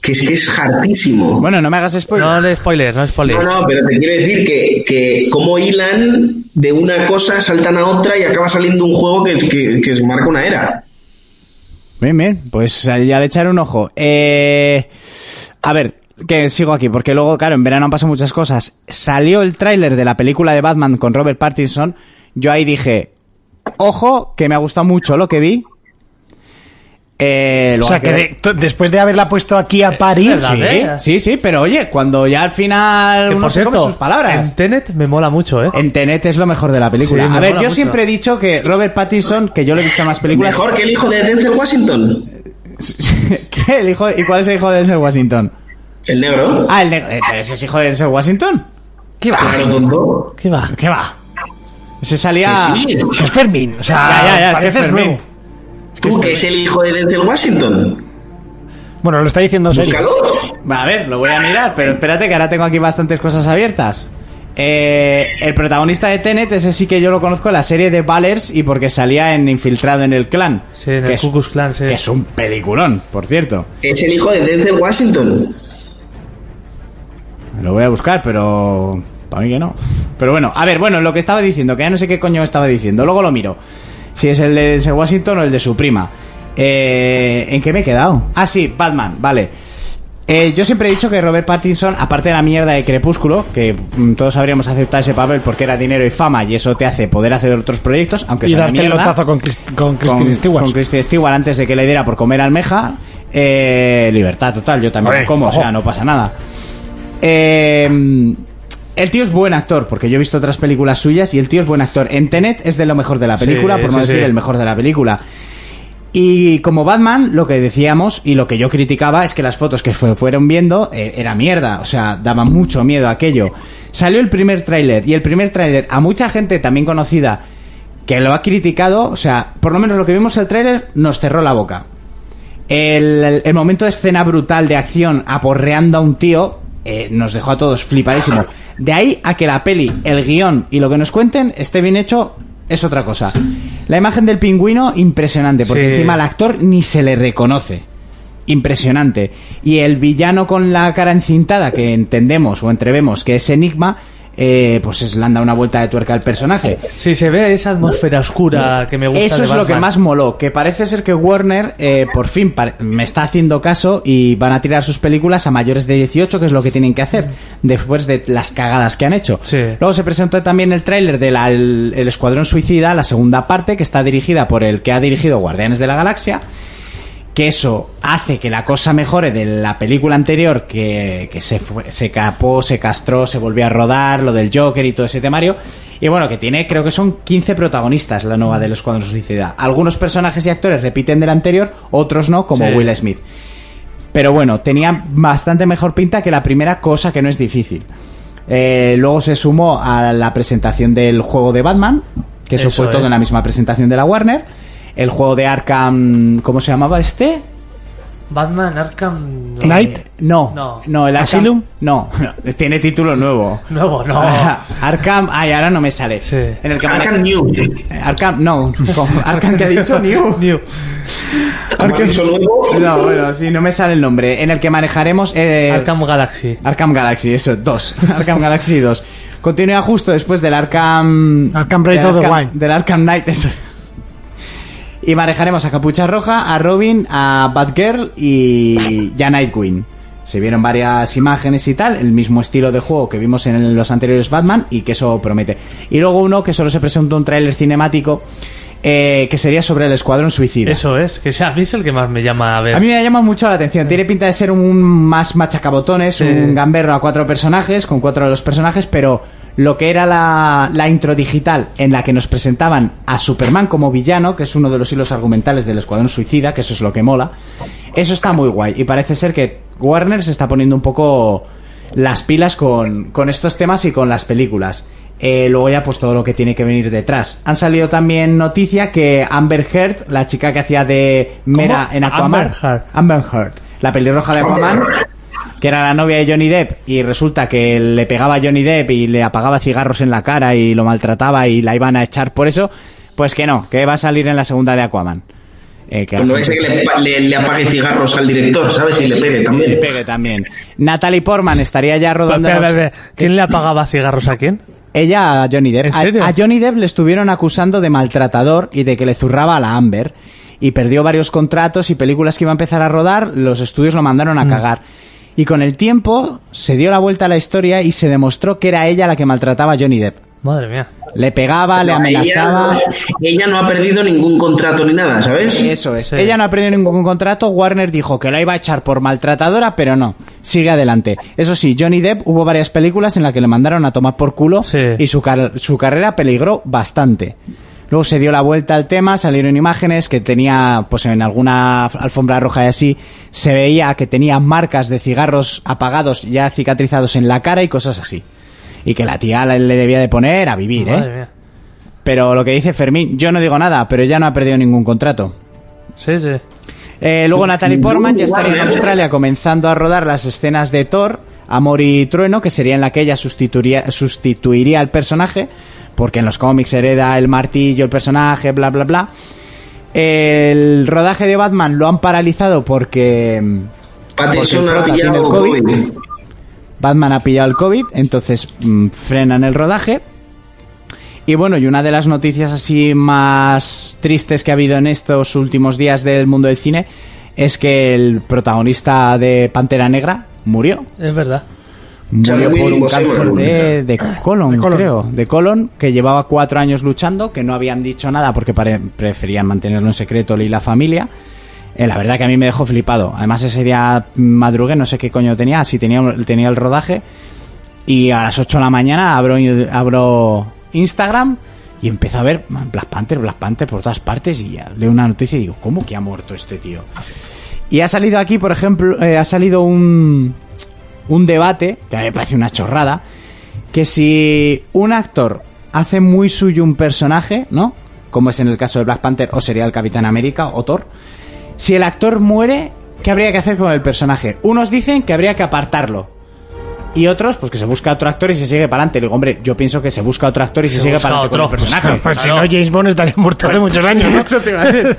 Speaker 8: Que es que es hartísimo.
Speaker 6: Bueno, no me hagas spoiler.
Speaker 7: No de spoilers, no
Speaker 8: no,
Speaker 7: spoilers.
Speaker 8: no, pero te quiero decir que, que como hilan de una cosa, saltan a otra y acaba saliendo un juego que, que, que marca una era.
Speaker 6: Bien, bien, pues ya le echaré un ojo. Eh, a ver, que sigo aquí, porque luego, claro, en verano han pasado muchas cosas. Salió el tráiler de la película de Batman con Robert Pattinson. Yo ahí dije, ojo, que me ha gustado mucho lo que vi. Eh,
Speaker 5: O
Speaker 6: luego
Speaker 5: sea,
Speaker 6: hay
Speaker 5: que de- to- después de haberla puesto aquí a París.
Speaker 7: ¿verdad,
Speaker 5: sí.
Speaker 7: eh?
Speaker 6: Sí, sí, pero oye, cuando ya al final
Speaker 7: Que
Speaker 6: uno
Speaker 7: por
Speaker 6: se come
Speaker 7: cierto,
Speaker 6: sus palabras.
Speaker 7: en Tenet me mola mucho, ¿eh?
Speaker 6: En Tenet es lo mejor de la película.
Speaker 7: Sí, me
Speaker 6: a ver, yo
Speaker 7: mola mucho.
Speaker 6: siempre he dicho que Robert Pattinson, que yo lo he visto en más películas...
Speaker 8: Mejor que el hijo de Denzel Washington.
Speaker 6: ¿Qué? El hijo- ¿Y cuál es el hijo de Denzel Washington?
Speaker 8: El negro.
Speaker 6: Ah, el negro. eh, pero ese es hijo de Denzel Washington.
Speaker 5: ¿Qué va?
Speaker 8: Claro, tonto.
Speaker 7: ¿Qué va?
Speaker 5: ¿Qué va?
Speaker 6: Ese salía.
Speaker 8: Sí.
Speaker 5: Que es Fermín. O sea,
Speaker 6: Ya, ya, ya, es que
Speaker 5: pareces
Speaker 6: es Fermín.
Speaker 5: nuevo.
Speaker 8: Tú, que es el hijo de Denzel Washington.
Speaker 5: Bueno, lo está diciendo serio.
Speaker 8: Búscalo.
Speaker 6: A ver, lo voy a mirar, pero espérate que ahora tengo aquí bastantes cosas abiertas. Eh, el protagonista de Tenet, ese sí que yo lo conozco, la serie de Valers y porque salía en Infiltrado en el Clan.
Speaker 7: Sí, en
Speaker 6: que
Speaker 7: el
Speaker 6: es-
Speaker 7: Ku Klux Klan, sí.
Speaker 6: que es un peliculón, por cierto.
Speaker 8: Es el hijo de Denzel Washington.
Speaker 6: Lo voy a buscar, pero. Para mí que no. Pero bueno, a ver, bueno, lo que estaba diciendo, que ya no sé qué coño estaba diciendo, luego lo miro. Si es el de Sir Washington o el de su prima. Eh, ¿En qué me he quedado? Ah, sí, Batman, vale. Eh, yo siempre he dicho que Robert Pattinson, aparte de la mierda de Crepúsculo, que mm, todos habríamos aceptado ese papel porque era dinero y fama y eso te hace poder hacer otros proyectos, aunque
Speaker 5: Y
Speaker 6: sea una
Speaker 5: darte el
Speaker 6: mierda
Speaker 5: lotazo con, Crist- con Christine
Speaker 6: con,
Speaker 5: Stewart.
Speaker 6: con Kristen Stewart antes de que le diera por comer almeja. eh, libertad total, yo también
Speaker 5: Oye,
Speaker 6: como, o sea,
Speaker 5: ojo.
Speaker 6: no pasa nada. Eh, el tío es buen actor, porque yo he visto otras películas suyas y el tío es buen actor. En Tenet es de lo mejor de la película,
Speaker 7: Sí,
Speaker 6: por no
Speaker 7: sí,
Speaker 6: decir
Speaker 7: sí.
Speaker 6: el mejor de la película. Y como Batman, lo que decíamos y lo que yo criticaba es que las fotos que fue- fueron viendo eh, era mierda, o sea, daba mucho miedo aquello. Salió el primer tráiler y el primer tráiler a mucha gente también conocida que lo ha criticado, o sea, por lo menos lo que vimos en el tráiler nos cerró la boca. El, el momento de escena brutal de acción aporreando a un tío eh, nos dejó a todos flipadísimos. De ahí a que la peli, el guión y lo que nos cuenten esté bien hecho es otra cosa. La imagen del pingüino, impresionante, porque
Speaker 7: Sí.
Speaker 6: encima al actor ni se le reconoce. Impresionante. Y el villano con la cara encintada, que entendemos o entrevemos que es Enigma, eh, pues es, le han dado una vuelta de tuerca al personaje.
Speaker 7: Si se ve esa atmósfera oscura que me gusta.
Speaker 6: Eso
Speaker 7: de
Speaker 6: es lo que
Speaker 7: Batman.
Speaker 6: más moló, que parece ser que Warner eh, por fin pare- me está haciendo caso y van a tirar sus películas a mayores de 18, que es lo que tienen que hacer, después de las cagadas que han hecho.
Speaker 7: Sí.
Speaker 6: Luego se presentó también el tráiler de la- el, el Escuadrón Suicida, la segunda parte, que está dirigida por el que ha dirigido Guardianes de la Galaxia, que eso hace que la cosa mejore de la película anterior, que, que se, fue- se capó, se castró, se volvió a rodar, lo del Joker y todo ese temario. Y bueno, que tiene, creo que son 15 protagonistas la nueva de los Escuadrón Suicida. Algunos personajes y actores repiten del anterior, otros no, como
Speaker 7: Sí.
Speaker 6: Will Smith. Pero bueno, tenía bastante mejor pinta que la primera cosa que no es difícil. Eh, luego se sumó a la presentación del juego de Batman, que eso,
Speaker 7: Eso
Speaker 6: fue todo
Speaker 7: es.
Speaker 6: en la misma presentación de la Warner. El juego de Arkham, ¿cómo se llamaba este?
Speaker 7: Batman Arkham. no.
Speaker 6: Eh, no,
Speaker 7: No.
Speaker 6: no, el Arkham,
Speaker 5: ¿Asylum?
Speaker 6: No, tiene título nuevo.
Speaker 7: Nuevo, no.
Speaker 6: Arkham, ay, ahora no me sale.
Speaker 7: Sí.
Speaker 6: En el que maneja-
Speaker 8: Arkham New.
Speaker 6: Arkham, no, ¿cómo? Arkham que ha dicho New.
Speaker 7: New.
Speaker 8: Como ha dicho nuevo.
Speaker 6: No, bueno, sí, no me sale el nombre. En el que manejaremos eh,
Speaker 7: Arkham Galaxy.
Speaker 6: Arkham Galaxy, eso, dos. Arkham Galaxy 2. Continúa justo después del Arkham.
Speaker 5: Arkham Wraith
Speaker 6: del
Speaker 5: of the
Speaker 6: Arkham-
Speaker 5: Wild.
Speaker 6: Del Arkham Knight, eso. Y manejaremos a Capucha Roja, a Robin, a Batgirl y, y a Nightwing. Se vieron varias imágenes y tal, el mismo estilo de juego que vimos en los anteriores Batman y que eso promete. Y luego uno que solo se presentó un tráiler cinemático eh, que sería sobre el Escuadrón Suicida.
Speaker 7: Eso es, que sea, a mí es el que más me llama a ver.
Speaker 6: A mí me llama mucho la atención. Tiene pinta de ser un más machacabotones, un gamberro a cuatro personajes, con cuatro de los personajes, pero lo que era la, la intro digital en la que nos presentaban a Superman como villano, que es uno de los hilos argumentales del Escuadrón Suicida, que eso es lo que mola, eso está muy guay. Y parece ser que Warner se está poniendo un poco las pilas con, con estos temas y con las películas. Eh, luego ya pues todo lo que tiene que venir detrás. Han salido también noticia que Amber Heard, la chica que hacía de Mera en Aquaman,
Speaker 7: Amber Heard.
Speaker 6: Amber Heard, la pelirroja de Aquaman, que era la novia de Johnny Depp y resulta que le pegaba a Johnny Depp y le apagaba cigarros en la cara y lo maltrataba y la iban a echar por eso, pues que no, que va a salir en la segunda de Aquaman. Eh, que la
Speaker 8: Cuando
Speaker 6: gente-
Speaker 8: ese que le, pa- le- le apague cigarros al director, ¿sabes? Y le pegue
Speaker 6: le
Speaker 8: también.
Speaker 6: pegue también. Natalie Portman estaría ya
Speaker 7: Pero,
Speaker 6: rodando.
Speaker 7: espera,
Speaker 6: los-
Speaker 7: espera, espera, ¿Quién le apagaba cigarros a quién?
Speaker 6: Ella a Johnny Depp.
Speaker 7: ¿En
Speaker 6: A-
Speaker 7: serio?
Speaker 6: A, Johnny Depp le estuvieron acusando de maltratador y de que le zurraba a la Amber. Y perdió varios contratos y películas que iba a empezar a rodar, los estudios lo mandaron
Speaker 7: Mm.
Speaker 6: a cagar. Y con el tiempo se dio la vuelta a la historia y se demostró que era ella la que maltrataba a Johnny Depp.
Speaker 7: Madre mía.
Speaker 6: Le pegaba, le
Speaker 8: No, ella,
Speaker 6: amenazaba.
Speaker 8: ella no ha perdido ningún contrato ni nada, ¿sabes?
Speaker 6: Eso es.
Speaker 7: Sí.
Speaker 6: Ella no ha perdido ningún contrato. Warner dijo que la iba a echar por maltratadora, pero no. Sigue adelante. Eso sí, Johnny Depp hubo varias películas en las que le mandaron a tomar por culo
Speaker 7: Sí.
Speaker 6: y su, car- su carrera peligró bastante. Luego se dio la vuelta al tema, salieron imágenes que tenía, pues en alguna f- alfombra roja y así, se veía que tenía marcas de cigarros apagados ya cicatrizados en la cara y cosas así. Y que la tía la- le debía de poner a vivir, ¿eh?
Speaker 7: Madre mía.
Speaker 6: Pero lo que dice Fermín, yo no digo nada, pero ya no ha perdido ningún contrato.
Speaker 7: Sí, sí.
Speaker 6: Eh, luego Natalie Portman ya estaría en Australia comenzando a rodar las escenas de Thor, Amor y Trueno, que sería en la que ella sustituiría, sustituiría al personaje, porque en los cómics hereda el martillo, el personaje, bla, bla, bla. El rodaje de Batman lo han paralizado porque mm,
Speaker 8: Pattinson
Speaker 6: Porque el
Speaker 8: ha
Speaker 6: prota
Speaker 8: pillado
Speaker 6: tiene el
Speaker 8: COVID.
Speaker 6: COVID. Batman ha pillado el COVID, entonces mm, frenan el rodaje. Y bueno, y una de las noticias así más tristes que ha habido en estos últimos días del mundo del cine es que el protagonista de Pantera Negra murió.
Speaker 7: Es verdad.
Speaker 6: Murió
Speaker 8: Chadwick
Speaker 6: por un
Speaker 8: Boseman.
Speaker 6: cáncer de, de colon, creo. De colon, que llevaba cuatro años luchando, que no habían dicho nada porque pare- preferían mantenerlo en secreto él y la familia. Eh, la verdad que a mí me dejó flipado. Además, ese día madrugué, no sé qué coño tenía, así tenía, tenía el rodaje. Y a las 8 de la mañana abro, abro Instagram y empiezo a ver man, Black Panther, Black Panther por todas partes. Y ya leo una noticia y digo, ¿cómo que ha muerto este tío? Y ha salido aquí, por ejemplo, eh, ha salido un, un debate, que a mí me parece una chorrada, que si un actor hace muy suyo un personaje, ¿no? Como es en el caso de Black Panther, o sería el Capitán América, o Thor, si el actor muere, ¿qué habría que hacer con el personaje? Unos dicen que habría que apartarlo. Y otros, pues que se busca otro actor y se sigue para adelante. Digo, hombre, yo pienso que se busca otro actor y se, sigue
Speaker 7: busca
Speaker 6: para adelante con el
Speaker 7: otro,
Speaker 6: personaje.
Speaker 7: pues,
Speaker 5: Si no, James Bond estaría muerto hace muchos años. ¿no?
Speaker 6: Eso Pues te iba a decir.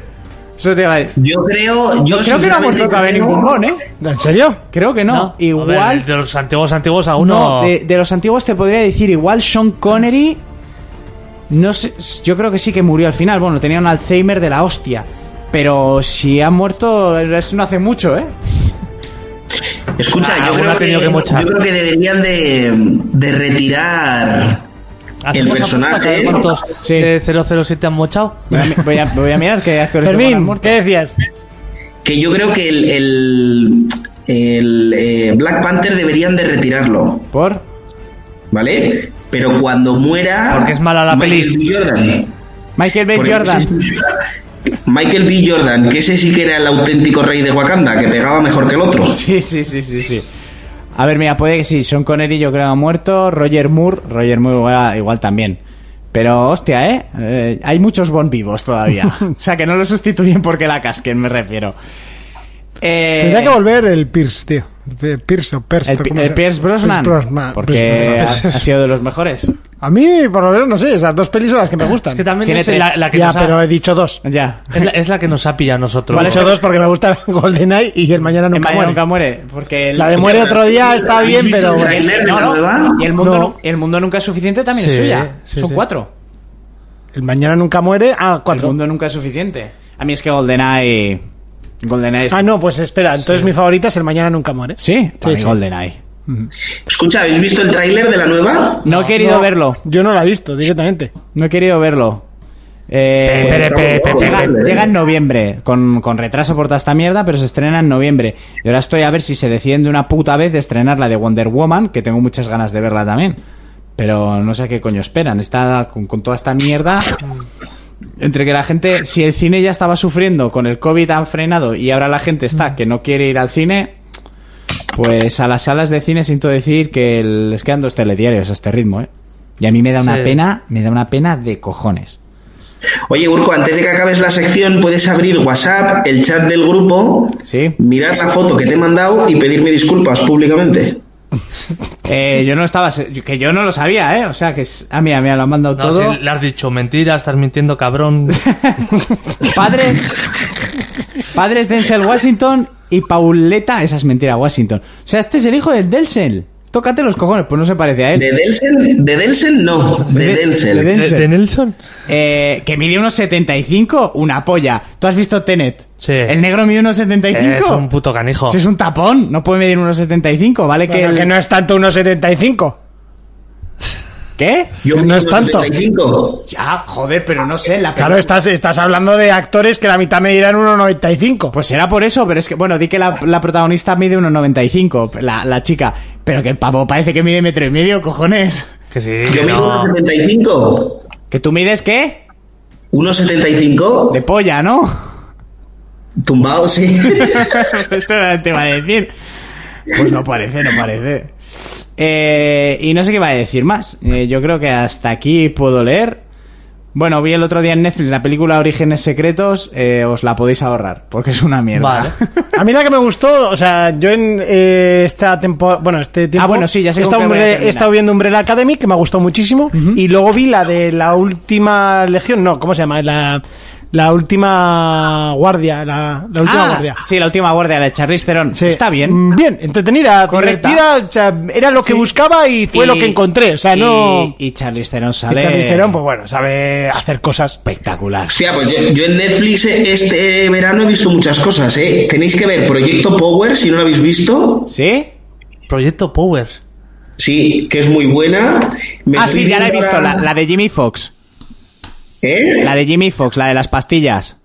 Speaker 6: Eso te iba a decir.
Speaker 8: Yo creo. Yo
Speaker 6: Creo que no ha
Speaker 8: sinceramente
Speaker 6: muerto todavía
Speaker 8: creo-
Speaker 6: ningún Bond, ¿eh?
Speaker 5: ¿En serio?
Speaker 6: Creo que no.
Speaker 7: A ver,
Speaker 6: Igual.
Speaker 7: de los antiguos antiguos aún
Speaker 6: no,
Speaker 7: no.
Speaker 6: de, de los antiguos te podría decir, igual Sean Connery. No sé, yo creo que sí que murió al final. Bueno, tenía un Alzheimer de la hostia. Pero si ha muerto, es no hace mucho, ¿eh?
Speaker 8: Escucha,
Speaker 7: Ah,
Speaker 8: yo,
Speaker 7: alguno
Speaker 8: creo
Speaker 7: ha
Speaker 8: que,
Speaker 7: tenido que mochar.
Speaker 8: yo creo que deberían de, de retirar.
Speaker 7: Hacemos
Speaker 8: personaje,
Speaker 7: apuestas a ver
Speaker 8: ¿eh?
Speaker 7: ¿Cuántos
Speaker 6: Sí.
Speaker 7: de 007 han mochado?
Speaker 6: Voy a, voy a- voy a mirar qué actores de Bond han
Speaker 5: Fermín,
Speaker 6: muerto.
Speaker 5: ¿qué decías?
Speaker 8: Que yo creo que el, el, el, eh, Black Panther deberían de retirarlo,
Speaker 6: ¿Por?
Speaker 8: ¿vale? Pero cuando muera.
Speaker 7: Porque es mala la
Speaker 8: Michael
Speaker 7: peli.
Speaker 8: B. Jordan.
Speaker 6: Michael B.
Speaker 8: Porque
Speaker 6: Jordan.
Speaker 8: ese sí- Michael B. Jordan, que ese sí que era el auténtico rey de Wakanda, que pegaba mejor que el otro.
Speaker 6: Sí, sí, sí, sí, sí. A ver, mira, puede que sí. Sean Connery yo creo que ha muerto. Roger Moore. Roger Moore igual, igual también. Pero, hostia, ¿eh? Eh, Hay muchos Bond vivos todavía. o sea, que no lo sustituyen porque la casquen, me refiero. Eh,
Speaker 5: Tendría que volver el Pierce, tío. El Pierce o Pierce.
Speaker 6: el, Pi-
Speaker 5: ¿cómo
Speaker 6: el
Speaker 5: se-
Speaker 6: Pierce Brosnan.
Speaker 5: Pierce Brosnan. Pierce
Speaker 6: Porque ha,
Speaker 5: Brosnan.
Speaker 6: ha sido de los mejores.
Speaker 5: A mí, por lo menos, no sé, esas dos pelis son las que me gustan.
Speaker 7: Es que también
Speaker 6: Tiene
Speaker 7: es
Speaker 6: tres.
Speaker 7: la, la que
Speaker 5: ya,
Speaker 7: nos ha-
Speaker 5: pero he dicho dos.
Speaker 6: Ya.
Speaker 7: es, la, es la que nos ha pillado a nosotros.
Speaker 5: He dicho dos porque me gusta GoldenEye y el Mañana
Speaker 6: El
Speaker 5: Nunca
Speaker 6: mañana
Speaker 5: Muere.
Speaker 6: nunca muere. Porque el-
Speaker 5: La de Muere otro día está bien, pero...
Speaker 8: ¿Habéis visto
Speaker 5: bueno.
Speaker 8: el tráiler de
Speaker 6: No,
Speaker 8: la
Speaker 6: no.
Speaker 8: nueva?
Speaker 6: Y el mundo,
Speaker 5: No.
Speaker 6: nu- el mundo nunca es suficiente también es
Speaker 7: Sí,
Speaker 6: suya.
Speaker 7: sí,
Speaker 6: Son
Speaker 7: sí.
Speaker 6: cuatro.
Speaker 5: El Mañana Nunca Muere... Ah,
Speaker 6: El
Speaker 5: cuatro.
Speaker 6: mundo nunca es suficiente. A mí es que GoldenEye. GoldenEye es.
Speaker 5: Ah, no, pues espera. Entonces mi favorita es el Mañana Nunca Muere.
Speaker 6: Sí, para mí
Speaker 5: sí.
Speaker 6: GoldenEye.
Speaker 8: Escucha, ¿habéis visto el tráiler de la nueva?
Speaker 6: No, he querido
Speaker 5: No,
Speaker 6: verlo.
Speaker 5: Yo no la he visto directamente.
Speaker 6: No he querido verlo. Eh,
Speaker 8: Pe- pe- pe- pe- pe-
Speaker 6: llega,
Speaker 8: pe-
Speaker 6: llega en noviembre, con, con retraso por toda esta mierda, pero se estrena en noviembre. Y ahora estoy a ver si se deciden de una puta vez de estrenar la de Wonder Woman, que tengo muchas ganas de verla también. Pero no sé a qué coño esperan. Está con, con toda esta mierda. Entre que la gente, si el cine ya estaba sufriendo con el COVID han frenado y ahora la gente
Speaker 7: Mm.
Speaker 6: está que no quiere ir al cine, pues a las salas de cine siento decir que el- les quedan dos telediarios a este ritmo, ¿eh? Y a mí me da una
Speaker 7: Sí.
Speaker 6: pena, me da una pena de cojones.
Speaker 8: Oye, Urco, antes de que acabes la sección, puedes abrir WhatsApp, el chat del grupo,
Speaker 6: Sí.
Speaker 8: mirar la foto que te he mandado y pedirme disculpas públicamente.
Speaker 6: Eh, yo no estaba, se- yo- que yo no lo sabía, ¿eh? O sea, que es, ah, mira, mira, lo han mandado
Speaker 7: No,
Speaker 6: todo.
Speaker 7: si le has dicho mentira, estás mintiendo, cabrón.
Speaker 6: Padres, padres Denzel Washington y Pauleta, esa es mentira, Washington. O sea, este es el hijo del Denzel. Tócate los cojones, pues no se parece a él.
Speaker 8: ¿De Delsen? ¿De Delsen? No, de
Speaker 6: De- de
Speaker 8: Delsen.
Speaker 6: Delsen.
Speaker 7: ¿De, de Nelson?
Speaker 6: Eh, que mide unos 75, una polla. ¿Tú has visto Tenet?
Speaker 7: Sí.
Speaker 6: ¿El negro mide unos 75?
Speaker 7: Eh, Es un puto canijo.
Speaker 6: Si es un tapón, no puede medir unos 75, ¿vale?
Speaker 5: Bueno,
Speaker 6: que,
Speaker 5: que no es tanto 1,75.
Speaker 6: ¿Qué?
Speaker 8: Yo
Speaker 5: No es tanto.
Speaker 8: 75.
Speaker 6: Ya, joder, pero no sé, la
Speaker 5: Claro, estás, estás hablando de actores que la mitad me dirán 1,95.
Speaker 6: Pues será por eso, pero es que, bueno, di que la, la protagonista mide 1,95, la, la chica, pero que el pavo parece que mide metro y medio, cojones.
Speaker 7: Que sí,
Speaker 8: Yo
Speaker 7: que
Speaker 8: mido
Speaker 7: no.
Speaker 8: 1,75.
Speaker 6: ¿Que tú mides qué? De
Speaker 8: 1,75.
Speaker 6: polla, ¿no?
Speaker 8: Tumbado, sí.
Speaker 6: Esto te va a decir. Pues no parece, no parece. Eh, y no sé qué va a decir más. Eh, yo creo que hasta aquí puedo leer. Bueno, vi el otro día en Netflix la película Orígenes Secretos, eh, os la podéis ahorrar, porque es una mierda.
Speaker 7: Vale.
Speaker 5: A mí la que me gustó, o sea, yo en eh, esta temporada, bueno, este tiempo,
Speaker 6: Ah, bueno, sí, ya sé
Speaker 5: he,
Speaker 6: con
Speaker 5: estado,
Speaker 6: qué voy a
Speaker 5: Umbre-
Speaker 6: terminar.
Speaker 5: he estado viendo Umbrella Academy, que me gustó muchísimo, y luego vi la de la última legión, no, ¿cómo se llama? La, la última guardia, la, la última
Speaker 6: Ah,
Speaker 5: guardia.
Speaker 6: Sí, la última guardia, la de Charlize Theron.
Speaker 5: Sí.
Speaker 6: Está bien.
Speaker 5: Mm, Bien, entretenida,
Speaker 6: Correcta.
Speaker 5: divertida, o sea, era lo que buscaba y fue
Speaker 6: Y-
Speaker 5: lo que encontré, o sea,
Speaker 6: y,
Speaker 5: no...
Speaker 6: Y Charlize Theron sale.
Speaker 5: Y Charlize Theron, pues bueno, sabe hacer cosas.
Speaker 6: Espectacular.
Speaker 8: Hostia, pues yo, yo en Netflix eh, este verano he visto muchas cosas, ¿eh? Tenéis que ver Proyecto Power, si no lo habéis visto.
Speaker 6: ¿Sí?
Speaker 7: Proyecto Power.
Speaker 8: Sí, que es muy buena. Me
Speaker 6: Ah,
Speaker 8: estoy
Speaker 6: sí, ya la he
Speaker 8: viendo
Speaker 6: visto. La, la de Jimmy Fox.
Speaker 8: ¿Eh?
Speaker 6: La de Jimmy Fox, la de las pastillas.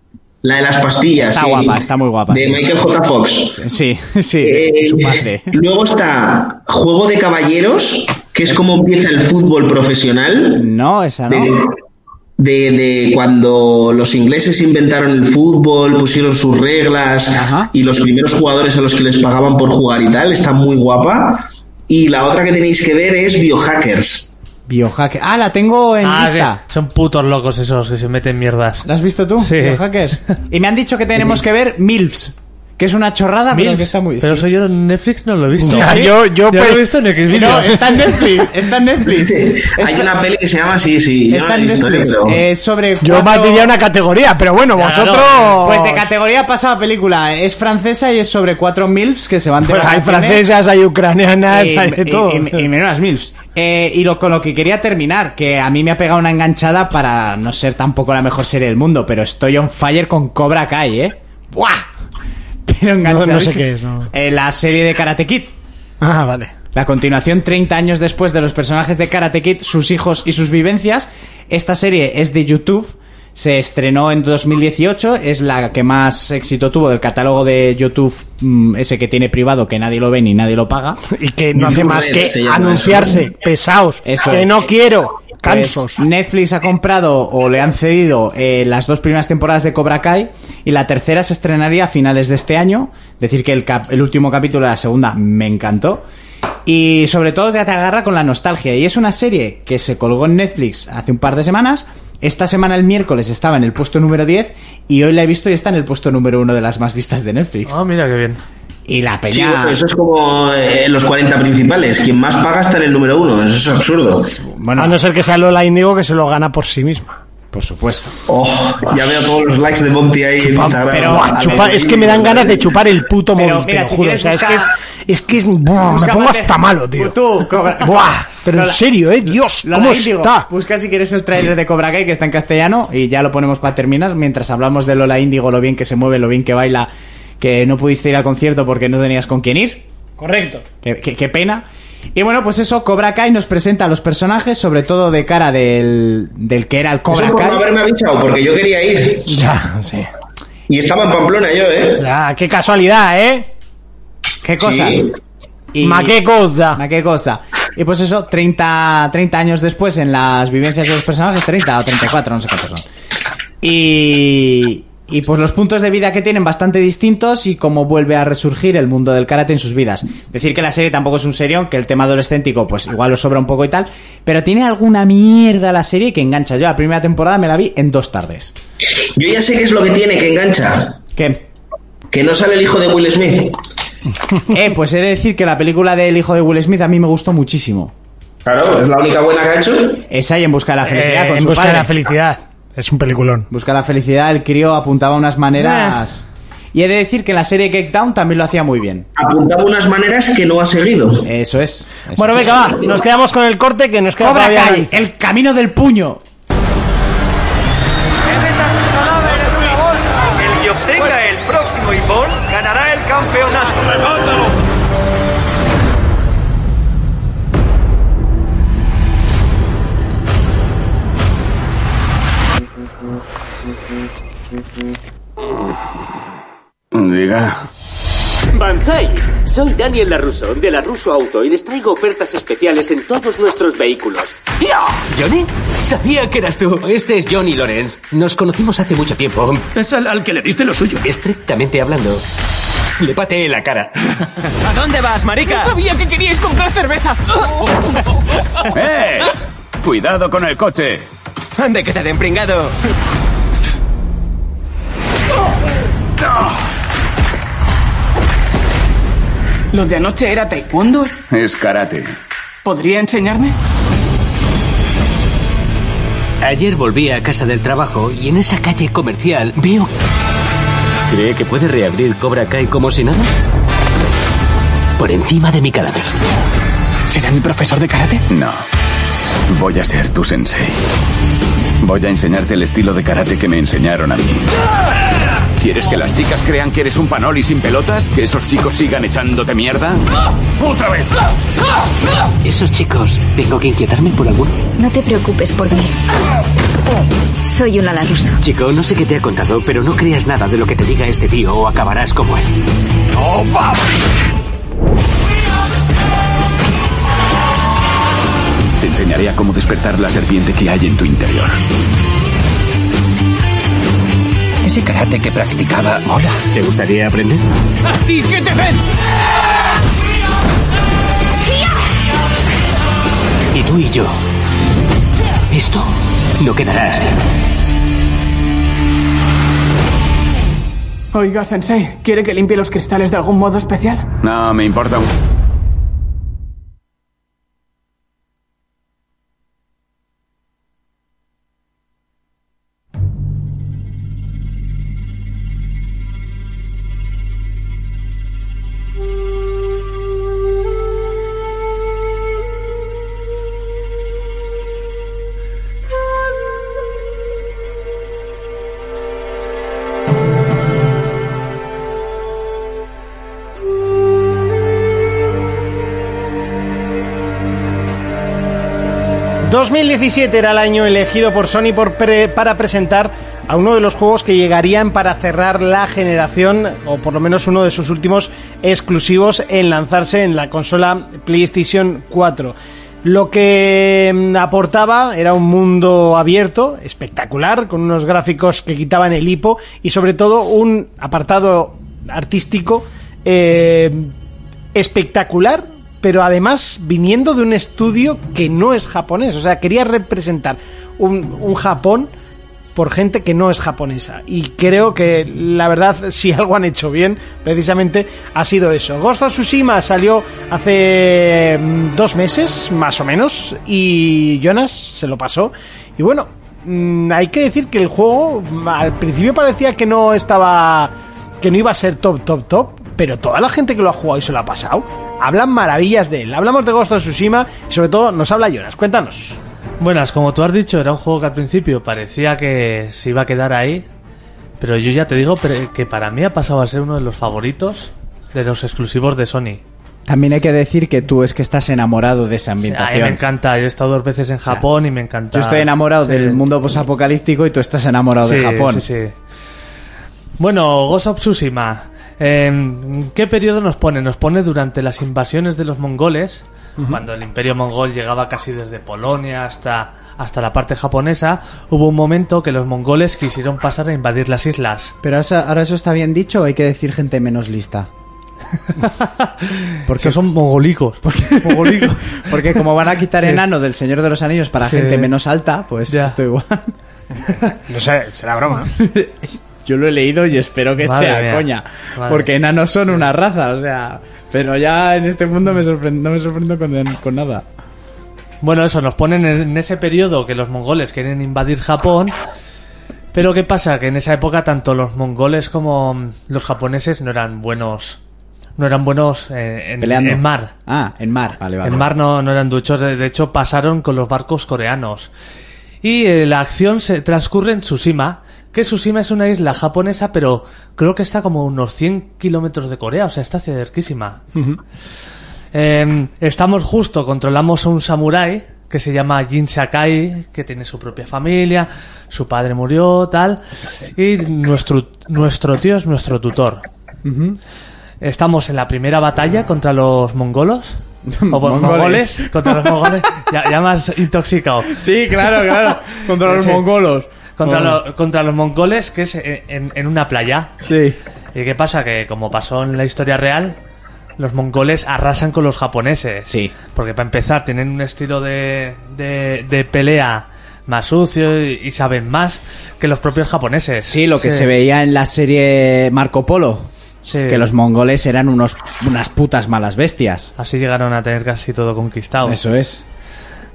Speaker 8: La de las pastillas.
Speaker 6: Está
Speaker 8: sí.
Speaker 6: guapa, está muy guapa,
Speaker 8: De
Speaker 6: sí.
Speaker 8: Michael J. Fox.
Speaker 6: Sí, sí,
Speaker 8: Eh,
Speaker 6: su madre.
Speaker 8: Luego está Juego de Caballeros, que es como empieza el fútbol profesional.
Speaker 6: No, esa
Speaker 8: De,
Speaker 6: no.
Speaker 8: de- de cuando los ingleses inventaron el fútbol, pusieron sus reglas
Speaker 6: Ajá.
Speaker 8: y los primeros jugadores a los que les pagaban por jugar y tal. Está muy guapa. Y la otra que tenéis que ver es Biohackers.
Speaker 6: Biohacker. Ah, la tengo en
Speaker 7: Ah,
Speaker 6: lista.
Speaker 7: sí, son putos locos esos que se meten mierdas.
Speaker 6: ¿La has visto tú?
Speaker 7: Sí.
Speaker 6: Biohackers. Y me han dicho que tenemos que ver MILFs. Que es una chorrada, pero
Speaker 7: Milf,
Speaker 6: que está muy...
Speaker 7: pero
Speaker 6: sí.
Speaker 7: eso yo en Netflix no lo he visto.
Speaker 5: Ya, yo- yo,
Speaker 7: no
Speaker 5: pues-
Speaker 7: lo he visto en Xvideos.
Speaker 6: No, está en Netflix. Está en Netflix.
Speaker 8: Hay
Speaker 6: Está-
Speaker 8: una peli que se llama así, sí. yo
Speaker 6: Está
Speaker 8: no
Speaker 6: en
Speaker 8: la he visto,
Speaker 6: Netflix. Eh,
Speaker 8: pero-
Speaker 6: Es sobre
Speaker 5: Yo más
Speaker 6: cuatro-
Speaker 5: diría una categoría, pero bueno,
Speaker 7: Ya,
Speaker 5: vosotros.
Speaker 7: no.
Speaker 6: Pues de categoría pasa la película. Es francesa y es sobre cuatro MILFs que se van de
Speaker 5: Pues hay
Speaker 6: vacaciones. Em,
Speaker 5: francesas, hay ucranianas,
Speaker 6: Y,
Speaker 5: hay de
Speaker 6: y-
Speaker 5: Ah, todo.
Speaker 6: y- y menos MILFs. Eh, y lo, con lo que quería terminar, que a mí me ha pegado una enganchada para no ser tampoco la mejor serie del mundo, pero estoy on fire con Cobra Kai, ¿eh? ¡Buah! Pero enganchadísimo.
Speaker 5: no sé qué es, no.
Speaker 6: Eh, la serie de Karate Kid.
Speaker 5: Ah, vale.
Speaker 6: La continuación 30 años después de los personajes de Karate Kid, sus hijos y sus vivencias. Esta serie es de YouTube. Se estrenó en 2018, es la que más éxito tuvo del catálogo de YouTube, mm, ese que tiene privado, que nadie lo ve ni nadie lo paga.
Speaker 5: Y que no hace
Speaker 8: Youtuber
Speaker 5: más que
Speaker 8: se llama
Speaker 5: anunciarse,
Speaker 8: eso.
Speaker 5: pesaos,
Speaker 6: Eso
Speaker 5: que
Speaker 6: es.
Speaker 5: no quiero,
Speaker 6: Pues
Speaker 5: cansos.
Speaker 6: Netflix ha comprado o le han cedido eh, las dos primeras temporadas de Cobra Kai y la tercera se estrenaría a finales de este año. Decir que el, cap- el último capítulo de la segunda me encantó. Y sobre todo te agarra con la nostalgia. Y es una serie que se colgó en Netflix hace un par de semanas. Esta semana el miércoles estaba en el puesto número 10 y hoy la he visto y está en el puesto número uno de las más vistas de Netflix.
Speaker 7: Ah, mira qué bien.
Speaker 6: Y la
Speaker 8: Sí,
Speaker 6: peña...
Speaker 8: bueno, eso es como eh, los 40 principales. Quien más paga está en el número uno. Eso es absurdo.
Speaker 6: Bueno,
Speaker 8: Ah,
Speaker 5: A no ser que sea Lola Indigo que se lo gana por sí misma.
Speaker 6: por supuesto.
Speaker 8: Oh, ya veo todos los likes de Monty ahí en Instagram.
Speaker 6: pero,
Speaker 8: A
Speaker 5: Buah,
Speaker 8: ver,
Speaker 5: chupa- es que me dan ganas de chupar el puto
Speaker 6: Pero,
Speaker 5: móvil, te
Speaker 6: mira,
Speaker 5: lo
Speaker 6: si
Speaker 5: juro. O
Speaker 6: quieres
Speaker 5: sea, es que es,
Speaker 6: busca-
Speaker 5: es que es- buah, me
Speaker 6: Busca
Speaker 5: pongo
Speaker 6: Mate-
Speaker 5: hasta malo, tío.
Speaker 6: Tú, Cobra-
Speaker 5: Buah, pero en
Speaker 6: Lola-
Speaker 5: serio, eh, Dios,
Speaker 6: Lola
Speaker 5: ¿cómo
Speaker 6: Índigo,
Speaker 5: está?
Speaker 6: Busca si quieres el tráiler de Cobra Kai que está en castellano y ya lo ponemos para terminar mientras hablamos de Lola Índigo, lo bien que se mueve, lo bien que baila, que no pudiste ir al concierto porque no tenías con quién ir.
Speaker 5: Correcto.
Speaker 6: Qué, qué- qué pena. Y bueno, pues eso, Cobra Kai nos presenta a los personajes, sobre todo de cara del, del que era el Cobra
Speaker 8: Eso por no
Speaker 6: Kai.
Speaker 8: haberme avisado, porque yo quería ir.
Speaker 5: Ya, sí.
Speaker 8: Y estaba en Pamplona yo, ¿eh?
Speaker 5: Ya, qué casualidad, ¿eh?
Speaker 6: ¿Qué cosas?
Speaker 8: Sí.
Speaker 6: Y-
Speaker 5: Ma qué cosa.
Speaker 6: Ma qué cosa. Y pues eso, 30, 30 años después en las vivencias de los personajes, 30 o 34, no sé cuántos son. Y, y pues los puntos de vida que tienen bastante distintos y cómo vuelve a resurgir el mundo del karate en sus vidas. Decir que la serie tampoco es un serión, que el tema adolescéntico pues igual lo sobra un poco y tal, pero tiene alguna mierda la serie que engancha. Yo la primera temporada me la vi en dos tardes.
Speaker 8: Yo ya sé qué es lo que tiene, que engancha.
Speaker 6: ¿Qué?
Speaker 8: Que no sale el hijo de Will Smith.
Speaker 6: Eh, pues he de decir que la película del hijo de Will Smith a mí me gustó muchísimo.
Speaker 8: Claro, es la única buena que ha hecho.
Speaker 6: Esa y en busca de la felicidad
Speaker 5: Eh,
Speaker 6: con
Speaker 5: en
Speaker 6: su
Speaker 5: busca de
Speaker 6: padre.
Speaker 5: la felicidad. Es un peliculón.
Speaker 6: Busca la felicidad, el crío apuntaba unas maneras. Eh. Y he de decir que en la serie Get Down también lo hacía muy bien.
Speaker 8: Apuntaba unas maneras que no ha seguido.
Speaker 6: Eso es. eso
Speaker 5: Bueno,
Speaker 6: es.
Speaker 5: venga, va, nos quedamos con el corte que nos queda
Speaker 6: Cobra
Speaker 5: todavía
Speaker 6: Kai,
Speaker 5: analizar.
Speaker 6: el camino del puño.
Speaker 10: El que obtenga el próximo Ivón ganará el campeonato.
Speaker 4: Banzai, soy Daniel Laruso, de la Russo Auto, y les traigo ofertas especiales en todos nuestros vehículos.
Speaker 2: ¿Johnny? Sabía que eras tú.
Speaker 11: Este es Johnny Lorenz. Nos conocimos hace mucho tiempo.
Speaker 4: Es al, al que le diste lo suyo.
Speaker 11: Estrictamente hablando. Le pateé la cara.
Speaker 2: ¿A dónde vas, marica?
Speaker 3: Sabía que queríais comprar cerveza.
Speaker 12: ¡Eh! Cuidado con el coche.
Speaker 2: Ande que te den pringado.
Speaker 3: ¿Lo de anoche era taekwondo?
Speaker 12: Es karate.
Speaker 3: ¿Podría enseñarme?
Speaker 11: Ayer volví a casa del trabajo y en esa calle comercial veo... ¿Cree que puede reabrir Cobra Kai como si nada? Por encima de mi cadáver.
Speaker 3: ¿Será mi profesor de karate?
Speaker 12: No. Voy a ser tu sensei. Voy a enseñarte el estilo de karate que me enseñaron a mí. ¿Quieres que las chicas crean que eres un panoli sin pelotas? ¿Que esos chicos sigan echándote mierda? ¡Otra vez!
Speaker 11: Esos chicos, ¿tengo que inquietarme por alguno?
Speaker 13: No te preocupes por mí. Soy un ala ruso.
Speaker 11: Chico, no sé qué te ha contado, pero no creas nada de lo que te diga este tío o acabarás como él.
Speaker 12: Te enseñaré a cómo despertar la serpiente que hay en tu interior.
Speaker 11: Ese karate que practicaba mola. ¿Te gustaría aprender?
Speaker 3: ¡Y que te ven!
Speaker 11: Y tú y yo esto no quedará así.
Speaker 3: Oiga, Sensei, ¿quiere que limpie los cristales de algún modo especial?
Speaker 12: No, me importa un...
Speaker 5: ...2017 era el año elegido por Sony por pre para presentar a uno de los juegos que llegarían para cerrar la generación, o por lo menos uno de sus últimos exclusivos en lanzarse en la consola PlayStation 4. Lo que mm, aportaba era un mundo abierto, espectacular, con unos gráficos que quitaban el hipo y sobre todo un apartado artístico eh, espectacular, pero además viniendo de un estudio que no es japonés. O sea, quería representar un, un, Japón por gente que no es japonesa. Y creo que la verdad, si algo han hecho bien, precisamente ha sido eso. Ghost of Tsushima salió hace mm, dos meses, más o menos, y Jonas se lo pasó. Y bueno, mm, hay que decir que el juego al principio parecía que no estaba que no iba a ser top, top, top, pero toda la gente que lo ha jugado y se lo ha pasado, hablan maravillas de él. Hablamos de Ghost of Tsushima y sobre todo nos habla Jonas. Cuéntanos.
Speaker 7: Buenas, como tú has dicho, era un juego que al principio parecía que se iba a quedar ahí, pero yo ya te digo que para mí ha pasado a ser uno de los favoritos de los exclusivos de Sony.
Speaker 6: También hay que decir que tú es que estás enamorado de esa ambientación.
Speaker 7: Sí, a mí me encanta. Yo he estado dos veces en Japón o sea, y me encanta.
Speaker 6: Yo estoy enamorado sí. del mundo posapocalíptico y tú estás enamorado
Speaker 7: sí,
Speaker 6: de Japón.
Speaker 7: Sí, sí. Bueno, Ghost of Tsushima. Eh, ¿Qué periodo nos pone? Nos pone durante las invasiones de los mongoles, uh -huh. cuando el imperio mongol llegaba casi desde Polonia hasta, hasta la parte japonesa, hubo un momento que los mongoles quisieron pasar a invadir las islas.
Speaker 6: Pero ahora eso está bien dicho, ¿o hay que decir gente menos lista.
Speaker 7: Porque son mongolicos. Porque, mongolicos.
Speaker 6: Porque como van a quitar sí. enano del Señor de los Anillos para sí. gente menos alta, pues ya. esto igual.
Speaker 5: No sé, será broma.
Speaker 6: Yo lo he leído y espero que Madre sea, mía. coña. Madre. Porque enanos son sí. una raza, o sea. Pero ya en este mundo me no me sorprendo con, con, nada.
Speaker 7: Bueno, eso, nos ponen en ese periodo que los mongoles quieren invadir Japón. Pero ¿qué pasa? Que en esa época tanto los mongoles como los japoneses no eran buenos. No eran buenos eh, en, en, en mar.
Speaker 6: Ah, en mar, vale, vale.
Speaker 7: En mar no, no eran duchos, de hecho pasaron con los barcos coreanos. Y eh, la acción se transcurre en Tsushima, que Tsushima es una isla japonesa, pero creo que está como unos 100 kilómetros de Corea, o sea, está cerquísima. Uh -huh. eh, estamos justo, controlamos a un samurái que se llama Jin Sakai, que tiene su propia familia, su padre murió, tal, y nuestro, nuestro tío es nuestro tutor. Uh -huh. Estamos en la primera batalla contra los mongolos. O por mongoles. mongoles. contra los mongoles. ya, ya más intoxicado.
Speaker 6: Sí, claro, claro. Contra los mongolos.
Speaker 7: Contra, oh. lo, contra, los mongoles, que es en, en, una playa.
Speaker 6: Sí.
Speaker 7: ¿Y qué pasa? Que como pasó en la historia real, los mongoles arrasan con los japoneses.
Speaker 6: Sí.
Speaker 7: Porque para empezar tienen un estilo de, de, de pelea más sucio y, y, saben más que los propios japoneses.
Speaker 6: Sí, lo que sí. se veía en la serie Marco Polo. Sí. Que los mongoles eran unos, unas putas malas bestias.
Speaker 7: Así llegaron a tener casi todo conquistado.
Speaker 6: Eso es.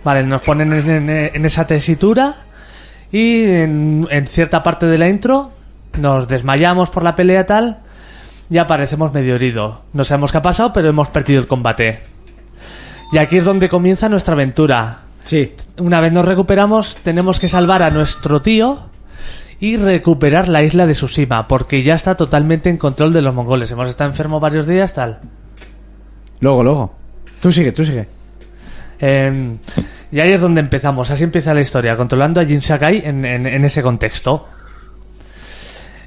Speaker 7: Vale, nos ponen en, en, en esa tesitura. Y en, en, cierta parte de la intro nos desmayamos por la pelea tal y aparecemos medio herido. No sabemos qué ha pasado, pero hemos perdido el combate. Y aquí es donde comienza nuestra aventura.
Speaker 6: Sí.
Speaker 7: Una vez nos recuperamos, tenemos que salvar a nuestro tío y recuperar la isla de Tsushima, porque ya está totalmente en control de los mongoles. Hemos estado enfermos varios días, tal.
Speaker 6: Luego, luego. Tú sigue, tú sigue.
Speaker 7: Eh, y ahí es donde empezamos, así empieza la historia, controlando a Jin Sakai en, en, en ese contexto.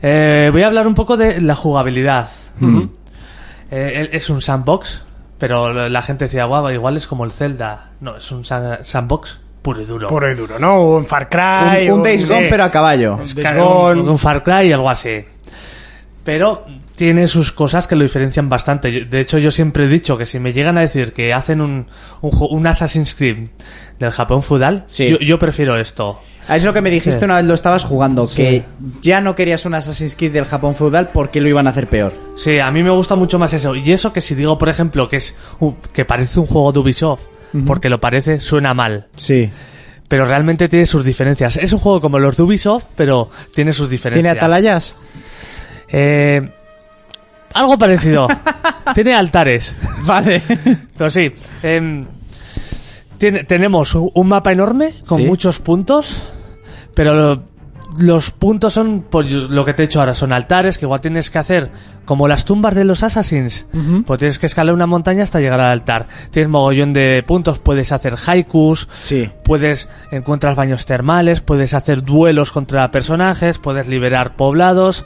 Speaker 7: Eh, voy a hablar un poco de la jugabilidad. Uh -huh. eh, es un sandbox, pero la gente decía, guau, igual es como el Zelda. No, es un sandbox puro y duro.
Speaker 5: Puro y duro, ¿no? Un Far Cry.
Speaker 6: Un, un Days Gone, pero a caballo.
Speaker 7: Un, un, Far Cry y algo así. Pero tiene sus cosas que lo diferencian bastante. Yo- De hecho, yo siempre he dicho que si me llegan a decir que hacen un, un, ju- un Assassin's Creed del Japón feudal,
Speaker 6: Sí.
Speaker 7: yo, yo prefiero esto.
Speaker 6: A eso que me dijiste
Speaker 7: Sí.
Speaker 6: una vez lo estabas jugando, que ya no querías un Assassin's Creed del Japón feudal porque lo iban a hacer peor.
Speaker 7: Sí, a mí me gusta mucho más eso. Y eso que si digo, por ejemplo, que es un- que parece un juego de Ubisoft, porque lo parece, suena mal.
Speaker 6: Sí.
Speaker 7: Pero realmente tiene sus diferencias. Es un juego como los de Ubisoft, pero tiene sus diferencias.
Speaker 6: ¿Tiene atalayas?
Speaker 7: Eh, algo parecido. tiene altares.
Speaker 6: Vale.
Speaker 7: Pero sí. em, tiene- tenemos un un mapa enorme con
Speaker 6: Sí.
Speaker 7: muchos puntos, pero lo- los puntos son pues, lo que te he hecho ahora. Son altares que igual tienes que hacer como las tumbas de los assassins. Pues tienes que escalar una montaña hasta llegar al altar. Tienes mogollón de puntos, puedes hacer haikus,
Speaker 6: Sí.
Speaker 7: puedes encuentras baños termales, puedes hacer duelos contra personajes, puedes liberar poblados,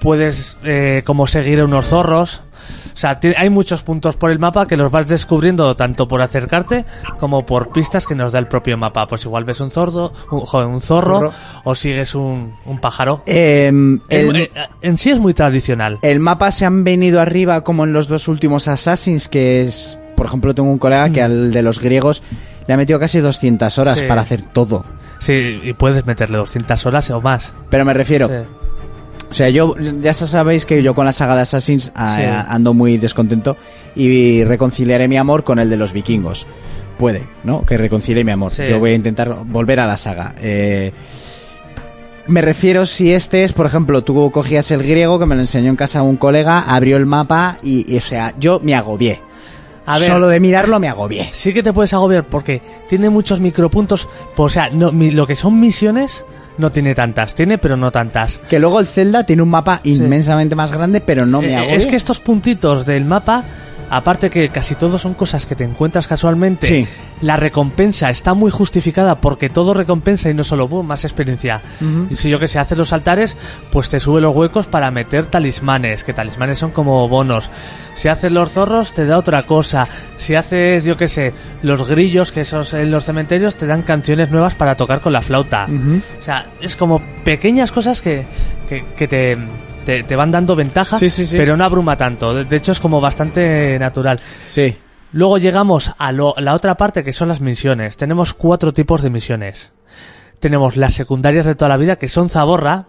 Speaker 7: puedes eh, como seguir a unos zorros. O sea, ti- hay muchos puntos por el mapa que los vas descubriendo tanto por acercarte como por pistas que nos da el propio mapa. Pues igual ves un zorro, un, joder, un zorro,
Speaker 6: Zorro.
Speaker 7: o sigues un, un pájaro.
Speaker 6: Em,
Speaker 7: Es
Speaker 6: el, Eh.
Speaker 7: mu- eh, en sí es muy tradicional.
Speaker 6: el mapa se han venido arriba como en los dos últimos Assassins, que es, por ejemplo, tengo un colega que al de los griegos le ha metido casi 200 horas
Speaker 7: Mm. Sí.
Speaker 6: para hacer todo.
Speaker 7: Sí, y puedes meterle 200 horas o más.
Speaker 6: Pero me refiero,
Speaker 7: Sí.
Speaker 6: O sea, yo ya sabéis que yo con la saga de Assassins a-
Speaker 7: Sí.
Speaker 6: a- ando muy descontento y reconciliaré mi amor con el de los vikingos. Puede, ¿no? Que reconcilie mi amor.
Speaker 7: Sí.
Speaker 6: Yo voy a intentar volver a la saga. Eh, me refiero si este es, por ejemplo, tú cogías el griego que me lo enseñó en casa un colega, abrió el mapa y, y, o sea, yo me agobié.
Speaker 7: A ver.
Speaker 6: Solo de mirarlo me agobié.
Speaker 7: sí que te puedes agobiar porque tiene muchos micropuntos. Pues, o sea, no, mi- lo que son misiones no tiene tantas. Tiene, pero no tantas.
Speaker 6: Que luego el Zelda tiene un mapa inmensamente más grande, pero no me
Speaker 7: Eh,
Speaker 6: agobié.
Speaker 7: es que estos puntitos del mapa, aparte que casi todos son cosas que te encuentras casualmente,
Speaker 6: Sí.
Speaker 7: la recompensa está muy justificada porque todo recompensa y no solo boom, más experiencia. Y Si yo que sé, haces los altares, pues te sube los huecos para meter talismanes, que talismanes son como bonos. Si haces los zorros, te da otra cosa. Si haces, yo que sé, los grillos, que esos en los cementerios, te dan canciones nuevas para tocar con la flauta.
Speaker 6: Ujú.
Speaker 7: O sea, es como pequeñas cosas que, que, que te, te, te van dando ventaja,
Speaker 6: Sí, sí, sí.
Speaker 7: pero no abruma tanto. De, de hecho, es como bastante natural.
Speaker 6: Sí.
Speaker 7: Luego llegamos a lo- la otra parte que son las misiones. Tenemos cuatro tipos de misiones. Tenemos las secundarias de toda la vida, que son zaborra,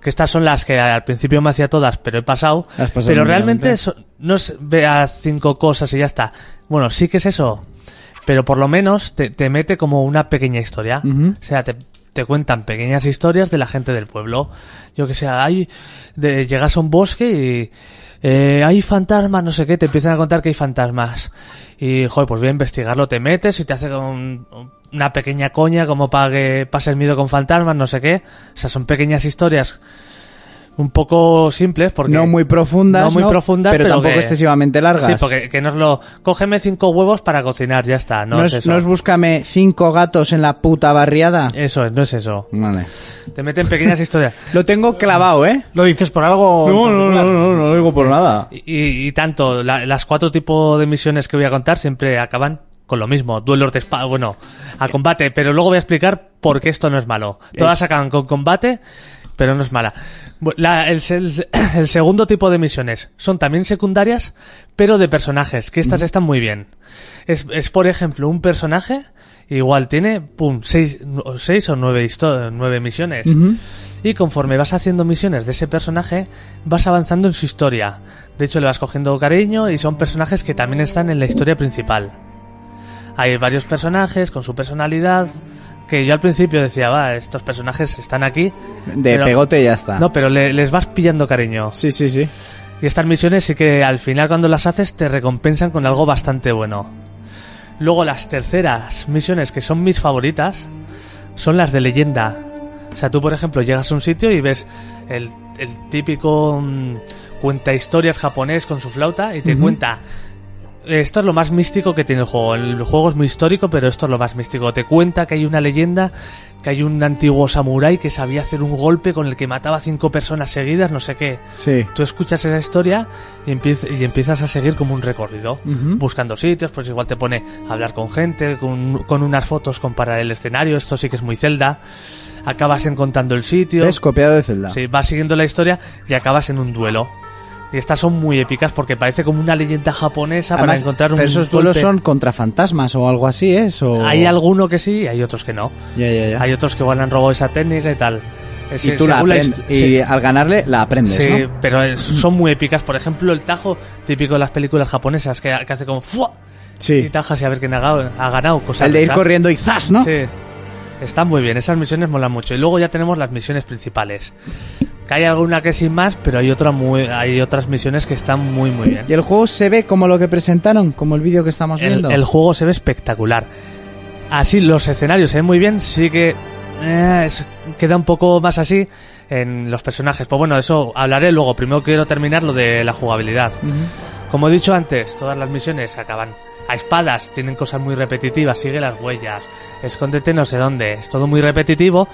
Speaker 7: que estas son las que al principio me hacía todas, pero he pasado.
Speaker 6: Las pasas
Speaker 7: pero
Speaker 6: muy
Speaker 7: realmente
Speaker 6: bien. ¿eh?
Speaker 7: son- no es vea cinco cosas y ya está. Bueno, sí que es eso, pero por lo menos te, te mete como una pequeña historia.
Speaker 6: Ujú.
Speaker 7: O sea, te, te cuentan pequeñas historias de la gente del pueblo. Yo que sé, hay, de, llegas a un bosque y eh, hay fantasmas, no sé qué, te empiezan a contar que hay fantasmas. Y, joder, pues voy a investigarlo, te metes y te hace como un- una pequeña coña como para que pases miedo con fantasmas, no sé qué. O sea, son pequeñas historias un poco simples porque...
Speaker 6: no muy profundas,
Speaker 7: no muy profundas,
Speaker 6: pero,
Speaker 7: pero
Speaker 6: tampoco
Speaker 7: que-
Speaker 6: excesivamente largas.
Speaker 7: Sí, porque que no es lo... Cógeme cinco huevos para cocinar, ya está. No,
Speaker 6: no,
Speaker 7: es,
Speaker 6: es,
Speaker 7: eso.
Speaker 6: no es búscame cinco gatos en la puta barriada.
Speaker 7: Eso es, no es eso.
Speaker 6: Vale.
Speaker 7: Te meten pequeñas historias.
Speaker 6: Lo tengo clavado, ¿eh?
Speaker 9: ¿Lo dices por algo?
Speaker 6: no lo digo por nada.
Speaker 7: Y, y- y tanto, la- las cuatro tipos de misiones que voy a contar siempre acaban con lo mismo, duelos de espada, bueno, a combate, pero luego voy a explicar por qué esto no es malo. Todas
Speaker 6: Es-
Speaker 7: acaban con combate, pero no es mala. Bu- la- el, se- el- el segundo tipo de misiones son también secundarias, pero de personajes, que estas están muy bien. Es, es, por ejemplo, un personaje, igual tiene, pum, seis, nu- seis o nueve, histo- nueve misiones. Y conforme vas haciendo misiones de ese personaje, vas avanzando en su historia. De hecho, le vas cogiendo cariño y son personajes que también están en la historia principal. Hay varios personajes con su personalidad. Que yo al principio decía, va, estos personajes están aquí.
Speaker 6: De
Speaker 7: pero-
Speaker 6: pegote ya está.
Speaker 7: No, pero le- les vas pillando cariño.
Speaker 6: Sí, sí, sí.
Speaker 7: Y estas misiones sí que al final cuando las haces te recompensan con algo bastante bueno. Luego las terceras misiones que son mis favoritas son las de leyenda. O sea, tú por ejemplo llegas a un sitio y ves el, el típico mm, cuenta historias japonés con su flauta y te cuenta... Esto es lo más místico que tiene el juego. El juego es muy histórico, pero esto es lo más místico. Te cuenta que hay una leyenda que hay un antiguo samurái que sabía hacer un golpe con el que mataba a cinco personas seguidas, no sé qué.
Speaker 6: Sí.
Speaker 7: Tú escuchas esa historia y, empiez- y empiezas a seguir como un recorrido,
Speaker 6: Ujú.
Speaker 7: buscando sitios, pues igual te pone a hablar con gente, con, con unas fotos, comparar el escenario, esto sí que es muy Zelda. Acabas encontrando el sitio.
Speaker 6: Es copiado de Zelda.
Speaker 7: Sí, vas siguiendo la historia y acabas en un duelo. Y estas son muy épicas porque parece como una leyenda japonesa
Speaker 6: Además,
Speaker 7: para encontrar un
Speaker 6: pero esos duelos
Speaker 7: golpe.
Speaker 6: son contra fantasmas o algo así, ¿es? O...
Speaker 7: Hay alguno que sí y hay otros que no.
Speaker 6: Ya, ya, ya.
Speaker 7: Hay otros que igual han robado esa técnica y tal. Es-
Speaker 6: y tú la
Speaker 7: según la
Speaker 6: aprend-
Speaker 7: hist-
Speaker 6: y
Speaker 7: sí.
Speaker 6: al ganarle la aprendes,
Speaker 7: Sí,
Speaker 6: ¿no?
Speaker 7: pero es- son muy épicas. Por ejemplo, el tajo típico de las películas japonesas que, que hace como ¡fua!
Speaker 6: Sí.
Speaker 7: y tajas y a ver quién ha, ga- ha ganado. Cosas
Speaker 6: El de ir
Speaker 7: esas.
Speaker 6: corriendo y ¡zas!, ¿no?
Speaker 7: Sí. Están muy bien, esas misiones molan mucho. Y luego ya tenemos las misiones principales. Que hay alguna que sin más, pero hay, otra muy, hay otras misiones que están muy, muy bien.
Speaker 6: Y el juego se ve como lo que presentaron, como el vídeo que estamos
Speaker 7: El,
Speaker 6: viendo.
Speaker 7: el juego se ve espectacular. Así los escenarios se ven muy bien, sí que eh, es- queda un poco más así en los personajes. Pues bueno, eso hablaré luego. Primero quiero terminar lo de la jugabilidad. Como he dicho antes, todas las misiones acaban a espadas, tienen cosas muy repetitivas, sigue las huellas, escóndete no sé dónde, es todo muy repetitivo,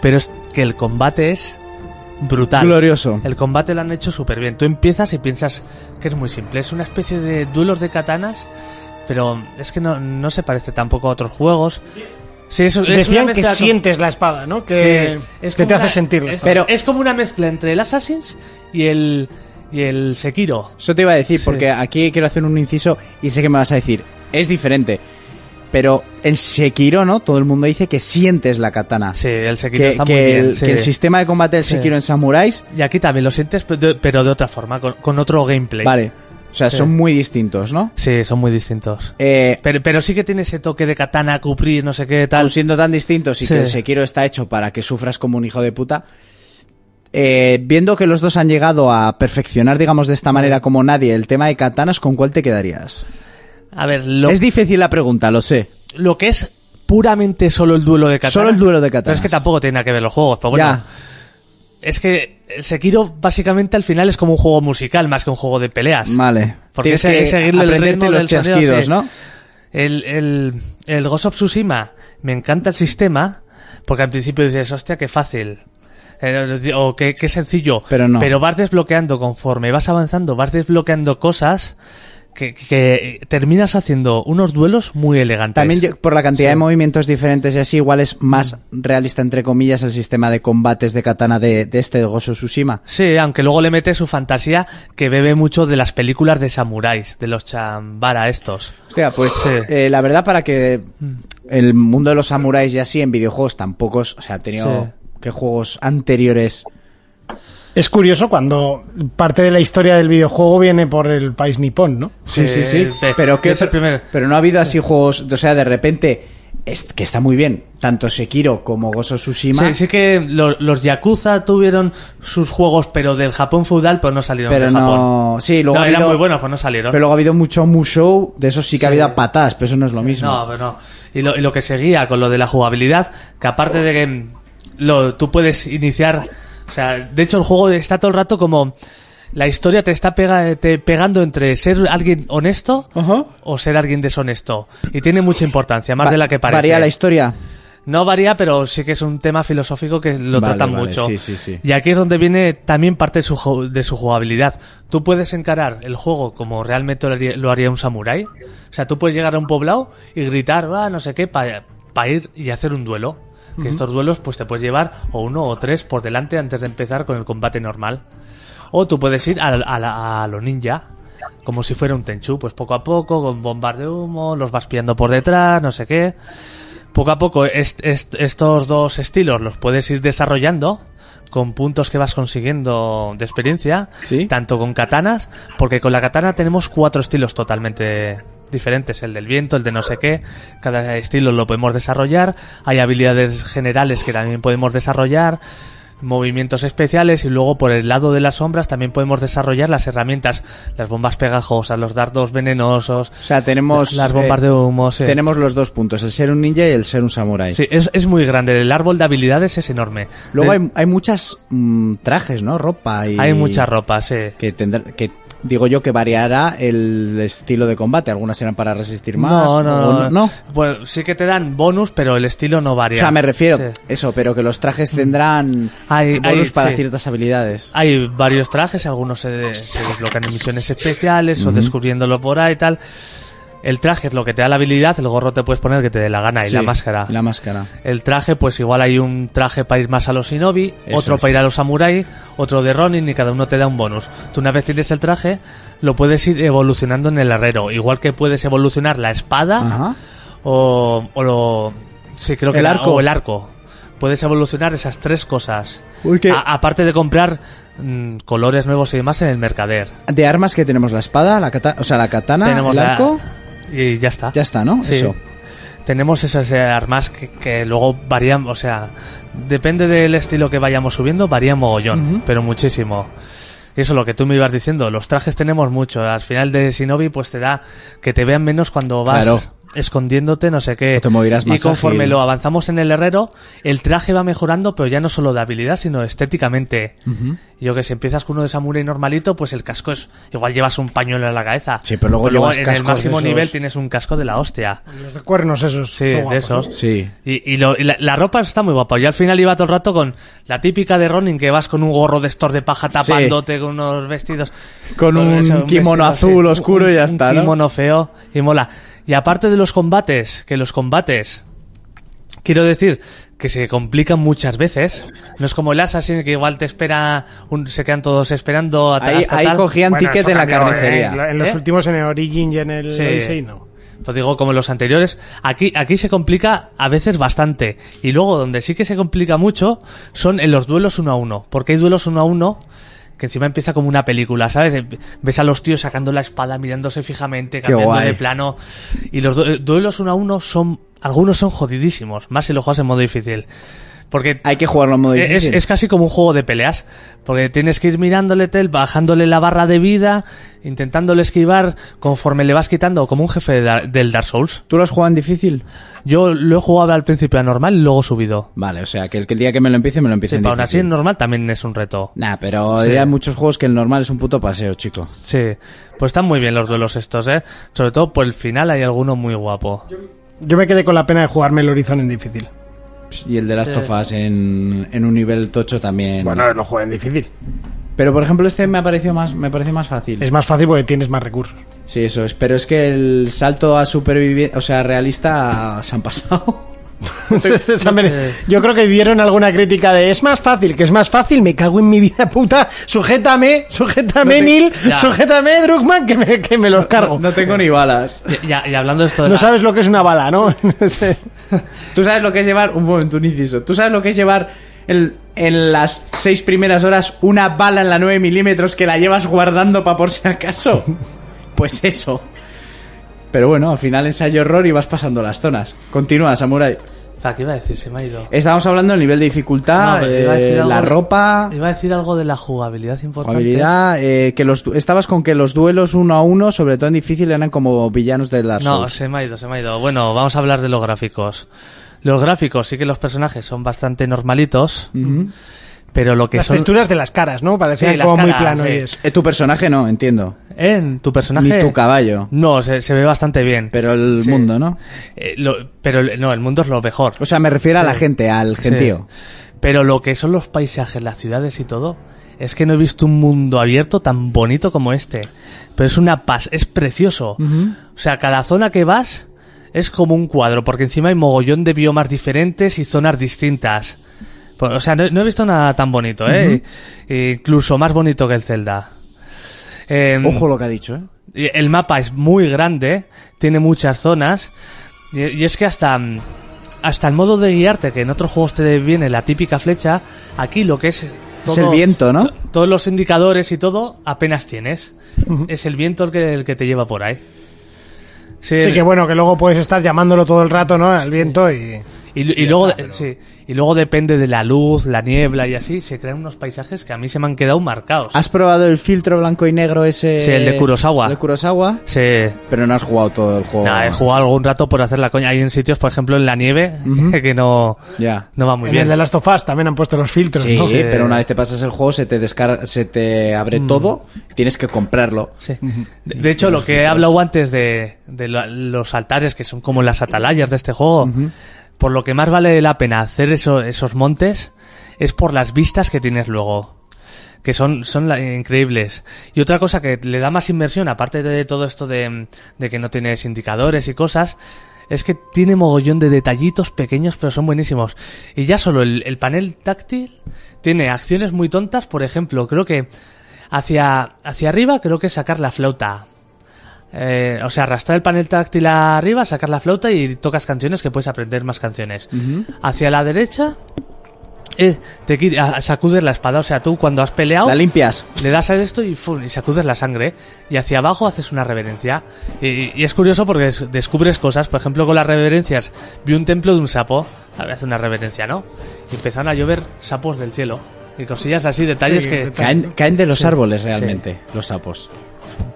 Speaker 7: pero es que el combate es brutal.
Speaker 6: Glorioso.
Speaker 7: El combate lo han hecho súper bien. Tú empiezas y piensas que es muy simple. Es una especie de duelos de katanas, pero es que no, no se parece tampoco a otros juegos. Sí, eso, es una
Speaker 3: Decían que
Speaker 7: mezcla con-
Speaker 3: sientes la espada, ¿no? Que,
Speaker 7: Sí,
Speaker 3: que
Speaker 7: como
Speaker 3: te
Speaker 7: una-
Speaker 3: hace sentirla.
Speaker 7: Es, pero es como una mezcla entre el Assassin's y el, y el Sekiro.
Speaker 6: Eso te iba a decir,
Speaker 7: Sí.
Speaker 6: porque aquí quiero hacer un inciso y sé que me vas a decir, es diferente. Pero en Sekiro, ¿no? Todo el mundo dice que sientes la katana.
Speaker 7: Sí, el Sekiro
Speaker 6: que,
Speaker 7: está
Speaker 6: que
Speaker 7: muy bien.
Speaker 6: el,
Speaker 7: sí.
Speaker 6: que el sistema de combate del
Speaker 7: Sí.
Speaker 6: Sekiro en Samuráis,
Speaker 7: Y aquí también lo sientes, pero de, pero de otra forma, con, con otro gameplay.
Speaker 6: vale. O sea,
Speaker 7: Sí.
Speaker 6: son muy distintos, ¿no?
Speaker 7: Sí, son muy distintos.
Speaker 6: Eh,
Speaker 7: Pero, pero sí que tiene ese toque de katana, cupri, no sé qué tal.
Speaker 6: aun siendo tan distintos y
Speaker 7: Sí.
Speaker 6: que el Sekiro está hecho para que sufras como un hijo de puta, eh, viendo que los dos han llegado a perfeccionar, digamos, de esta manera como nadie el tema de katanas, ¿con cuál te quedarías?
Speaker 7: A ver, lo,
Speaker 6: Es difícil la pregunta, lo sé.
Speaker 7: lo que es puramente solo el duelo de katana.
Speaker 6: Solo el duelo de
Speaker 7: Pero es que
Speaker 6: katanas.
Speaker 7: tampoco tiene nada que ver los juegos, pero bueno.
Speaker 6: Ya.
Speaker 7: Es que el Sekiro básicamente al final es como un juego musical más que un juego de peleas.
Speaker 6: Vale.
Speaker 7: Porque
Speaker 6: Tienes
Speaker 7: es-
Speaker 6: que
Speaker 7: es seguirle el
Speaker 6: aprenderte
Speaker 7: ritmo
Speaker 6: los
Speaker 7: del sonido,
Speaker 6: chasquidos,
Speaker 7: sí.
Speaker 6: ¿no?
Speaker 7: El, el, el Ghost of Tsushima, me encanta el sistema, porque al principio dices, hostia, qué fácil. Eh, O qué, qué sencillo.
Speaker 6: Pero no.
Speaker 7: vas desbloqueando conforme vas avanzando, vas desbloqueando cosas que, que terminas haciendo unos duelos muy elegantes.
Speaker 6: También yo- por la cantidad
Speaker 7: Sí. Mm.
Speaker 6: de movimientos diferentes y así, igual es más realista, entre comillas, el sistema de combates de katana de, de este de Gozo Tsushima.
Speaker 7: Sí, aunque luego le mete su fantasía que bebe mucho de las películas de samuráis, de los chambara estos.
Speaker 6: Hostia, pues
Speaker 7: Sí. Mm.
Speaker 6: eh, la verdad para que el mundo de los samuráis y así en videojuegos tampoco es... O sea, ha tenido... ¿Qué juegos anteriores?
Speaker 3: Es curioso cuando parte de la historia del videojuego viene por el país nipón, ¿no?
Speaker 7: Sí, sí, sí. Eh,
Speaker 6: Pero,
Speaker 7: que
Speaker 6: qué
Speaker 7: es el
Speaker 6: otro-
Speaker 7: primer-
Speaker 6: pero no ha habido así juegos... O sea, de repente... es- que está muy bien. Tanto Sekiro como Gozo Tsushima.
Speaker 7: Sí, sí que lo- los Yakuza tuvieron sus juegos, pero del Japón feudal, pues no salieron
Speaker 6: Pero
Speaker 7: del Japón.
Speaker 6: no... Sí, luego
Speaker 7: No,
Speaker 6: ha
Speaker 7: eran
Speaker 6: habido-
Speaker 7: muy buenos, pues no salieron.
Speaker 6: Pero luego ha habido mucho Musou. De eso sí que ha
Speaker 7: Sí.
Speaker 6: habido a patadas, pero eso no es lo mismo.
Speaker 7: No, pero no. Y lo, y lo que seguía con lo de la jugabilidad, que aparte de que mm, lo, tú puedes iniciar... O sea, de hecho el juego está todo el rato como... La historia te está pega- te pegando entre ser alguien honesto
Speaker 6: Ajá.
Speaker 7: o ser alguien deshonesto. Y tiene mucha importancia, más
Speaker 6: Va-
Speaker 7: de la que parece.
Speaker 6: Varía la historia.
Speaker 7: No varía, pero sí que es un tema filosófico que lo
Speaker 6: Vale,
Speaker 7: tratan
Speaker 6: vale,
Speaker 7: mucho.
Speaker 6: sí, sí, sí.
Speaker 7: Y aquí es donde viene también parte de su, ju- de su jugabilidad. Tú puedes encarar el juego como realmente lo haría, lo haría un samurái. O sea, tú puedes llegar a un poblado y gritar, ah, no sé qué, para ir y hacer un duelo. Que estos duelos pues te puedes llevar o uno o tres por delante antes de empezar con el combate normal. O tú puedes ir a, a la- a lo ninja, como si fuera un tenchu, pues poco a poco, con bombas de humo, los vas pillando por detrás, no sé qué. Poco a poco est- est- estos dos estilos los puedes ir desarrollando con puntos que vas consiguiendo de experiencia,
Speaker 6: Sí.
Speaker 7: tanto con katanas, porque con la katana tenemos cuatro estilos totalmente diferentes, el del viento, el de no sé qué, cada estilo lo podemos desarrollar, hay habilidades generales que también podemos desarrollar, movimientos especiales y luego por el lado de las sombras también podemos desarrollar las herramientas, las bombas pegajosas, los dardos venenosos,
Speaker 6: O sea, tenemos...
Speaker 7: las bombas
Speaker 6: eh,
Speaker 7: de humo, sí.
Speaker 6: Tenemos los dos puntos, el ser un ninja y el ser un samurái.
Speaker 7: Sí, es, es muy grande, el árbol de habilidades es enorme.
Speaker 6: Luego
Speaker 7: De-
Speaker 6: hay, hay muchas mm, trajes, ¿no? Ropa y...
Speaker 7: hay mucha ropa, sí.
Speaker 6: Que, tendrá- que digo yo que variará el estilo de combate. Algunas serán para resistir más.
Speaker 7: No, no,
Speaker 6: no.
Speaker 7: no. no. Bueno, sí que te dan bonus, pero el estilo no varía.
Speaker 6: O sea, me refiero
Speaker 7: Sí. Mm.
Speaker 6: eso, pero que los trajes tendrán
Speaker 7: Hay-
Speaker 6: bonus
Speaker 7: hay-
Speaker 6: para
Speaker 7: sí.
Speaker 6: ciertas habilidades.
Speaker 7: Hay varios trajes, algunos se, se desbloquean en misiones especiales o descubriéndolo por ahí y tal. El traje es lo que te da la habilidad, el gorro te puedes poner que te dé la gana y
Speaker 6: Sí,
Speaker 7: la máscara.
Speaker 6: y la máscara.
Speaker 7: El traje, pues igual hay un traje para ir más a los shinobi,
Speaker 6: Eso
Speaker 7: otro
Speaker 6: es.
Speaker 7: para ir a los samurai, otro de Ronin y cada uno te da un bonus. Tú una vez tienes el traje, lo puedes ir evolucionando en el herrero, igual que puedes evolucionar la espada
Speaker 6: Ajá.
Speaker 7: o, o lo... Sí, creo que
Speaker 6: El
Speaker 7: era-
Speaker 6: arco.
Speaker 7: o el arco. Puedes evolucionar esas tres cosas.
Speaker 6: Uy, qué-
Speaker 7: A- aparte de comprar mm, colores nuevos y demás en el mercader.
Speaker 6: De armas que tenemos la espada, la kata- o sea, la katana,
Speaker 7: Tenemos
Speaker 6: el
Speaker 7: la-
Speaker 6: arco.
Speaker 7: Y ya está.
Speaker 6: Ya está, ¿no?
Speaker 7: Sí.
Speaker 6: Eso.
Speaker 7: Tenemos esas eh, armas que, que luego varían, o sea, depende del estilo que vayamos subiendo, varía mogollón, pero muchísimo. Y Eso es lo que tú me ibas diciendo, los trajes tenemos mucho, al final de Shinobi pues te da que te vean menos cuando vas
Speaker 6: Claro.
Speaker 7: escondiéndote, no sé qué.
Speaker 6: O te moverás más
Speaker 7: y conforme
Speaker 6: ágil.
Speaker 7: lo avanzamos en el herrero, el traje va mejorando, pero ya no solo de habilidad, sino estéticamente. Yo que si empiezas con uno de samurai normalito, pues el casco es igual llevas un pañuelo en la cabeza.
Speaker 6: Sí, pero luego llevas
Speaker 7: en el
Speaker 6: cascos
Speaker 7: máximo
Speaker 6: de esos.
Speaker 7: nivel tienes un casco de la hostia.
Speaker 3: Los de cuernos esos.
Speaker 7: Sí,
Speaker 3: todo
Speaker 7: de
Speaker 3: guapos,
Speaker 7: esos.
Speaker 6: Sí.
Speaker 7: Y, y lo- y la, la ropa está muy guapa. Yo al final iba todo el rato con la típica de Ronin, que vas con un gorro de estor de paja tapándote con unos vestidos.
Speaker 6: Con un kimono azul oscuro y ya
Speaker 7: un-
Speaker 6: está,
Speaker 7: Un
Speaker 6: ¿no?
Speaker 7: kimono feo y mola. Y aparte de los combates, que los combates, quiero decir que se complican muchas veces. No es como el Assassin, que igual te espera, un- se quedan todos esperando. hasta-
Speaker 6: Ahí,
Speaker 7: hasta
Speaker 6: ahí
Speaker 7: tal.
Speaker 6: cogían
Speaker 3: Bueno,
Speaker 6: ticket
Speaker 3: eso
Speaker 6: en la
Speaker 3: cambió, ¿eh?
Speaker 6: carnicería.
Speaker 3: En lo- En los
Speaker 7: ¿Eh?
Speaker 3: últimos, en el Origin y en el
Speaker 7: Sí.
Speaker 3: Odyssey, no.
Speaker 7: Entonces digo, como en los anteriores, aquí, aquí se complica a veces bastante. Y luego, donde sí que se complica mucho, son en los duelos uno a uno. Porque hay duelos uno a uno que encima empieza como una película, ¿sabes? Em- Ves a los tíos sacando la espada, mirándose fijamente, cambiando
Speaker 6: guay.
Speaker 7: de plano. Y los du- eh, duelos uno a uno son, algunos son jodidísimos, más si lo juegas en modo difícil. Porque
Speaker 6: Hay que jugarlo en modo
Speaker 7: Eh, es-
Speaker 6: difícil.
Speaker 7: Es, casi como un juego de peleas, porque tienes que ir mirándole tel, bajándole la barra de vida, intentándole esquivar conforme le vas quitando, como un jefe de Dar- del Dark Souls.
Speaker 6: ¿Tú lo has jugado en difícil?
Speaker 7: Yo lo he jugado al principio a normal y luego subido.
Speaker 6: Vale, o sea, que el, que el día que me lo empiece, me lo empiece
Speaker 7: Sí,
Speaker 6: en
Speaker 7: pero aún así
Speaker 6: difícil.
Speaker 7: en normal también es un reto.
Speaker 6: Nah, pero
Speaker 7: Sí.
Speaker 6: hay muchos juegos que el normal es un puto paseo, chico.
Speaker 7: Sí, pues están muy bien los duelos estos, ¿eh? Sobre todo por el final hay alguno muy guapo.
Speaker 3: Yo me quedé con la pena de jugarme el Horizon en difícil.
Speaker 6: Y el de las tofas en, en un nivel tocho también.
Speaker 3: Bueno, lo jugué en difícil.
Speaker 6: Pero por ejemplo, este me ha parecido más, me parece más fácil.
Speaker 3: Es más fácil porque tienes más recursos.
Speaker 6: Sí, eso es. Pero es que el salto a superviviente, o sea, realista, se han pasado.
Speaker 3: Se han venido. Yo creo que vieron alguna crítica de es más fácil, que es más fácil, me cago en mi vida puta, sujétame, sujétame
Speaker 7: No te-
Speaker 3: Neil,
Speaker 7: Ya.
Speaker 3: sujétame Druckmann, que me, que me los cargo. No,
Speaker 6: No tengo ni balas.
Speaker 7: Y, y- y hablando de esto de la-
Speaker 3: sabes lo que es una bala, ¿no?
Speaker 6: Tú sabes lo que es llevar. Un momento, un inciso. Tú sabes lo que es llevar el- en las seis primeras horas una bala en la 9 milímetros que la llevas guardando para por si acaso. Pues eso. Pero bueno, al final ensayo error y vas pasando las zonas. Continúa, Samurai.
Speaker 7: Ah, ¿Qué iba a decir? Se me ha ido.
Speaker 6: Estábamos hablando del nivel de dificultad,
Speaker 7: No, pero iba a decir
Speaker 6: eh,
Speaker 7: algo
Speaker 6: la
Speaker 7: de-
Speaker 6: ropa,
Speaker 7: Iba a decir algo de la jugabilidad importante.
Speaker 6: habilidad. eh, que los, du- estabas con que los duelos uno a uno, sobre todo en difícil, eran como villanos de Dark
Speaker 7: No,
Speaker 6: Souls.
Speaker 7: se me ha ido, se me ha ido. Bueno, vamos a hablar de los gráficos. Los gráficos sí que los personajes son bastante normalitos, pero lo que
Speaker 3: Las
Speaker 7: son
Speaker 3: texturas de las caras, ¿no? Parecían
Speaker 7: Sí, las
Speaker 3: como muy
Speaker 7: caras,
Speaker 3: plano
Speaker 7: sí.
Speaker 3: y eso.
Speaker 6: Eh, tu personaje no, entiendo.
Speaker 7: en tu personaje.
Speaker 6: Ni tu caballo.
Speaker 7: No, se, se ve bastante bien.
Speaker 6: Pero el
Speaker 7: Sí.
Speaker 6: mundo, ¿no?
Speaker 7: Eh, lo- pero el- no, el mundo es lo mejor.
Speaker 6: O sea, me refiero a la gente, al gentío.
Speaker 7: Sí. Pero lo que son los paisajes, las ciudades y todo, es que no he visto un mundo abierto tan bonito como este. Pero es una paz, es precioso. O sea, cada zona que vas es como un cuadro, porque encima hay mogollón de biomas diferentes y zonas distintas. Pues, O sea, no, no he visto nada tan bonito, ¿eh? E- incluso más bonito que el Zelda. Em,
Speaker 6: Ojo lo que ha dicho, ¿eh?
Speaker 7: y El mapa es muy grande, tiene muchas zonas. Y, y es que hasta, mm, hasta el modo de guiarte, que en otros juegos te viene la típica flecha, aquí lo que es.
Speaker 6: Es el viento, ¿no?
Speaker 7: to- Todos los indicadores y todo apenas tienes. Es el viento el que, el que te lleva por ahí. Sí,
Speaker 3: Sí, que bueno, que luego puedes estar llamándolo todo el rato, ¿no? Al viento y...
Speaker 7: Y, y luego, está, pero... sí, y luego depende de la luz, la niebla y así, se crean unos paisajes que a mí se me han quedado marcados.
Speaker 6: ¿Has probado el filtro blanco y negro ese?
Speaker 7: Sí, el de Kurosawa.
Speaker 6: El de Kurosawa.
Speaker 7: Sí.
Speaker 6: Pero no has jugado todo el juego.
Speaker 7: Nah, he jugado algún rato por hacer la coña. Hay en sitios, por ejemplo, en la nieve, uh -huh. que no, yeah. no va muy
Speaker 3: en
Speaker 7: bien.
Speaker 3: En el de Last of Us también han puesto los filtros,
Speaker 6: sí,
Speaker 3: ¿no?
Speaker 6: sí, pero una vez te pasas el juego se te descarga, se te abre mm. todo, tienes que comprarlo.
Speaker 7: Sí. De, de hecho, lo que he hablado antes de, de los altares, que son como las atalayas de este juego, uh -huh. por lo que más vale la pena hacer eso, esos montes es por las vistas que tienes luego que son, son increíbles. Y otra cosa que le da más inmersión, aparte de todo esto de, de, que no tienes indicadores y cosas, es que tiene mogollón de detallitos pequeños, pero son buenísimos. Y ya solo el, el panel táctil tiene acciones muy tontas, por ejemplo, creo que hacia, hacia arriba creo que es sacar la flauta. Eh, o sea, arrastrar el panel táctil arriba, sacar la flauta y tocas canciones que puedes aprender más canciones. Uh -huh. Hacia la derecha eh, te quita, sacudes la espada, o sea, tú cuando has peleado...
Speaker 6: La limpias.
Speaker 7: Le das a esto y, y sacudes la sangre. Y hacia abajo haces una reverencia. Y, y, es curioso porque descubres cosas. Por ejemplo, con las reverencias, vi un templo de un sapo. Hace una reverencia, ¿no? Y empezaron a llover sapos del cielo. Y cosillas así, detalles sí, que...
Speaker 6: Caen, caen, de los sí, árboles realmente, sí. los sapos.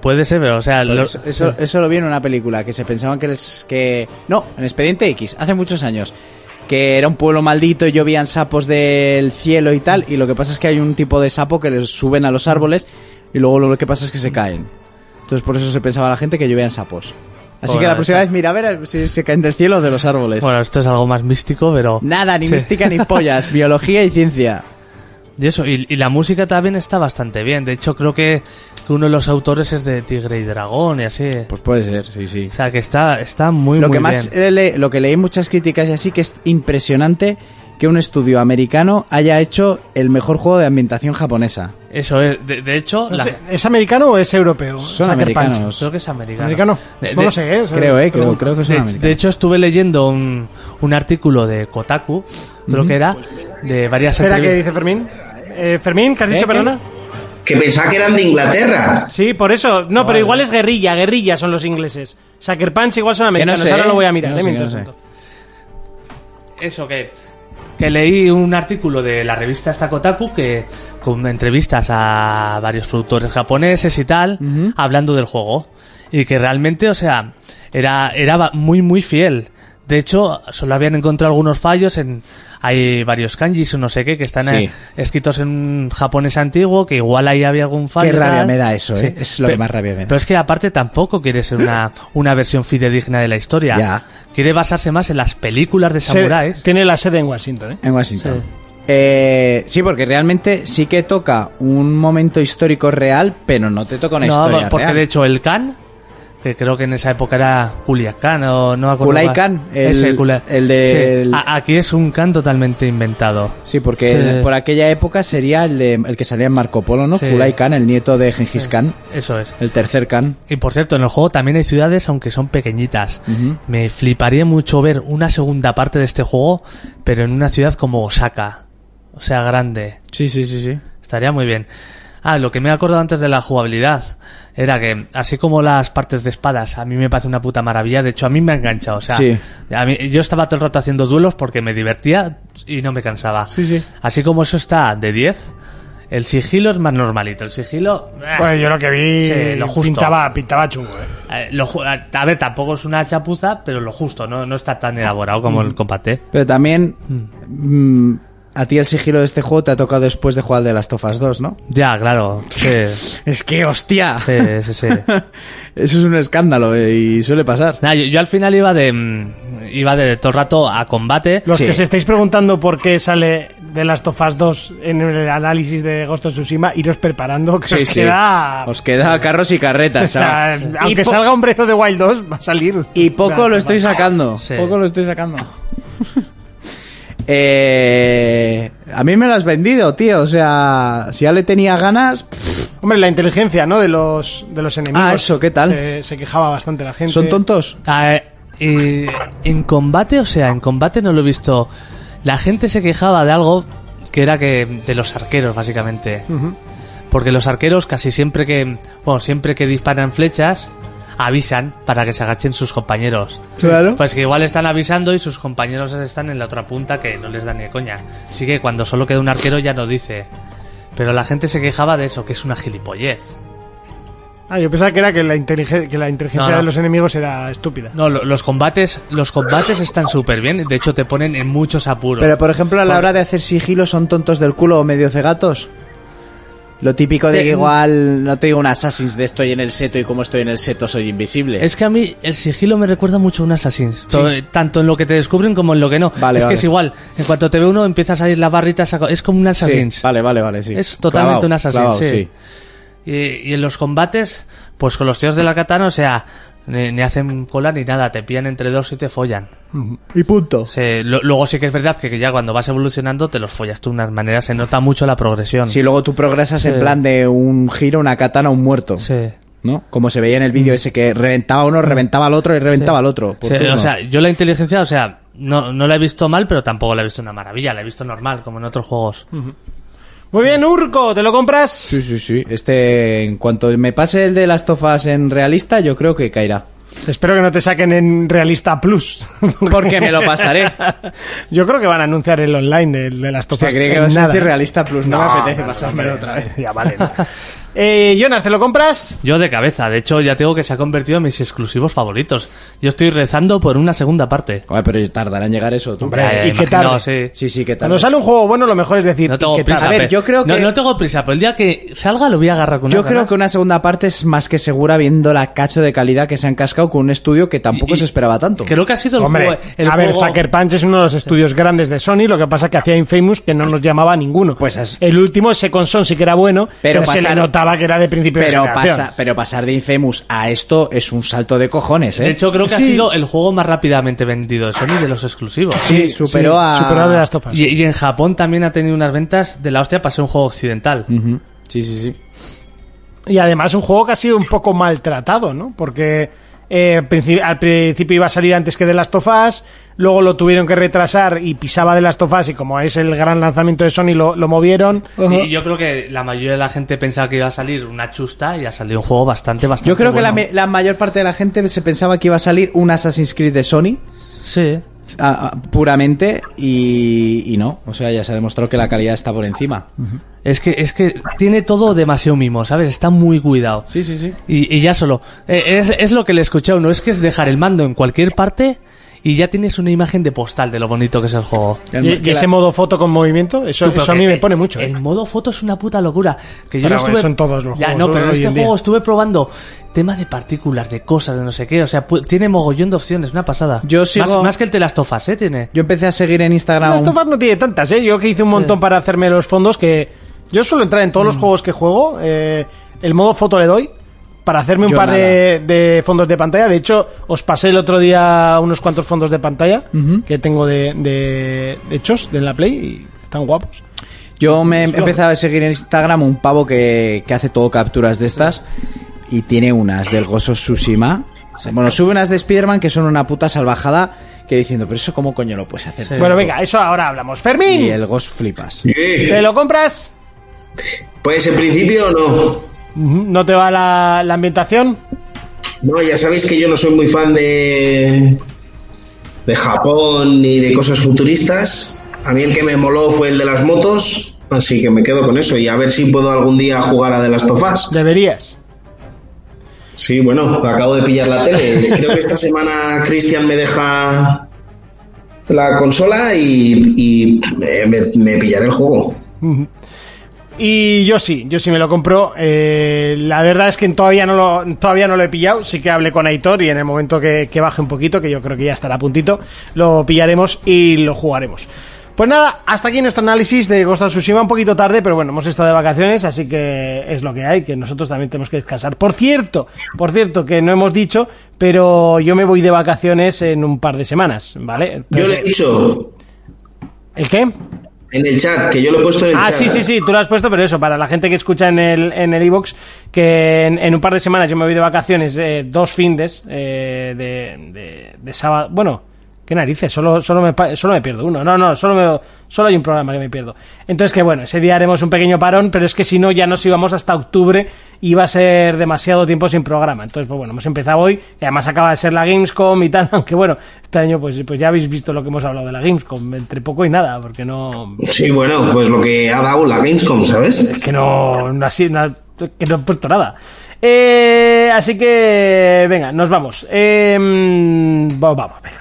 Speaker 7: Puede ser, pero o sea,
Speaker 6: pero los... Pues eso, eso, lo vi en una película que se pensaban que les que no, en Expediente X, hace muchos años que era un pueblo maldito y llovían sapos del cielo y tal. Y lo que pasa es que hay un tipo de sapo que les suben a los árboles y luego lo que pasa es que se caen. Entonces por eso se pensaba la gente que llovían sapos. Así bueno, que la próxima esto... vez mira a ver si se caen del cielo o de los árboles.
Speaker 7: Bueno, esto es algo más místico, pero...
Speaker 6: Nada, ni sí. mística ni pollas, biología y ciencia.
Speaker 7: Y eso, y, y, la música también está bastante bien. De hecho, creo que, que, uno de los autores es de Tigre y Dragón y así.
Speaker 6: Pues puede ser, sí, sí.
Speaker 7: O sea, que está, está muy,
Speaker 6: lo
Speaker 7: muy
Speaker 6: que más
Speaker 7: bien.
Speaker 6: Le, lo que leí muchas críticas y así, que es impresionante que un estudio americano haya hecho el mejor juego de ambientación japonesa.
Speaker 7: Eso es, de, de hecho...
Speaker 3: La... ¿Es americano o es europeo?
Speaker 6: Son americanos. Punch.
Speaker 7: Creo que es americano.
Speaker 3: ¿Americano?
Speaker 7: De,
Speaker 3: no de, lo sé, ¿eh?
Speaker 6: Creo, eh, creo, creo que son americanos.
Speaker 7: De hecho, estuve leyendo un, un artículo de Kotaku, creo uh -huh. que era, de varias...
Speaker 3: Espera, ¿qué dice Fermín? Eh, Fermín, ¿qué has ¿Eh? dicho, perdona?
Speaker 8: Que pensaba que eran de Inglaterra.
Speaker 3: Sí, por eso. No, no pero igual es guerrilla, guerrilla son los ingleses. Sucker Punch igual son americanos,
Speaker 6: no sé,
Speaker 3: ahora lo voy a mirar.
Speaker 6: No
Speaker 3: eh,
Speaker 6: sé,
Speaker 7: eso que que leí un artículo de la revista Stakotaku que con entrevistas a varios productores japoneses y tal uh -huh. hablando del juego y que realmente, o sea, era era muy muy fiel. De hecho, solo habían encontrado algunos fallos en hay varios kanjis o no sé qué que están sí. eh, escritos en japonés antiguo, que igual ahí había algún fallo.
Speaker 6: Qué rabia me da eso, sí. ¿eh? es lo
Speaker 7: pero,
Speaker 6: que más rabia me da.
Speaker 7: Pero es que aparte tampoco quiere ser una, una versión fidedigna de la historia.
Speaker 6: Ya.
Speaker 7: Quiere basarse más en las películas de samuráis.
Speaker 3: Tiene la sede en Washington, ¿eh?
Speaker 6: En Washington. Sí. Eh, sí, porque realmente sí que toca un momento histórico real, pero no te toca una
Speaker 7: no,
Speaker 6: historia
Speaker 7: porque
Speaker 6: real.
Speaker 7: de hecho el Khan que creo que en esa época era Kuliakan o no
Speaker 6: Kulai Khan, el,
Speaker 7: Ese, Kulai.
Speaker 6: el de...
Speaker 7: Sí.
Speaker 6: El...
Speaker 7: aquí es un Khan totalmente inventado.
Speaker 6: Sí, porque sí. El, por aquella época sería el, de, el que salía en Marco Polo, ¿no? Sí. Kulai Khan, el nieto de Gengis Khan.
Speaker 7: Eso es.
Speaker 6: El tercer Khan.
Speaker 7: Y por cierto, en el juego también hay ciudades, aunque son pequeñitas. Uh -huh. Me fliparía mucho ver una segunda parte de este juego, pero en una ciudad como Osaka. O sea, grande.
Speaker 6: Sí, sí, sí, sí.
Speaker 7: Estaría muy bien. Ah, lo que me he acordado antes de la jugabilidad era que, así como las partes de espadas, a mí me parece una puta maravilla. De hecho, a mí me ha enganchado. O sea,
Speaker 6: sí.
Speaker 7: a mí, yo estaba todo el rato haciendo duelos porque me divertía y no me cansaba.
Speaker 6: Sí, sí.
Speaker 7: Así como eso está de 10, el sigilo es más normalito. El sigilo.
Speaker 3: Bueno, Pues yo lo que vi. Sí, lo justo. Pintaba, pintaba chungo,
Speaker 7: ¿eh? Eh, lo, a ver, tampoco es una chapuza, pero lo justo, no, no está tan elaborado como mm. el combate.
Speaker 6: Pero también. Mm. Mm, a ti el sigilo de este juego te ha tocado después de jugar de las Tofas 2, ¿no?
Speaker 7: Ya, claro. Sí.
Speaker 6: es que, hostia.
Speaker 7: Sí, sí, sí.
Speaker 6: Eso es un escándalo eh, y suele pasar.
Speaker 7: Nah, yo, yo, al final iba de mm, iba de todo el rato a combate.
Speaker 3: Los sí. que se estáis preguntando por qué sale de las Tofas 2 en el análisis de Ghost of Tsushima, iros preparando que sí, os queda
Speaker 6: os queda carros y carretas, ¿sabes?
Speaker 3: Nah, aunque y salga un brezo de Wild 2 va a salir.
Speaker 6: Y poco claro, lo estoy sacando, poco lo estoy sacando. Eh, a mí me lo has vendido, tío. O sea, si ya le tenía ganas. Pff.
Speaker 3: Hombre, la inteligencia, ¿no? De los, de los enemigos.
Speaker 6: Ah, eso, ¿qué tal?
Speaker 3: Se, se quejaba bastante la gente.
Speaker 6: ¿Son tontos?
Speaker 7: Ah, eh, en combate, o sea, en combate no lo he visto. La gente se quejaba de algo que era que de los arqueros, básicamente. Uh -huh. Porque los arqueros casi siempre que. Bueno, siempre que disparan flechas avisan para que se agachen sus compañeros.
Speaker 5: Claro.
Speaker 7: Pues que igual están avisando y sus compañeros están en la otra punta que no les dan ni coña. Así que cuando solo queda un arquero ya no dice. Pero la gente se quejaba de eso, que es una gilipollez.
Speaker 5: Ah, yo pensaba que era que la, inteligencia, que la inteligencia no, no. de los enemigos era estúpida.
Speaker 7: No, lo, los combates, los combates están súper bien. De hecho, te ponen en muchos apuros.
Speaker 6: Pero, por ejemplo, a la hora de hacer sigilo, ¿son tontos del culo o medio cegatos? Lo típico de que igual no te digo un Assassin's de estoy en el seto y como estoy en el seto soy invisible.
Speaker 7: Es que a mí el sigilo me recuerda mucho a un Assassin's. Sí. Todo, tanto en lo que te descubren como en lo que no.
Speaker 6: Vale,
Speaker 7: es
Speaker 6: vale.
Speaker 7: que es igual. En cuanto te ve uno empieza a salir la barrita. Saco, es como un Assassin's.
Speaker 6: Sí, vale, vale, vale. Sí.
Speaker 7: Es
Speaker 6: clavao,
Speaker 7: totalmente un Assassin's.
Speaker 6: Clavao, sí.
Speaker 7: Y, y, en los combates, pues con los tíos de la katana, o sea, ni, ni, hacen cola ni nada. Te pillan entre dos y te follan.
Speaker 5: Y punto.
Speaker 7: Se, lo, luego sí que es verdad que, que, ya cuando vas evolucionando te los follas tú de unas maneras. Se nota mucho la progresión.
Speaker 6: Sí, luego tú progresas sí. en plan de un giro, una katana, un muerto.
Speaker 7: Sí. Mm.
Speaker 6: ¿no? Como se veía en el vídeo ese que reventaba uno, reventaba al otro y reventaba sí. al otro.
Speaker 7: Sí, o sea, yo la inteligencia, o sea, no, no la he visto mal, pero tampoco la he visto una maravilla, la he visto normal, como en otros juegos.
Speaker 6: Hmm.
Speaker 7: Uh -huh.
Speaker 5: Muy bien, Urco, ¿te lo compras?
Speaker 6: Sí, sí, sí. Este, en cuanto me pase el de las tofas en realista, yo creo que caerá.
Speaker 5: Espero que no te saquen en Realista Plus.
Speaker 6: Porque me lo pasaré.
Speaker 5: Yo creo que van a anunciar el online de, de las tofas.
Speaker 6: Te creí que vas a decir Realista Plus. No, no me apetece no, pasármelo
Speaker 5: no,
Speaker 6: otra vez.
Speaker 5: Ya vale. eh, Jonas, ¿te lo compras?
Speaker 7: Yo de cabeza. De hecho, ya tengo que se ha convertido en mis exclusivos favoritos. Yo estoy rezando por una segunda parte.
Speaker 6: Oye, pero tardará en llegar eso. ¿tú?
Speaker 5: Hombre, ¿y qué tarde?
Speaker 7: Sí.
Speaker 6: sí, sí, qué tarde.
Speaker 5: Cuando sale un juego bueno, lo mejor es decir.
Speaker 7: No tengo
Speaker 5: qué
Speaker 7: prisa.
Speaker 6: A ver, yo creo que.
Speaker 7: No, no tengo prisa, pero el día que salga lo voy a agarrar con una
Speaker 6: Yo creo
Speaker 7: ganas.
Speaker 6: que una segunda parte es más que segura viendo la cacho de calidad que se han cascado con un estudio que tampoco y, se esperaba tanto.
Speaker 7: Creo que ha sido el
Speaker 5: Hombre,
Speaker 7: juego. El
Speaker 5: a
Speaker 7: juego...
Speaker 5: ver, Sucker Punch es uno de los estudios sí. grandes de Sony, lo que pasa que hacía Infamous que no nos llamaba a ninguno.
Speaker 6: Pues es...
Speaker 5: El último, ese con Son sí que era bueno, pero, pero pasar... se le notaba que era de principio
Speaker 6: pero
Speaker 5: de
Speaker 6: pasa, Pero pasar de Infamous a esto es un salto de cojones, ¿eh?
Speaker 7: De hecho, creo que sí. ha sido el juego más rápidamente vendido de Sony de los exclusivos.
Speaker 6: Sí, sí superó a...
Speaker 5: Superó de las topas.
Speaker 7: Y, y, en Japón también ha tenido unas ventas de la hostia para ser un juego occidental.
Speaker 6: Uh -huh. Sí, sí, sí.
Speaker 5: Y además un juego que ha sido un poco maltratado, ¿no? Porque eh, al principio iba a salir antes que de las tofas, luego lo tuvieron que retrasar y pisaba de las tofas y como es el gran lanzamiento de Sony lo, lo movieron.
Speaker 7: Uh -huh. Y yo creo que la mayoría de la gente pensaba que iba a salir una chusta y ha salido un juego bastante, bastante.
Speaker 6: Yo creo
Speaker 7: bueno.
Speaker 6: que la, la, mayor parte de la gente se pensaba que iba a salir un Assassin's Creed de Sony.
Speaker 7: Sí.
Speaker 6: A, a, puramente y, y, no, o sea, ya se ha demostrado que la calidad está por encima. Uh -huh.
Speaker 7: Es que, es que tiene todo demasiado mimo, ¿sabes? Está muy cuidado.
Speaker 6: Sí, sí, sí.
Speaker 7: Y, y ya solo. Eh, es, es, lo que le escuché a uno, es que es dejar el mando en cualquier parte y ya tienes una imagen de postal de lo bonito que es el juego.
Speaker 5: ¿Y, y ese modo foto con movimiento? Eso, eso a mí
Speaker 7: eh,
Speaker 5: me pone mucho. ¿eh?
Speaker 7: El, el modo foto es una puta locura. Que yo
Speaker 5: pero
Speaker 7: no estuve,
Speaker 5: eso en todos los
Speaker 7: ya,
Speaker 5: juegos.
Speaker 7: no, pero en este juego estuve probando tema de partículas, de cosas, de no sé qué. O sea, tiene mogollón de opciones, una pasada.
Speaker 6: Yo sigo...
Speaker 7: más, más, que el Telastofas, ¿eh? Tiene.
Speaker 6: Yo empecé a seguir en Instagram.
Speaker 5: Telastofas no tiene tantas, ¿eh? Yo que hice un montón sí. para hacerme los fondos que... Yo suelo entrar en todos mm. los juegos que juego. Eh, el modo foto le doy para hacerme un yo par de, de, fondos de pantalla. De hecho, os pasé el otro día unos cuantos fondos de pantalla uh -huh. que tengo de, de, de, hechos de la Play y están guapos.
Speaker 6: Yo me he empezado a seguir en Instagram un pavo que, que hace todo capturas de estas. Sí y tiene unas del Gozo Tsushima. Sí. Bueno, sube unas de Spider-Man que son una puta salvajada. Que diciendo, pero eso cómo coño lo puedes hacer. Sí.
Speaker 5: Bueno, venga, eso ahora hablamos. Fermín.
Speaker 6: Y el Ghost flipas.
Speaker 8: Sí.
Speaker 5: ¿Te lo compras?
Speaker 8: Pues en principio no.
Speaker 5: ¿No te va la, la, ambientación?
Speaker 8: No, ya sabéis que yo no soy muy fan de. de Japón ni de cosas futuristas. A mí el que me moló fue el de las motos. Así que me quedo con eso y a ver si puedo algún día jugar a de las tofas.
Speaker 5: Deberías.
Speaker 8: Sí, bueno, acabo de pillar la tele. Creo que esta semana Cristian me deja la consola y, y eh, me, me, pillaré el juego.
Speaker 5: Y yo sí, yo sí me lo compro. Eh, la verdad es que todavía no, lo, todavía no lo he pillado. Sí que hablé con Aitor y en el momento que, que baje un poquito, que yo creo que ya estará a puntito, lo pillaremos y lo jugaremos. Pues nada, hasta aquí nuestro análisis de Ghost of Tsushima, un poquito tarde, pero bueno, hemos estado de vacaciones, así que es lo que hay, que nosotros también tenemos que descansar. Por cierto, por cierto, que no hemos dicho, pero yo me voy de vacaciones en un par de semanas, ¿vale?
Speaker 8: Entonces, yo le he dicho.
Speaker 5: ¿El qué?
Speaker 8: En el chat, que yo lo he puesto en el
Speaker 5: ah,
Speaker 8: chat.
Speaker 5: sí, sí, sí, tú lo has puesto, pero eso, para la gente que escucha en el en el e que en, en, un par de semanas yo me voy de vacaciones, eh, dos findes eh, de, de, de sábado, bueno, ¿Qué narices? Solo, solo, me, solo me pierdo uno. No, no, solo, me, solo hay un programa que me pierdo. Entonces, que bueno, ese día haremos un pequeño parón, pero es que si no, ya nos íbamos hasta octubre y va a ser demasiado tiempo sin programa. Entonces, pues bueno, hemos empezado hoy, y además acaba de ser la Gamescom y tal, aunque bueno, este año pues, pues ya habéis visto lo que hemos hablado de la Gamescom, entre poco y nada, porque no...
Speaker 8: Sí, bueno, pues lo que ha dado la Gamescom, ¿sabes?
Speaker 5: Es que no, no así, no, que no he puesto nada. Eh, así que, venga, nos vamos. Eh, vamos, venga.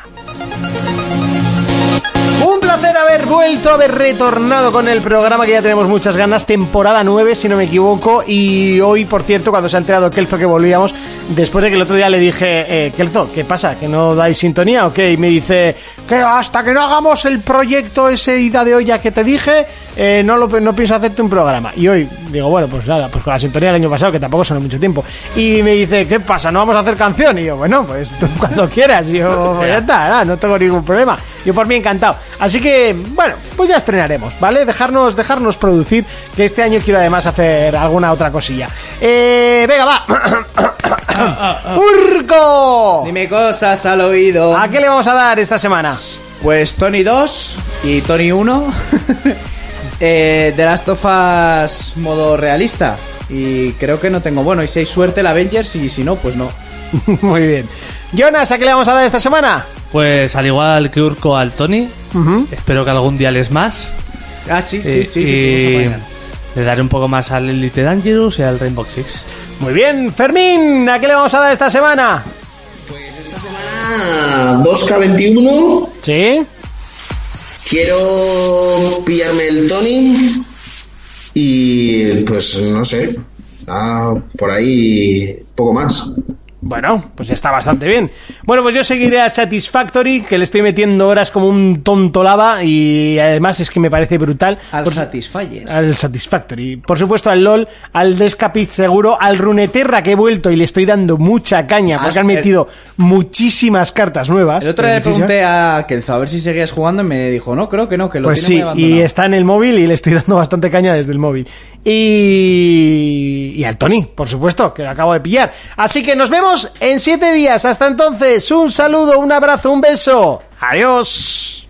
Speaker 5: Un placer haber vuelto, haber retornado con el programa que ya tenemos muchas ganas, temporada 9 si no me equivoco, y hoy por cierto cuando se ha enterado Kelzo que volvíamos, después de que el otro día le dije, eh, Kelzo, ¿qué pasa? ¿Que no dais sintonía o qué? Y me dice, que hasta que no hagamos el proyecto ese ida de olla que te dije, eh, no, lo, no pienso hacerte un programa. Y hoy digo, bueno, pues nada, pues con la sintonía del año pasado, que tampoco sonó mucho tiempo. Y me dice, ¿qué pasa? ¿No vamos a hacer canción? Y yo, bueno, pues tú cuando quieras. Y yo, "Pues ya está, nada, no tengo ningún problema. Yo por mí encantado. Así que, bueno, pues ya estrenaremos, ¿vale? Dejarnos, dejarnos producir, que este año quiero además hacer alguna otra cosilla. Eh, venga, va. ¡Urco!
Speaker 6: Dime cosas al oído.
Speaker 5: ¿A qué le vamos a dar esta semana?
Speaker 6: Pues Tony 2 y Tony 1. eh, de las tofas modo realista. Y creo que no tengo. Bueno, y si hay suerte el Avengers y si no, pues no.
Speaker 5: Muy bien. Jonas, ¿a qué le vamos a dar esta semana?
Speaker 7: Pues al igual que Urco al Tony, uh -huh. espero que algún día les más.
Speaker 6: Ah, sí, sí, eh, sí, y sí,
Speaker 7: Le daré un poco más al Elite Dangerous y al Rainbow Six.
Speaker 5: Muy bien, Fermín, ¿a qué le vamos a dar esta semana?
Speaker 8: Pues esta semana 2K21.
Speaker 5: Sí.
Speaker 8: Quiero pillarme el Tony y pues no sé, ah, por ahí poco más.
Speaker 5: Bueno, pues está bastante bien. Bueno, pues yo seguiré a Satisfactory, que le estoy metiendo horas como un tonto lava y además es que me parece brutal.
Speaker 6: Al por, Satisfyer.
Speaker 5: Al Satisfactory. Por supuesto, al LOL, al Descapiz seguro, al Runeterra que he vuelto y le estoy dando mucha caña porque As han metido el... muchísimas cartas nuevas.
Speaker 6: El otro día le pregunté a Kelzo a ver si seguías jugando y me dijo, no, creo que no, que lo
Speaker 5: pues
Speaker 6: tiene sí,
Speaker 5: muy abandonado. Y está en el móvil y le estoy dando bastante caña desde el móvil. Y, y al Tony, por supuesto, que lo acabo de pillar. Así que nos vemos en siete días. Hasta entonces, un saludo, un abrazo, un beso. Adiós.